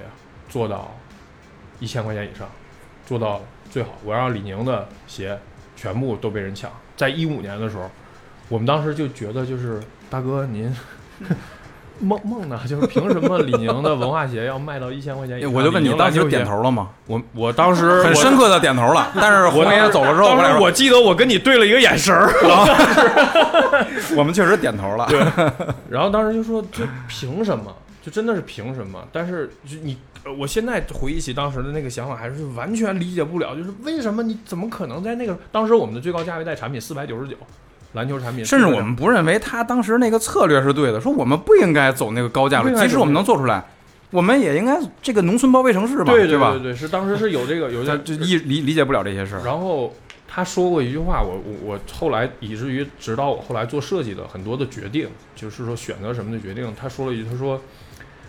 Speaker 4: 做到一千块钱以上，做到最好。我要让李宁的鞋全部都被人抢。在一五年的时候，我们当时就觉得就是大 哥您梦梦呢，就是凭什么李宁的文化鞋要卖到一千块钱以上？
Speaker 2: 我就问哎你
Speaker 4: 李宁
Speaker 2: 当
Speaker 4: 篮球
Speaker 2: 时
Speaker 4: 鞋
Speaker 2: 点，头了吗？
Speaker 4: 我我当时
Speaker 2: 很
Speaker 4: 我
Speaker 2: 深刻的点头了。但是红
Speaker 4: 我当
Speaker 2: 爷
Speaker 4: 时
Speaker 2: 走了之后，我
Speaker 4: 当
Speaker 2: 俩
Speaker 4: 时
Speaker 2: 说
Speaker 4: 我记得我跟你对了一个眼神儿，
Speaker 2: 我们确实点头了。
Speaker 4: 然后当时就说，就凭什么？就真的是凭什么？但是就你，呃我现在回忆起当时的那个想法，还是完全理解不了，就是为什么你怎么可能在那个当时我们的最高价位带产品四百九十九，篮球产品499，
Speaker 2: 甚至我们不认为他当时那个策略是对的，说我们不应该走那个高价
Speaker 4: 不
Speaker 2: 位，
Speaker 4: 应该
Speaker 2: 即使
Speaker 4: 走
Speaker 2: 我们能做出来，我们也应该这个农村包围城市嘛，
Speaker 4: 对对
Speaker 2: 吧
Speaker 4: 对？对，是当时是有这个有这
Speaker 2: 他
Speaker 4: 个
Speaker 2: 就理理理解不了这些事儿。
Speaker 4: 然后他说过一句话，我我我后来以至于直到我后来做设计的很多的决定，就是说选择什么的决定，他说了一句，他说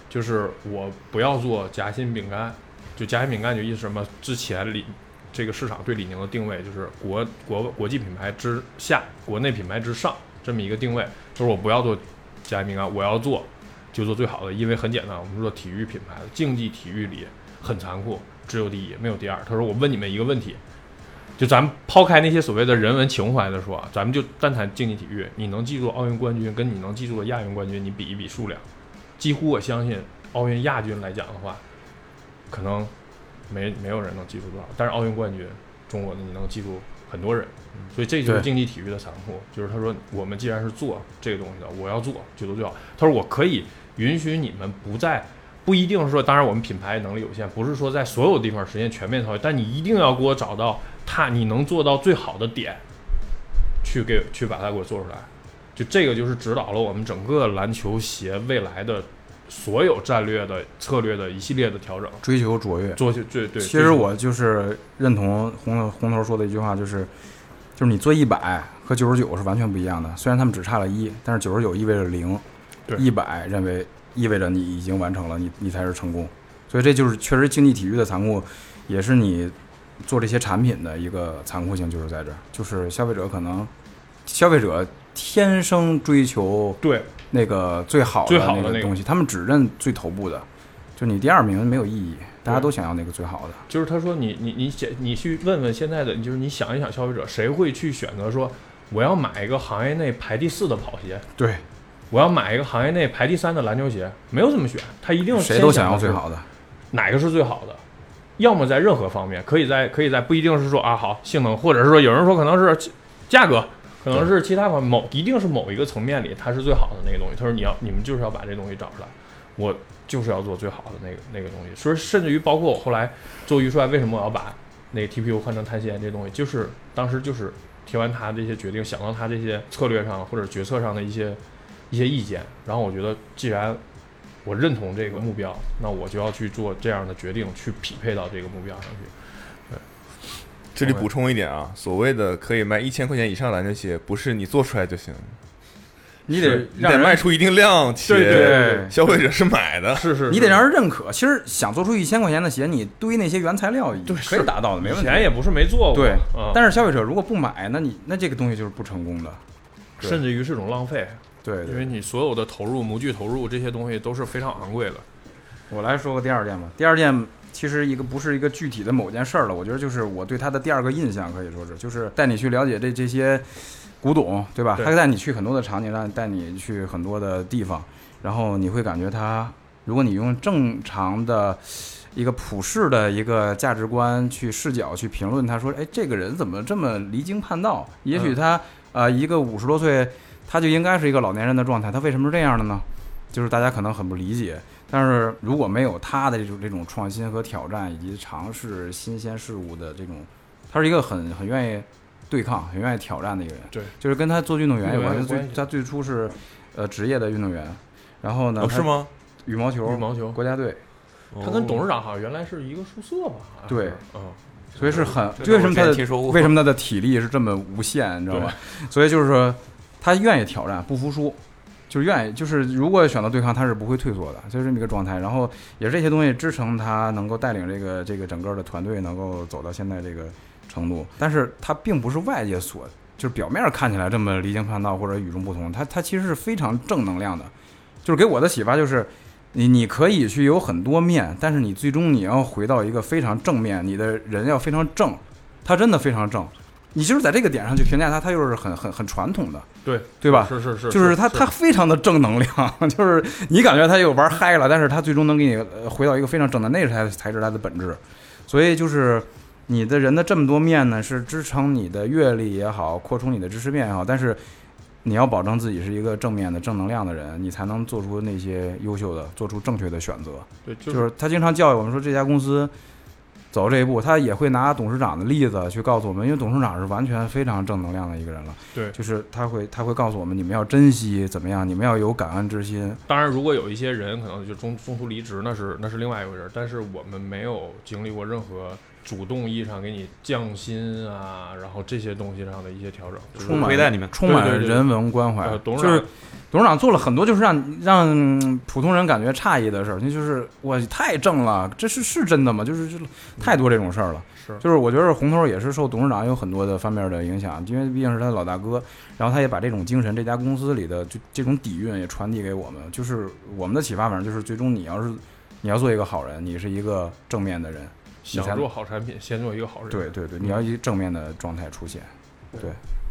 Speaker 4: 就是我不要做夹心饼干，就夹心饼干就意思什么？之前李这个市场对李宁的定位就是国国国际品牌之下，国内品牌之上这么一个定位，就是我不要做夹心饼干，我要做就做最好的，因为很简单，我们说体育品牌竞技体育里很残酷，只有第一没有第二。他说我问你们一个问题，就咱们抛开那些所谓的人文情怀的说啊，咱们就单谈竞技体育，你能记住奥运冠军跟你能记住的亚运冠军，你比一比数量，几乎我相信奥运亚军来讲的话，可能没没有人能记住多少，但是奥运冠军中国的你能记住很多人，所以这就是
Speaker 2: 对
Speaker 4: 竞技体育的残酷，就是他说我们既然是做这个东西的，我要做就做最好，他说我可以允许你们不在。不一定是说，当然我们品牌能力有限，不是说在所有地方实现全面超越，但你一定要给我找到它你能做到最好的点，去给去把它给我做出来。就这个就是指导了我们整个篮球鞋未来的所有战略的策略的一系列的调整。
Speaker 2: 追求卓越，
Speaker 4: 做去对对，
Speaker 2: 其实我就是认同红头红头说的一句话，就是就是你做一百和九十九是完全不一样的。虽然他们只差了一，但是九十九意味着零，
Speaker 4: 对
Speaker 2: 一百认为意味着你已经完成了，你你才是成功。所以这就是确实竞技体育的残酷，也是你做这些产品的一个残酷性，就是在这儿，就是消费者可能消费者天生追求
Speaker 4: 对
Speaker 2: 那个最好
Speaker 4: 最好的
Speaker 2: 那
Speaker 4: 那个
Speaker 2: 东西，他们只认最头部的，就你第二名没有意义，大家都想要那个最好的。
Speaker 4: 就是他说你你你想你去问问现在的，就是你想一想消费者谁会去选择说我要买一个行业内排第四的跑鞋，
Speaker 2: 对，
Speaker 4: 我要买一个行业内排第三的篮球鞋，没有这么选，他一定
Speaker 2: 谁都
Speaker 4: 先
Speaker 2: 想要
Speaker 4: 的是
Speaker 2: 最好的。
Speaker 4: 哪个是最好的？要么在任何方面，可以在可以在不一定是说啊好性能，或者是说有人说可能是价格，可能是其他方面某一定是某一个层面里它是最好的那个东西。他说你要你们就是要把这东西找出来，我就是要做最好的那个那个东西。所以甚至于包括我后来做预算，为什么我要把那个 TPU 换成碳纤这东西，就是当时就是听完他这些决定，想到他这些策略上或者决策上的一些一些意见，然后我觉得既然我认同这个目标，那我就要去做这样的决定，去匹配到这个目标上去。
Speaker 7: 这里补充一点啊，所谓的可以卖一千块钱以上的篮球鞋，不是你做出来就行，
Speaker 2: 你得
Speaker 7: 你
Speaker 2: 让
Speaker 7: 得
Speaker 2: 人
Speaker 7: 卖出一定量，
Speaker 2: 对对对
Speaker 7: 且消费者是买的。
Speaker 4: 是是，
Speaker 2: 你得让人认可。其实想做出一千块钱的鞋，你堆那些原材料，对，可以达到的，没
Speaker 4: 以
Speaker 2: 问题。
Speaker 4: 前也不是没做过，
Speaker 2: 对
Speaker 4: 嗯，
Speaker 2: 但是消费者如果不买，那你那这个东西就是不成功的。
Speaker 4: 甚至于是种浪费，
Speaker 2: 对，
Speaker 14: 因
Speaker 2: 对
Speaker 14: 为你所有的投入、模具投入这些东西都是非常昂贵的。
Speaker 2: 我来说个第二件吧。第二件其实一个不是一个具体的某件事儿了，我觉得就是我对它的第二个印象，可以说是就是带你去了解这这些古董，对吧？
Speaker 4: 对
Speaker 2: 它带你去很多的场景，让带你去很多的地方，然后你会感觉它，如果你用正常的。一个普世的一个价值观去视角去评论，他说：“哎，这个人怎么这么离经叛道？也许他、呃一个五十多岁，他就应该是一个老年人的状态，他为什么是这样的呢？就是大家可能很不理解。但是如果没有他的这种这种创新和挑战，以及尝试新鲜事物的这种，他是一个很很愿意对抗、很愿意挑战的一个人。
Speaker 4: 对，
Speaker 2: 就是跟他做运动员有关
Speaker 4: 运
Speaker 2: 系。
Speaker 4: 动员有
Speaker 2: 他最
Speaker 4: 关系
Speaker 2: 他最初是呃职业的运动员，然后呢、
Speaker 7: 哦，是？吗？
Speaker 2: 羽毛球，
Speaker 4: 羽毛球
Speaker 2: 国家队。”
Speaker 4: 他跟
Speaker 15: 哦
Speaker 4: 董事长好像原来是一个宿舍吧？好像是
Speaker 2: 对，
Speaker 4: 嗯，
Speaker 2: 所以是很
Speaker 15: 这个
Speaker 2: 为什么他
Speaker 15: 我之
Speaker 2: 的
Speaker 15: 前听说过
Speaker 2: 为什么他的体力是这么无限，你知道吧？所以就是说，他愿意挑战，不服输，就是愿意，就是如果选择对抗，他是不会退缩的，就是这么一个状态。然后也是这些东西支撑他能够带领这个这个整个的团队能够走到现在这个程度。但是他并不是外界所就是表面看起来这么离经叛道或者与众不同，他他其实是非常正能量的。就是给我的启发就是，你你可以去有很多面，但是你最终你要回到一个非常正面，你的人要非常正，他真的非常正。你就是在这个点上去评价他，他又是很很很传统的，
Speaker 4: 对
Speaker 2: 对吧？
Speaker 4: 是是是，
Speaker 2: 就是他他非常的正能量， 就是你感觉他又玩嗨了，但是他最终能给你呃回到一个非常正的，那才才是他的本质。所以就是你的人的这么多面呢，是支撑你的阅历也好，扩充你的知识面也好，但是你要保证自己是一个正面的、正能量的人，你才能做出那些优秀的、做出正确的选择。
Speaker 4: 对，就
Speaker 2: 就是是他经常教育我们说这家公司走这一步，他也会拿董事长的例子去告诉我们，因为董事长是完全非常正能量的一个人了。
Speaker 4: 对
Speaker 2: 就是他会他会告诉我们，你们要珍惜怎么样，你们要有感恩之心。
Speaker 4: 当然，如果有一些人可能就中中途离职，那是那是另外一回事儿。但是我们没有经历过任何主动意义上给你降薪啊，然后这些东西上的一些调整，就是
Speaker 2: 充满
Speaker 15: 亏待你们
Speaker 2: 充满
Speaker 4: 对对对
Speaker 2: 人文关怀。
Speaker 4: 呃董事
Speaker 2: 就
Speaker 4: 长
Speaker 2: 是董事长做了很多就是让让嗯普通人感觉诧异的事儿，那就是哇太正了，这是是真的吗？就是就是太多这种事儿了。
Speaker 4: 是
Speaker 2: 就是我觉得红头儿也是受董事长有很多的方面的影响，因为毕竟是他的老大哥，然后他也把这种精神，这家公司里的就这种底蕴也传递给我们。就是我们的启发，反正就是最终你要是你要做一个好人，你是一个正面的人。你才
Speaker 4: 想做好产品，先做一个好人。
Speaker 2: 对，对对，你要以正面的状态出现。对，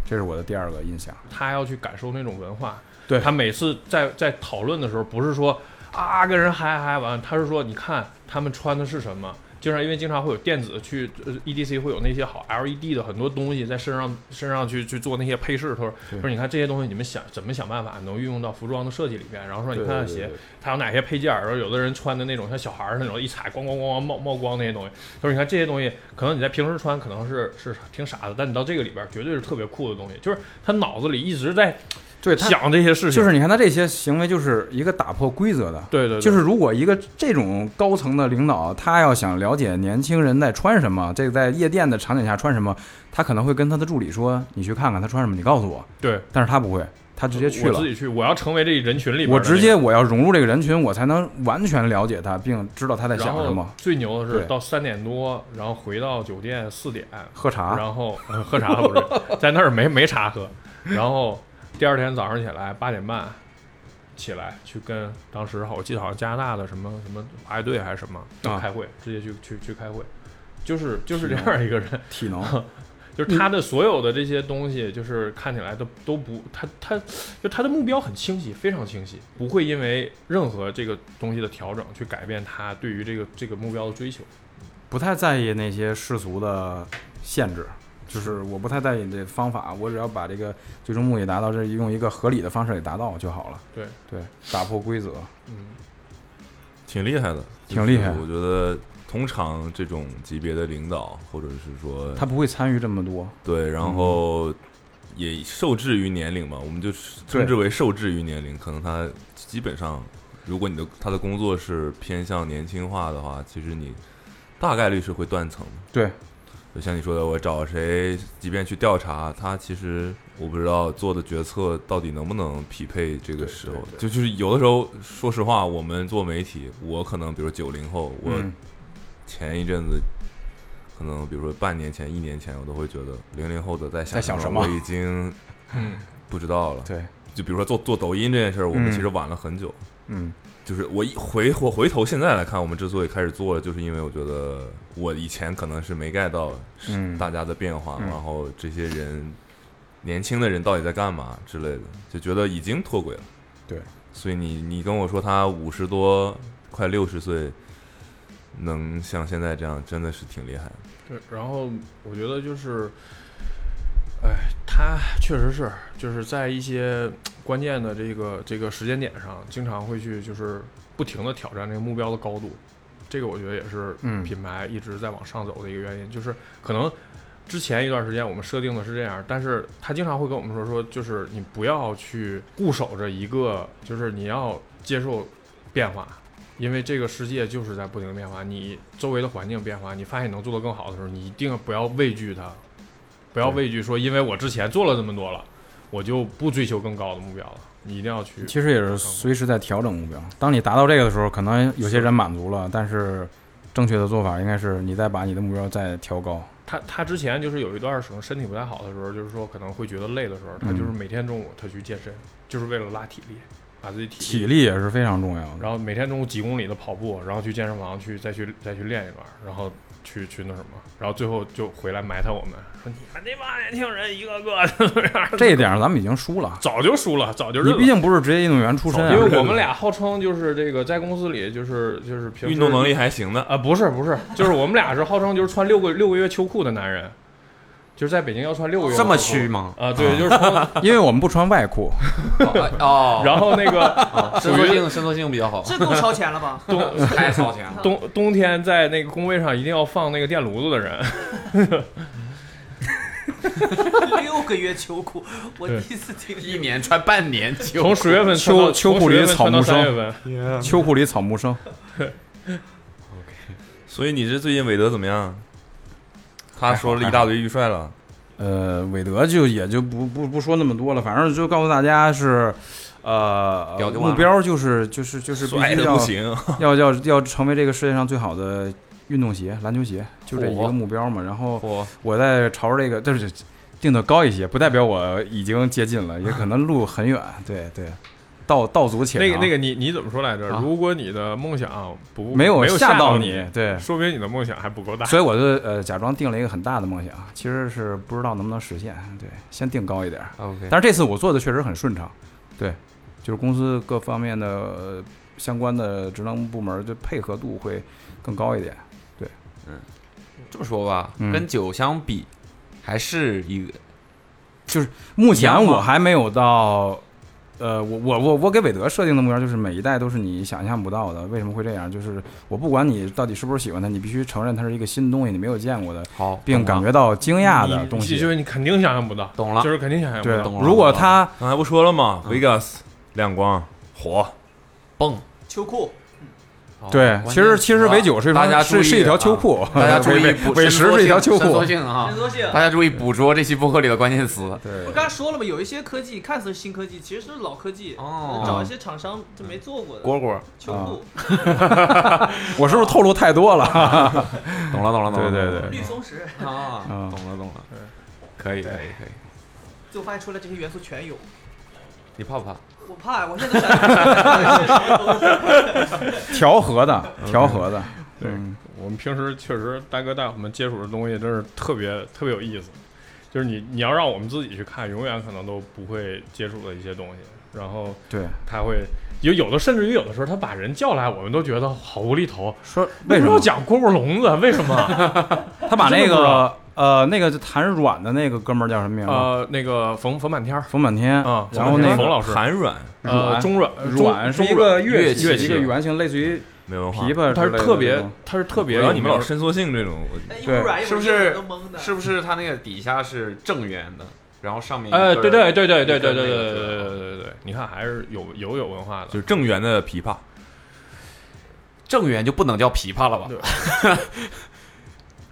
Speaker 2: 这是我的第二个印象。
Speaker 4: 他要去感受那种文化。
Speaker 2: 对
Speaker 4: 他每次在在讨论的时候，不是说啊跟人嗨嗨完，他是说你看他们穿的是什么。经常因为经常会有电子去呃 EDC 会有那些好 LED 的很多东西在身上身上去去做那些配饰，他说
Speaker 2: 对
Speaker 4: 说你看这些东西你们想怎么想办法能运用到服装的设计里面，然后说你
Speaker 2: 对
Speaker 4: 看看
Speaker 2: 对
Speaker 4: 鞋
Speaker 2: 对对
Speaker 4: 它有哪些配件儿，然后有的人穿的那种像小孩儿那种一踩咣咣咣咣冒冒光那些东西，他说你看这些东西可能你在平时穿可能是是挺傻的，但你到这个里边儿绝对是特别酷的东西，就是他脑子里一直在
Speaker 2: 对他
Speaker 4: 想这些事情，
Speaker 2: 就是你看他这些行为，就是一个打破规则的。
Speaker 4: 对对，对
Speaker 2: 就是如果一个这种高层的领导，他要想了解年轻人在穿什么，这个在夜店的场景下穿什么，他可能会跟他的助理说：“你去看看他穿什么，你告诉我。
Speaker 4: 对”
Speaker 2: 但是他不会，他直接去
Speaker 4: 我
Speaker 2: 了
Speaker 4: 自。己去，我要成为这人群里边，
Speaker 2: 我直接。我要融入这个人群，我才能完全了解他，并知道他在
Speaker 4: 然
Speaker 2: 想什
Speaker 4: 后
Speaker 2: 么。
Speaker 4: 最牛的是
Speaker 2: 对
Speaker 4: 到三点多，然后回到酒店四点，
Speaker 2: 喝茶，
Speaker 4: 然后、呃喝茶了不是，在那儿没没茶喝，然后第二天早上起来八点半起来去跟当时好我记得好像加拿大的什么什么华乐队还是什么
Speaker 2: 啊
Speaker 4: 开会，直接去去去开会，就是就是这样一个人，
Speaker 2: 体能。
Speaker 4: 就是他的所有的这些东西，就是看起来都都不，他他就他的目标很清晰，非常清晰，不会因为任何这个东西的调整去改变他对于这个这个目标的追求。
Speaker 2: 不太在意那些世俗的限制，就是我不太在意这方法，我只要把这个最终目的达到，这用一个合理的方式给达到就好了。
Speaker 4: 对
Speaker 2: 对，打破规则，
Speaker 7: 挺厉害的，
Speaker 2: 挺厉害
Speaker 7: 就是我觉得通常这种级别的领导，或者是说
Speaker 2: 他不会参与这么多。
Speaker 7: 对，然后也受制于年龄嘛，我们就
Speaker 2: 对
Speaker 7: 称之为受制于年龄。可能他基本上，如果你的他的工作是偏向年轻化的话，其实你大概率是会断层的。
Speaker 2: 对，
Speaker 7: 就像你说的，我找谁，即便去调查，他其实我不知道做的决策到底能不能匹配这个时候。就就是有的时候，说实话，我们做媒体，我可能比如九零后，我
Speaker 2: 嗯
Speaker 7: 前一阵子，可能比如说半年前、一年前，我都会觉得零零后的在
Speaker 2: 在想
Speaker 7: 想什
Speaker 2: 什么
Speaker 7: 我已 经不知道了。
Speaker 2: 对，
Speaker 7: 就比如说做做抖音这件事儿，我们
Speaker 2: 嗯
Speaker 7: 其实晚了很久。
Speaker 2: 嗯，
Speaker 7: 就是我一回我回头现在来看，我们之所以开始做了，就是因为我觉得我以前可能是没 get 到
Speaker 2: 嗯
Speaker 7: 大家的变化，
Speaker 2: 嗯
Speaker 7: 然后这些人年轻的人到底在干嘛之类的，就觉得已经脱轨了。
Speaker 2: 对，
Speaker 7: 所以你你跟我说他五十多快六十岁，能像现在这样，真的是挺厉害的。
Speaker 4: 对，然后我觉得就是，哎，他确实是就是在一些关键的这个这个时间点上，经常会去就是不停的挑战这个目标的高度，这个我觉得也是
Speaker 2: 嗯
Speaker 4: 品牌一直在往上走的一个原因，就是可能。之前一段时间我们设定的是这样，但是他经常会跟我们说说，就是你不要去固守着一个，就是你要接受变化，因为这个世界就是在不停的变化，你周围的环境变化，你发现你能做得更好的时候，你一定不要畏惧它，不要畏惧说，因为我之前做了这么多了，我就不追求更高的目标了，你一定要去。
Speaker 2: 其实也是随时在调整目标。当你达到这个的时候，可能有些人满足了，但是正确的做法应该是你再把你的目标再调高。
Speaker 4: 他他之前就是有一段什么身体不太好的时候，就是说可能会觉得累的时候，他
Speaker 2: 嗯
Speaker 4: 就是每天中午他去健身，就是为了拉体力，把自己体力
Speaker 2: 体力也是非常重要的。
Speaker 4: 然后每天中午几公里的跑步，然后去健身房去再去再去练一段，然后去去那什么，然后最后就回来埋汰我们，说你们这帮年轻人一个个 的
Speaker 2: 这一点上咱们已经输了。
Speaker 4: 早就输了，早就认
Speaker 2: 你
Speaker 4: 了。
Speaker 2: 毕竟不是职业运动员出身啊，
Speaker 4: 因为我们俩号称就是这个在公司里就是就是平时
Speaker 7: 运动能力还行的，
Speaker 4: 啊、不是不 是，就是我们俩是号称就是穿六个六个月秋裤的男人，就是在北京要穿六个月
Speaker 15: 这么
Speaker 4: 秋裤
Speaker 15: 虚吗？
Speaker 4: 啊、对，就是从
Speaker 2: 因为我们不穿外裤。
Speaker 15: 哦，
Speaker 4: 然后那个
Speaker 15: 后伸缩性伸缩性比 较好，
Speaker 13: 这够超前了吧？
Speaker 4: 冬
Speaker 15: 太超前了。
Speaker 4: 冬冬天在那个工位上一定要放那个电炉子的人，
Speaker 13: 六个月秋裤，我第
Speaker 4: 对
Speaker 13: 一次听。
Speaker 15: 一年穿半年就
Speaker 4: 从十月份穿
Speaker 2: 秋
Speaker 4: 到
Speaker 2: 秋
Speaker 4: 从
Speaker 2: 裤
Speaker 4: 10
Speaker 2: 里
Speaker 4: 月份穿到
Speaker 2: 草木
Speaker 4: 三
Speaker 2: 生
Speaker 4: 月份，
Speaker 2: 秋裤里草木生，
Speaker 7: 所以你这最近韦德怎么样？他说了一大堆预帅了，
Speaker 2: 呃，韦德就也就不不不说那么多了，反正就告诉大家是，呃
Speaker 15: 屌，就完了
Speaker 2: 目标就是就是就是必
Speaker 7: 帅
Speaker 2: 须
Speaker 7: 的不
Speaker 2: 要
Speaker 7: 行。
Speaker 2: 要要要成为这个世界上最好的运动鞋，篮球鞋，就这一
Speaker 7: 嚯
Speaker 2: 个目标嘛。然后
Speaker 7: 嚯
Speaker 2: 我在朝着这个，但是定的高一些，不代表我已经接近了，也可能路很 远。对对，道道阻且
Speaker 4: 那个
Speaker 2: 长
Speaker 4: 那个你你怎么说来着？
Speaker 15: 啊
Speaker 4: 如果你的梦想不
Speaker 2: 没有
Speaker 4: 没有吓
Speaker 2: 到
Speaker 4: 你，
Speaker 2: 对。
Speaker 4: 说明你的梦想还不够大。
Speaker 2: 所以我就呃假装定了一个很大的梦想，其实是不知道能不能实现。对，先定高一点儿。
Speaker 15: OK，
Speaker 2: 但是这次我做的确实很顺畅，对，就是公司各方面的呃相关的职能部门的配合度会更高一点。
Speaker 15: 这么说吧，
Speaker 2: 嗯
Speaker 15: 跟酒相比，还是一个
Speaker 2: 目
Speaker 15: 一
Speaker 2: 前
Speaker 15: 样吗
Speaker 2: 我还没有到，呃，我我我我给韦德设定的目标就是每一代都是你想象不到的。为什么会这样？就是我不管你到底是不是喜欢它，你必须承认它是一个新东西，你没有见过的，
Speaker 15: 好，
Speaker 2: 并感觉到惊讶的东
Speaker 4: 就
Speaker 2: 西。
Speaker 4: 是你肯定想象不到，
Speaker 15: 懂了
Speaker 4: 就。是肯定想象不
Speaker 2: 对
Speaker 4: 到。，
Speaker 15: 懂了
Speaker 2: 如果它
Speaker 7: 刚才不说了吗？Vegas 亮光火，
Speaker 15: 蹦。
Speaker 13: 秋裤，
Speaker 15: 哦
Speaker 2: 对，其实其实
Speaker 15: 关键啊
Speaker 2: 伪酒是一
Speaker 15: 大
Speaker 2: 方
Speaker 15: 家注
Speaker 2: 是
Speaker 15: 意
Speaker 2: 是一条秋裤，
Speaker 15: 啊 大家注意
Speaker 2: 伪
Speaker 15: 捕
Speaker 2: 伪
Speaker 15: 伸
Speaker 2: 实
Speaker 15: 缩
Speaker 2: 是一条
Speaker 15: 性
Speaker 2: 秋
Speaker 15: 伸
Speaker 2: 裤
Speaker 15: 缩。性啊
Speaker 13: 伸！ 缩性。
Speaker 15: 大家注意捕捉这期播客里的关键词。
Speaker 13: 我
Speaker 2: 对，
Speaker 13: 刚才说了嘛，有一些科技看似是新科技，其实是老科技，
Speaker 15: 哦啊
Speaker 13: 找一些厂商就没做过的
Speaker 15: 蝈蝈，
Speaker 13: 秋裤，
Speaker 2: 我是不是透露太多了？
Speaker 15: 懂了懂了懂了。
Speaker 2: 对对对
Speaker 13: 绿松石，
Speaker 15: 对，啊，
Speaker 2: 嗯
Speaker 15: 懂了懂了。可以可以可以。
Speaker 13: 最后发现出来这些元素全有。
Speaker 15: 你怕不怕？
Speaker 13: 我怕，我现在都 想是
Speaker 2: 调和的，调和的，
Speaker 4: 对
Speaker 2: 嗯
Speaker 4: 我们平时确实大哥带我们接触的东西真是特别特别有意思，就是你你要让我们自己去看，永远可能都不会接触的一些东西。然后
Speaker 2: 对。
Speaker 4: 他会有有的甚至于有的时候他把人叫来，我们都觉得好无厘头。
Speaker 2: 说为
Speaker 4: 为
Speaker 2: 什
Speaker 4: 什么要
Speaker 2: 么
Speaker 4: 讲蝈蝈笼子？为什么？
Speaker 2: 他把那
Speaker 4: 真的不知道
Speaker 2: 个呃那个弹软的那个哥们儿叫什么名字？
Speaker 4: 呃，那个冯冯满天儿，
Speaker 2: 冯满天
Speaker 15: 嗯
Speaker 4: 啊
Speaker 2: 然后那个
Speaker 4: 冯老师
Speaker 7: 韩软
Speaker 4: 呃，
Speaker 2: 阮
Speaker 4: 中阮
Speaker 2: 阮是
Speaker 4: 中
Speaker 2: 一个
Speaker 3: 乐
Speaker 2: 器，
Speaker 3: 器
Speaker 2: 一个圆形，类似于
Speaker 7: 没文化
Speaker 2: 琵，琶之类的那种，
Speaker 4: 他是特别，他是特别
Speaker 7: 我
Speaker 4: 有
Speaker 7: 让
Speaker 4: 名儿。
Speaker 7: 你们老伸缩性这种，我
Speaker 13: 哎一会
Speaker 2: 对
Speaker 13: 儿软一
Speaker 15: 是
Speaker 13: 会
Speaker 15: 不
Speaker 13: 儿
Speaker 15: 是
Speaker 13: 硬都蒙的，
Speaker 15: 是不是它那个底下是正圆的，然后上面
Speaker 2: 呃
Speaker 4: 哎，对对对对对对对对对对对
Speaker 15: 对，
Speaker 4: 对对，你看还是有有有文化的
Speaker 7: 就。是正圆的琵琶，
Speaker 15: 正圆就不能叫琵琶了吧？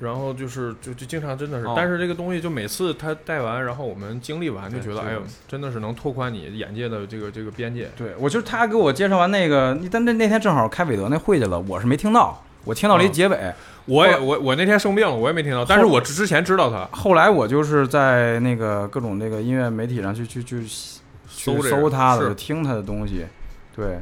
Speaker 4: 然后就是就就经常真的是
Speaker 15: 哦，
Speaker 4: 但是这个东西就每次他带完，然后我们经历完就
Speaker 15: 对
Speaker 4: 觉得，
Speaker 15: 这个
Speaker 4: 哎呦，真的是能拓宽你眼界的这个这个边界。
Speaker 2: 对我就是他给我介绍完那个，但那那天正好开韦德那会去了，我是没听到，我听到了一
Speaker 4: 嗯
Speaker 2: 结尾。
Speaker 4: 我也我我那天生病了，我也没听到，但是我之前知道他，
Speaker 2: 后来我就是在那个各种那个音乐媒体上去去去去
Speaker 4: 搜这个
Speaker 2: 搜他的，
Speaker 4: 是
Speaker 2: 就听他的东西，对。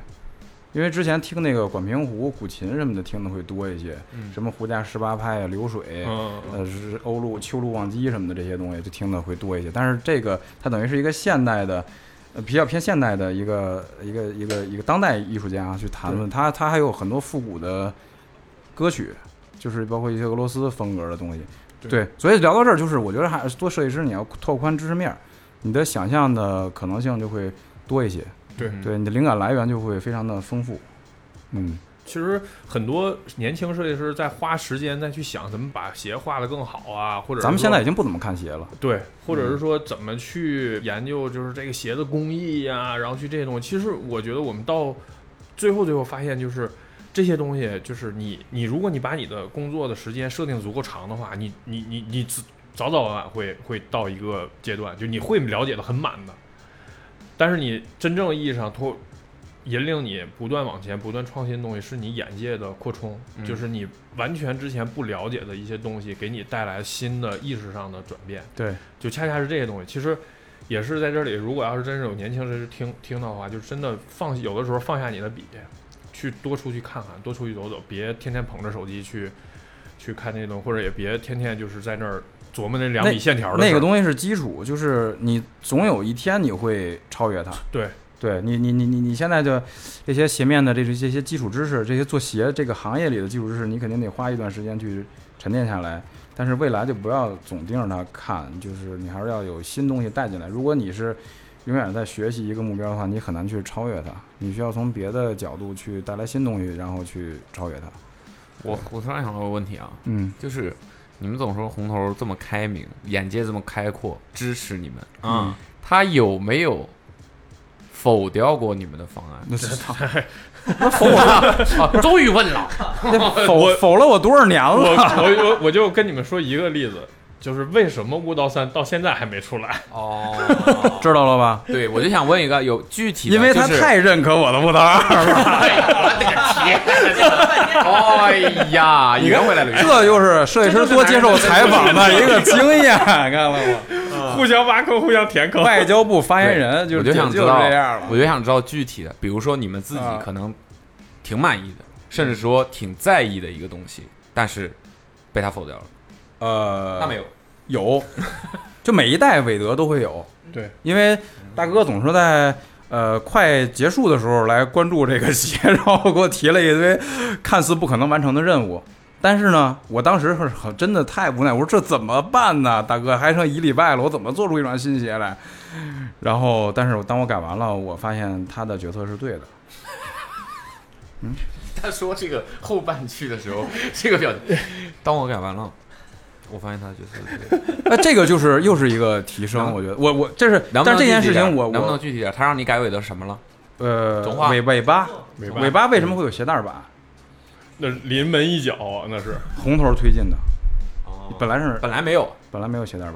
Speaker 2: 因为之前听那个管平湖、古琴什么的听的会多一些，什么胡家十八拍啊、流水，
Speaker 4: 嗯，
Speaker 2: 呃，是欧陆、秋陆望基什么的这些东西，就听的会多一些。但是这个它等于是一个现代的，呃，比较偏现代的一个一个一个一个当代艺术家去谈论他，他还有很多复古的歌曲，就是包括一些俄罗斯风格的东西。对，所以聊到这儿，就是我觉得还是做设计师，你要拓宽知识面儿，你的想象的可能性就会多一些，
Speaker 4: 对
Speaker 2: 对，你的灵感来源就会非常的丰富。嗯，
Speaker 4: 其实很多年轻设计师在花时间再去想怎么把鞋画得更好啊，或者是
Speaker 2: 咱们
Speaker 4: 说
Speaker 2: 现在已经不怎么看鞋了，
Speaker 4: 对，或者是说怎么去研究就是这个鞋的工艺呀、然后去这些东西。其实我觉得我们到最后最后发现就是。这些东西就是你，你如果你把你的工作的时间设定足够长的话，你你你你自早早晚晚会会到一个阶段，就你会了解的很满的。但是你真正意义上脱引领你不断往前、不断创新的东西，是你眼界的扩充，就是你完全之前不了解的一些东西，给你带来新的意识上的转变。
Speaker 2: 对，
Speaker 4: 就恰恰是这些东西，其实也是在这里。如果要是真是有年轻人听听到的话，就真的放有的时候放下你的笔，去多出去看看，多出去走走，别天天捧着手机去去看那种，或者也别天天就是在那儿琢磨那两米线条的事儿
Speaker 2: 那个东西是基础，就是你总有一天你会超越它。
Speaker 4: 对，
Speaker 2: 对你你你你你现在的这些鞋面的这这这些基础知识，这些做鞋这个行业里的基础知识，你肯定得花一段时间去沉淀下来。但是未来就不要总盯着它看，就是你还是要有新东西带进来。如果你是永远在学习一个目标的话，你很难去超越它。你需要从别的角度去带来新东西，然后去超越它。
Speaker 3: 我我突然想到个问题啊，
Speaker 2: 嗯，
Speaker 3: 就是你们总说红头这么开明，眼界这么开阔，支持你们，
Speaker 2: 啊
Speaker 4: 啊
Speaker 15: 嗯，
Speaker 3: 他有没有否掉过你们的方 案？
Speaker 2: 那是
Speaker 3: 啊， 终于问了，
Speaker 2: 那否否了我多少年
Speaker 4: 我
Speaker 2: 了？
Speaker 4: 我我我就跟你们说一个例子，就是为什么悟道三到现在还没出来？
Speaker 3: 哦，
Speaker 2: 知道了吧？
Speaker 3: 对，我就想问一个有具体的，
Speaker 2: 因为他
Speaker 3: 就是
Speaker 2: 太认可我的木头二了。
Speaker 3: 哎 呀，圆回来了，圆
Speaker 2: 这就是设计师多接受采访的一个经 验，看到吗？
Speaker 4: 互相挖坑，互相填坑。
Speaker 2: 外交部发言人就
Speaker 3: 我
Speaker 2: 是
Speaker 3: 就想知
Speaker 2: 是
Speaker 3: 道
Speaker 2: 这样，了。
Speaker 3: 我就想知道具体的，比如说你们自己
Speaker 2: 啊
Speaker 3: 可能挺满意的，甚至说挺在意的一个东西，但是被他否掉了，
Speaker 15: 啊
Speaker 2: 呃，
Speaker 3: 那没有，
Speaker 2: 有，就每一代韦德都会有。
Speaker 4: 对，
Speaker 2: 因为大哥总是在呃快结束的时候来关注这个鞋， 然后给我提了一堆看似不可能完成的任务。但是呢，我当时是很真的太无奈，我说这怎么办呢？大哥还剩一礼拜了，我怎么做出一双新鞋来？然后，但是我当我改完了，我发现他的决策是对的。
Speaker 15: 他说这个后半句的时 候，这个表情，
Speaker 3: 当我改完了，我发现他就是对的。
Speaker 2: 那这个就是又是一个提升，
Speaker 3: 能
Speaker 2: 我觉得，我我这是，
Speaker 3: 能
Speaker 2: 但
Speaker 3: 不能
Speaker 2: 是这件
Speaker 3: 具
Speaker 2: 事
Speaker 3: 体点
Speaker 2: 情我
Speaker 3: 能不能
Speaker 2: 我
Speaker 3: 具体点？他让你改尾的什么了？
Speaker 2: 呃
Speaker 3: 总话
Speaker 2: 尾尾巴
Speaker 4: 尾巴
Speaker 2: 尾巴为什
Speaker 3: 嗯
Speaker 2: 么会有鞋带版？
Speaker 4: 那临门一脚啊，那是
Speaker 2: 红头推进的，本来是
Speaker 3: 本来没有，
Speaker 2: 本来没有鞋带版，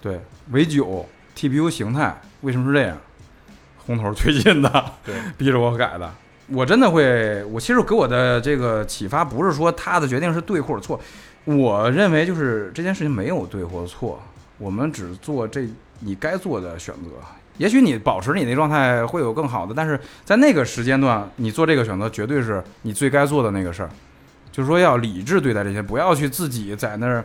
Speaker 2: 对尾九 TPU 形态为什么是这样？红头推进的，
Speaker 4: 对，
Speaker 2: 逼着我改的。我真的会，我其实给我的这个启发不是说他的决定是对或者错，我认为就是这件事情没有对或错，我们只做这你该做的选择。也许你保持你那状态会有更好的，但是在那个时间段，你做这个选择绝对是你最该做的那个事儿。就是说要理智对待这些，不要去自己在那儿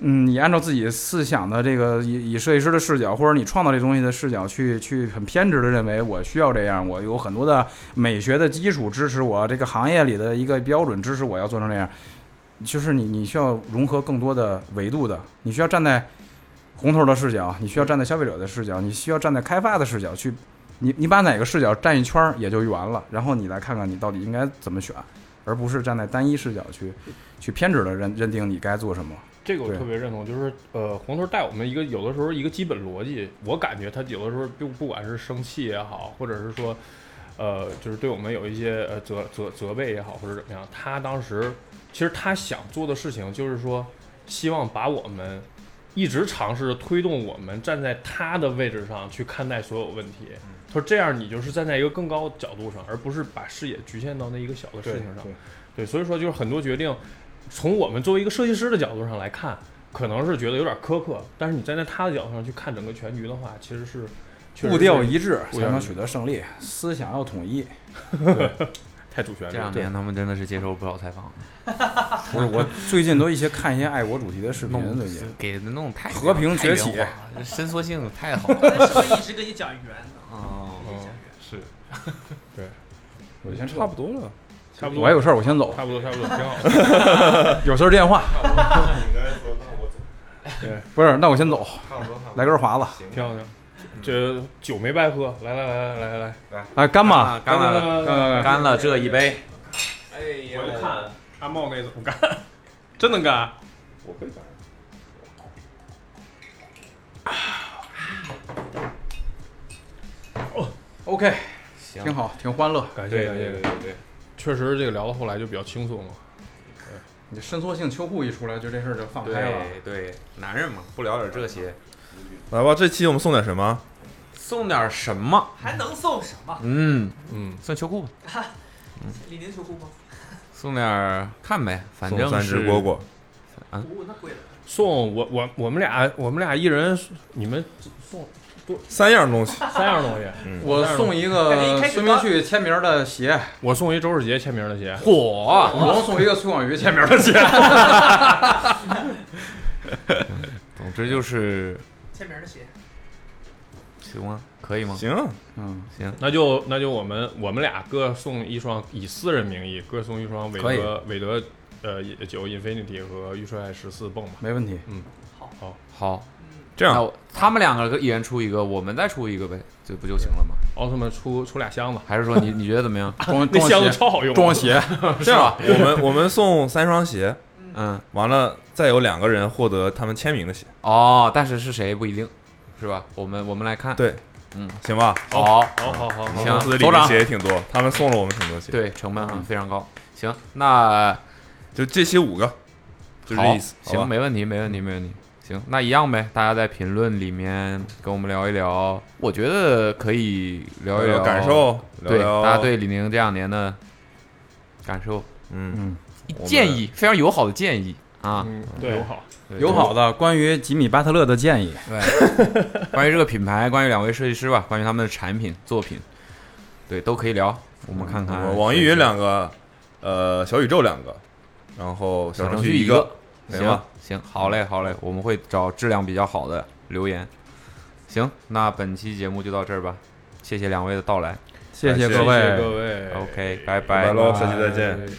Speaker 2: 嗯，你按照自己思想的这个以以设计师的视角，或者你创造这东西的视角去去很偏执的认为我需要这样，我有很多的美学的基础支持我，这个行业里的一个标准支持我要做成这样，就是你你需要融合更多的维度的，你需要站在红头的视角，你需要站在消费者的视角，你需要站在开发的视角去，你你把哪个视角站一圈儿也就圆了，然后你来看看你到底应该怎么选，而不是站在单一视角去去偏执的认认定你该做什么。
Speaker 4: 这个我
Speaker 2: 对
Speaker 4: 特别认同，就是呃，红头带我们一个有的时候一个基本逻辑，我感觉他有的时候就不管是生气也好，或者是说，呃，就是对我们有一些呃责责责备也好，或者怎么样，他当时其实他想做的事情就是说，希望把我们一直尝试着推动我们站在他的位置上去看待所有问题。他说这样你就是站在一个更高的角度上，而不是把视野局限到那一个小的事情上。对，所以说就是很多决定，从我们作为一个设计师的角度上来看，可能是觉得有点苛刻，但是你站在他的角度上去看整个全局的话，其实是确实
Speaker 2: 步
Speaker 4: 是
Speaker 2: 调一致
Speaker 4: 步
Speaker 2: 才
Speaker 4: 调一
Speaker 2: 能
Speaker 4: 致
Speaker 2: 取得胜利，思想要统一。
Speaker 4: 太主旋律
Speaker 3: 这两
Speaker 4: 了。嗯
Speaker 3: 年他们真的是接受不少采访，
Speaker 2: 不是我最近都一些看一些爱国主题的视频，
Speaker 3: 弄
Speaker 2: 最近
Speaker 3: 给的弄太
Speaker 2: 和平崛起
Speaker 3: 太圆滑了伸缩性太好
Speaker 13: 我
Speaker 3: 了。
Speaker 13: 在社会一直跟你讲圆的，
Speaker 3: 哦，
Speaker 13: 跟你讲圆。
Speaker 4: 是，嗯
Speaker 2: 我先撤
Speaker 7: 差不多了。
Speaker 4: 差不多。
Speaker 2: 我还有事儿，我先走，
Speaker 4: 差不多，差不多，挺好。
Speaker 2: 有事儿电话。
Speaker 7: 应该说，那我
Speaker 2: 不是，那我先走，
Speaker 7: 差不多，差不多。
Speaker 2: 来根华子，
Speaker 4: 挺好，挺好。这酒没白喝，来来来来来来，
Speaker 2: 哎，干妈，
Speaker 3: 干嗯了，
Speaker 4: 来来来
Speaker 3: 干了这一杯。
Speaker 4: 我就看阿茂那怎么干，真能干。
Speaker 7: 我可以打。
Speaker 2: ，OK，挺好，挺欢乐。
Speaker 4: 感谢感谢感谢感谢，确实这个聊到后来就比较轻松了。嗯
Speaker 2: 你伸缩性秋裤一出来，就这事儿就放开了。
Speaker 3: 对对，男人嘛，不聊点这些，
Speaker 7: 来吧，这期我们送点什么？
Speaker 3: 送点什么？
Speaker 13: 还能送什么？
Speaker 3: 嗯，
Speaker 4: 嗯，
Speaker 3: 送秋裤吧，
Speaker 13: 李宁秋裤吗？
Speaker 3: 送点儿看呗，反
Speaker 7: 送
Speaker 3: 正
Speaker 7: 三只
Speaker 3: 是
Speaker 7: 蝈蝈。
Speaker 13: 哦，那贵了。
Speaker 4: 送我我我们俩我们俩一人你们送
Speaker 7: 三样东
Speaker 3: 啊
Speaker 7: 西，
Speaker 4: 三样东西，
Speaker 2: 我送一个孙明旭签名的鞋，
Speaker 4: 我送一周世杰签名的鞋，
Speaker 3: 火，
Speaker 2: 我送一个崔广宇签名的鞋。
Speaker 3: 总之就是
Speaker 13: 签名的鞋，
Speaker 3: 行吗？可以吗？
Speaker 7: 行，
Speaker 2: 嗯，
Speaker 4: 那就那就我们我们俩各送一双，以私人名义各送一双韦
Speaker 3: 可以
Speaker 4: 德韦德呃九 Infinity 和预帅十四泵吧。
Speaker 2: 没问题。
Speaker 3: 好，
Speaker 7: 这
Speaker 3: 那
Speaker 7: 样
Speaker 3: 我他们两个一人出一个，我们再出一个呗，这不就行了吗？
Speaker 4: 奥特曼出出俩箱子，
Speaker 3: 还是说你你觉得怎么样？
Speaker 2: 装
Speaker 4: 那箱
Speaker 2: 装
Speaker 4: 子
Speaker 2: 鞋，
Speaker 4: 超好用，啊
Speaker 2: 装鞋，
Speaker 7: 这样，我们 我们送三双鞋，
Speaker 3: 嗯，
Speaker 7: 完了再有两个人获得他们签名的鞋，
Speaker 3: 哦，但是是谁不一定，是吧？我们我们来看。
Speaker 7: 对，
Speaker 3: 嗯，
Speaker 7: 行吧？
Speaker 3: 好，
Speaker 4: 好好好好，
Speaker 3: 行
Speaker 7: 公司里
Speaker 3: 首
Speaker 7: 的
Speaker 3: 长
Speaker 7: 鞋也挺多，他们送了我们挺多鞋。，
Speaker 3: 对，成本
Speaker 7: 嗯
Speaker 3: 啊非常高。行，那
Speaker 7: 就这期五个，就这
Speaker 3: 好，
Speaker 7: 意思。好
Speaker 3: 行，
Speaker 7: 吧，
Speaker 3: 没问题，没问题，没问题。行，那一样呗，大家在评论里面跟我们聊一聊，我觉得可以聊一
Speaker 7: 聊呃感，受，聊
Speaker 3: 对
Speaker 7: 聊
Speaker 3: 大家对李宁这两年的感受、
Speaker 7: 嗯，
Speaker 2: 嗯，
Speaker 7: 我们
Speaker 3: 建议，非常友好的建议啊。
Speaker 4: 嗯，对，友好，
Speaker 3: 对
Speaker 2: 友好的关于吉米巴特勒的建议，
Speaker 3: 关于这个品牌，关于两位设计师吧，关于他们的产品作品，对，都可以聊。我们看看
Speaker 7: 我嗯网易云两个，呃，小宇宙两个，然后
Speaker 3: 小
Speaker 7: 小
Speaker 3: 程
Speaker 7: 序
Speaker 3: 序
Speaker 7: 一
Speaker 3: 一个，，
Speaker 7: 没
Speaker 3: 行
Speaker 7: 了
Speaker 3: 行，好嘞好嘞，我们会找质量比较好的留言。行，那本期节目就到这儿吧，谢谢两位的到来。
Speaker 2: 谢
Speaker 7: 谢
Speaker 2: 各
Speaker 4: 谢
Speaker 2: 位
Speaker 4: 谢。各位哎
Speaker 3: OK，拜
Speaker 7: 拜
Speaker 3: 哎拜
Speaker 7: 喽，下期再见。
Speaker 4: 拜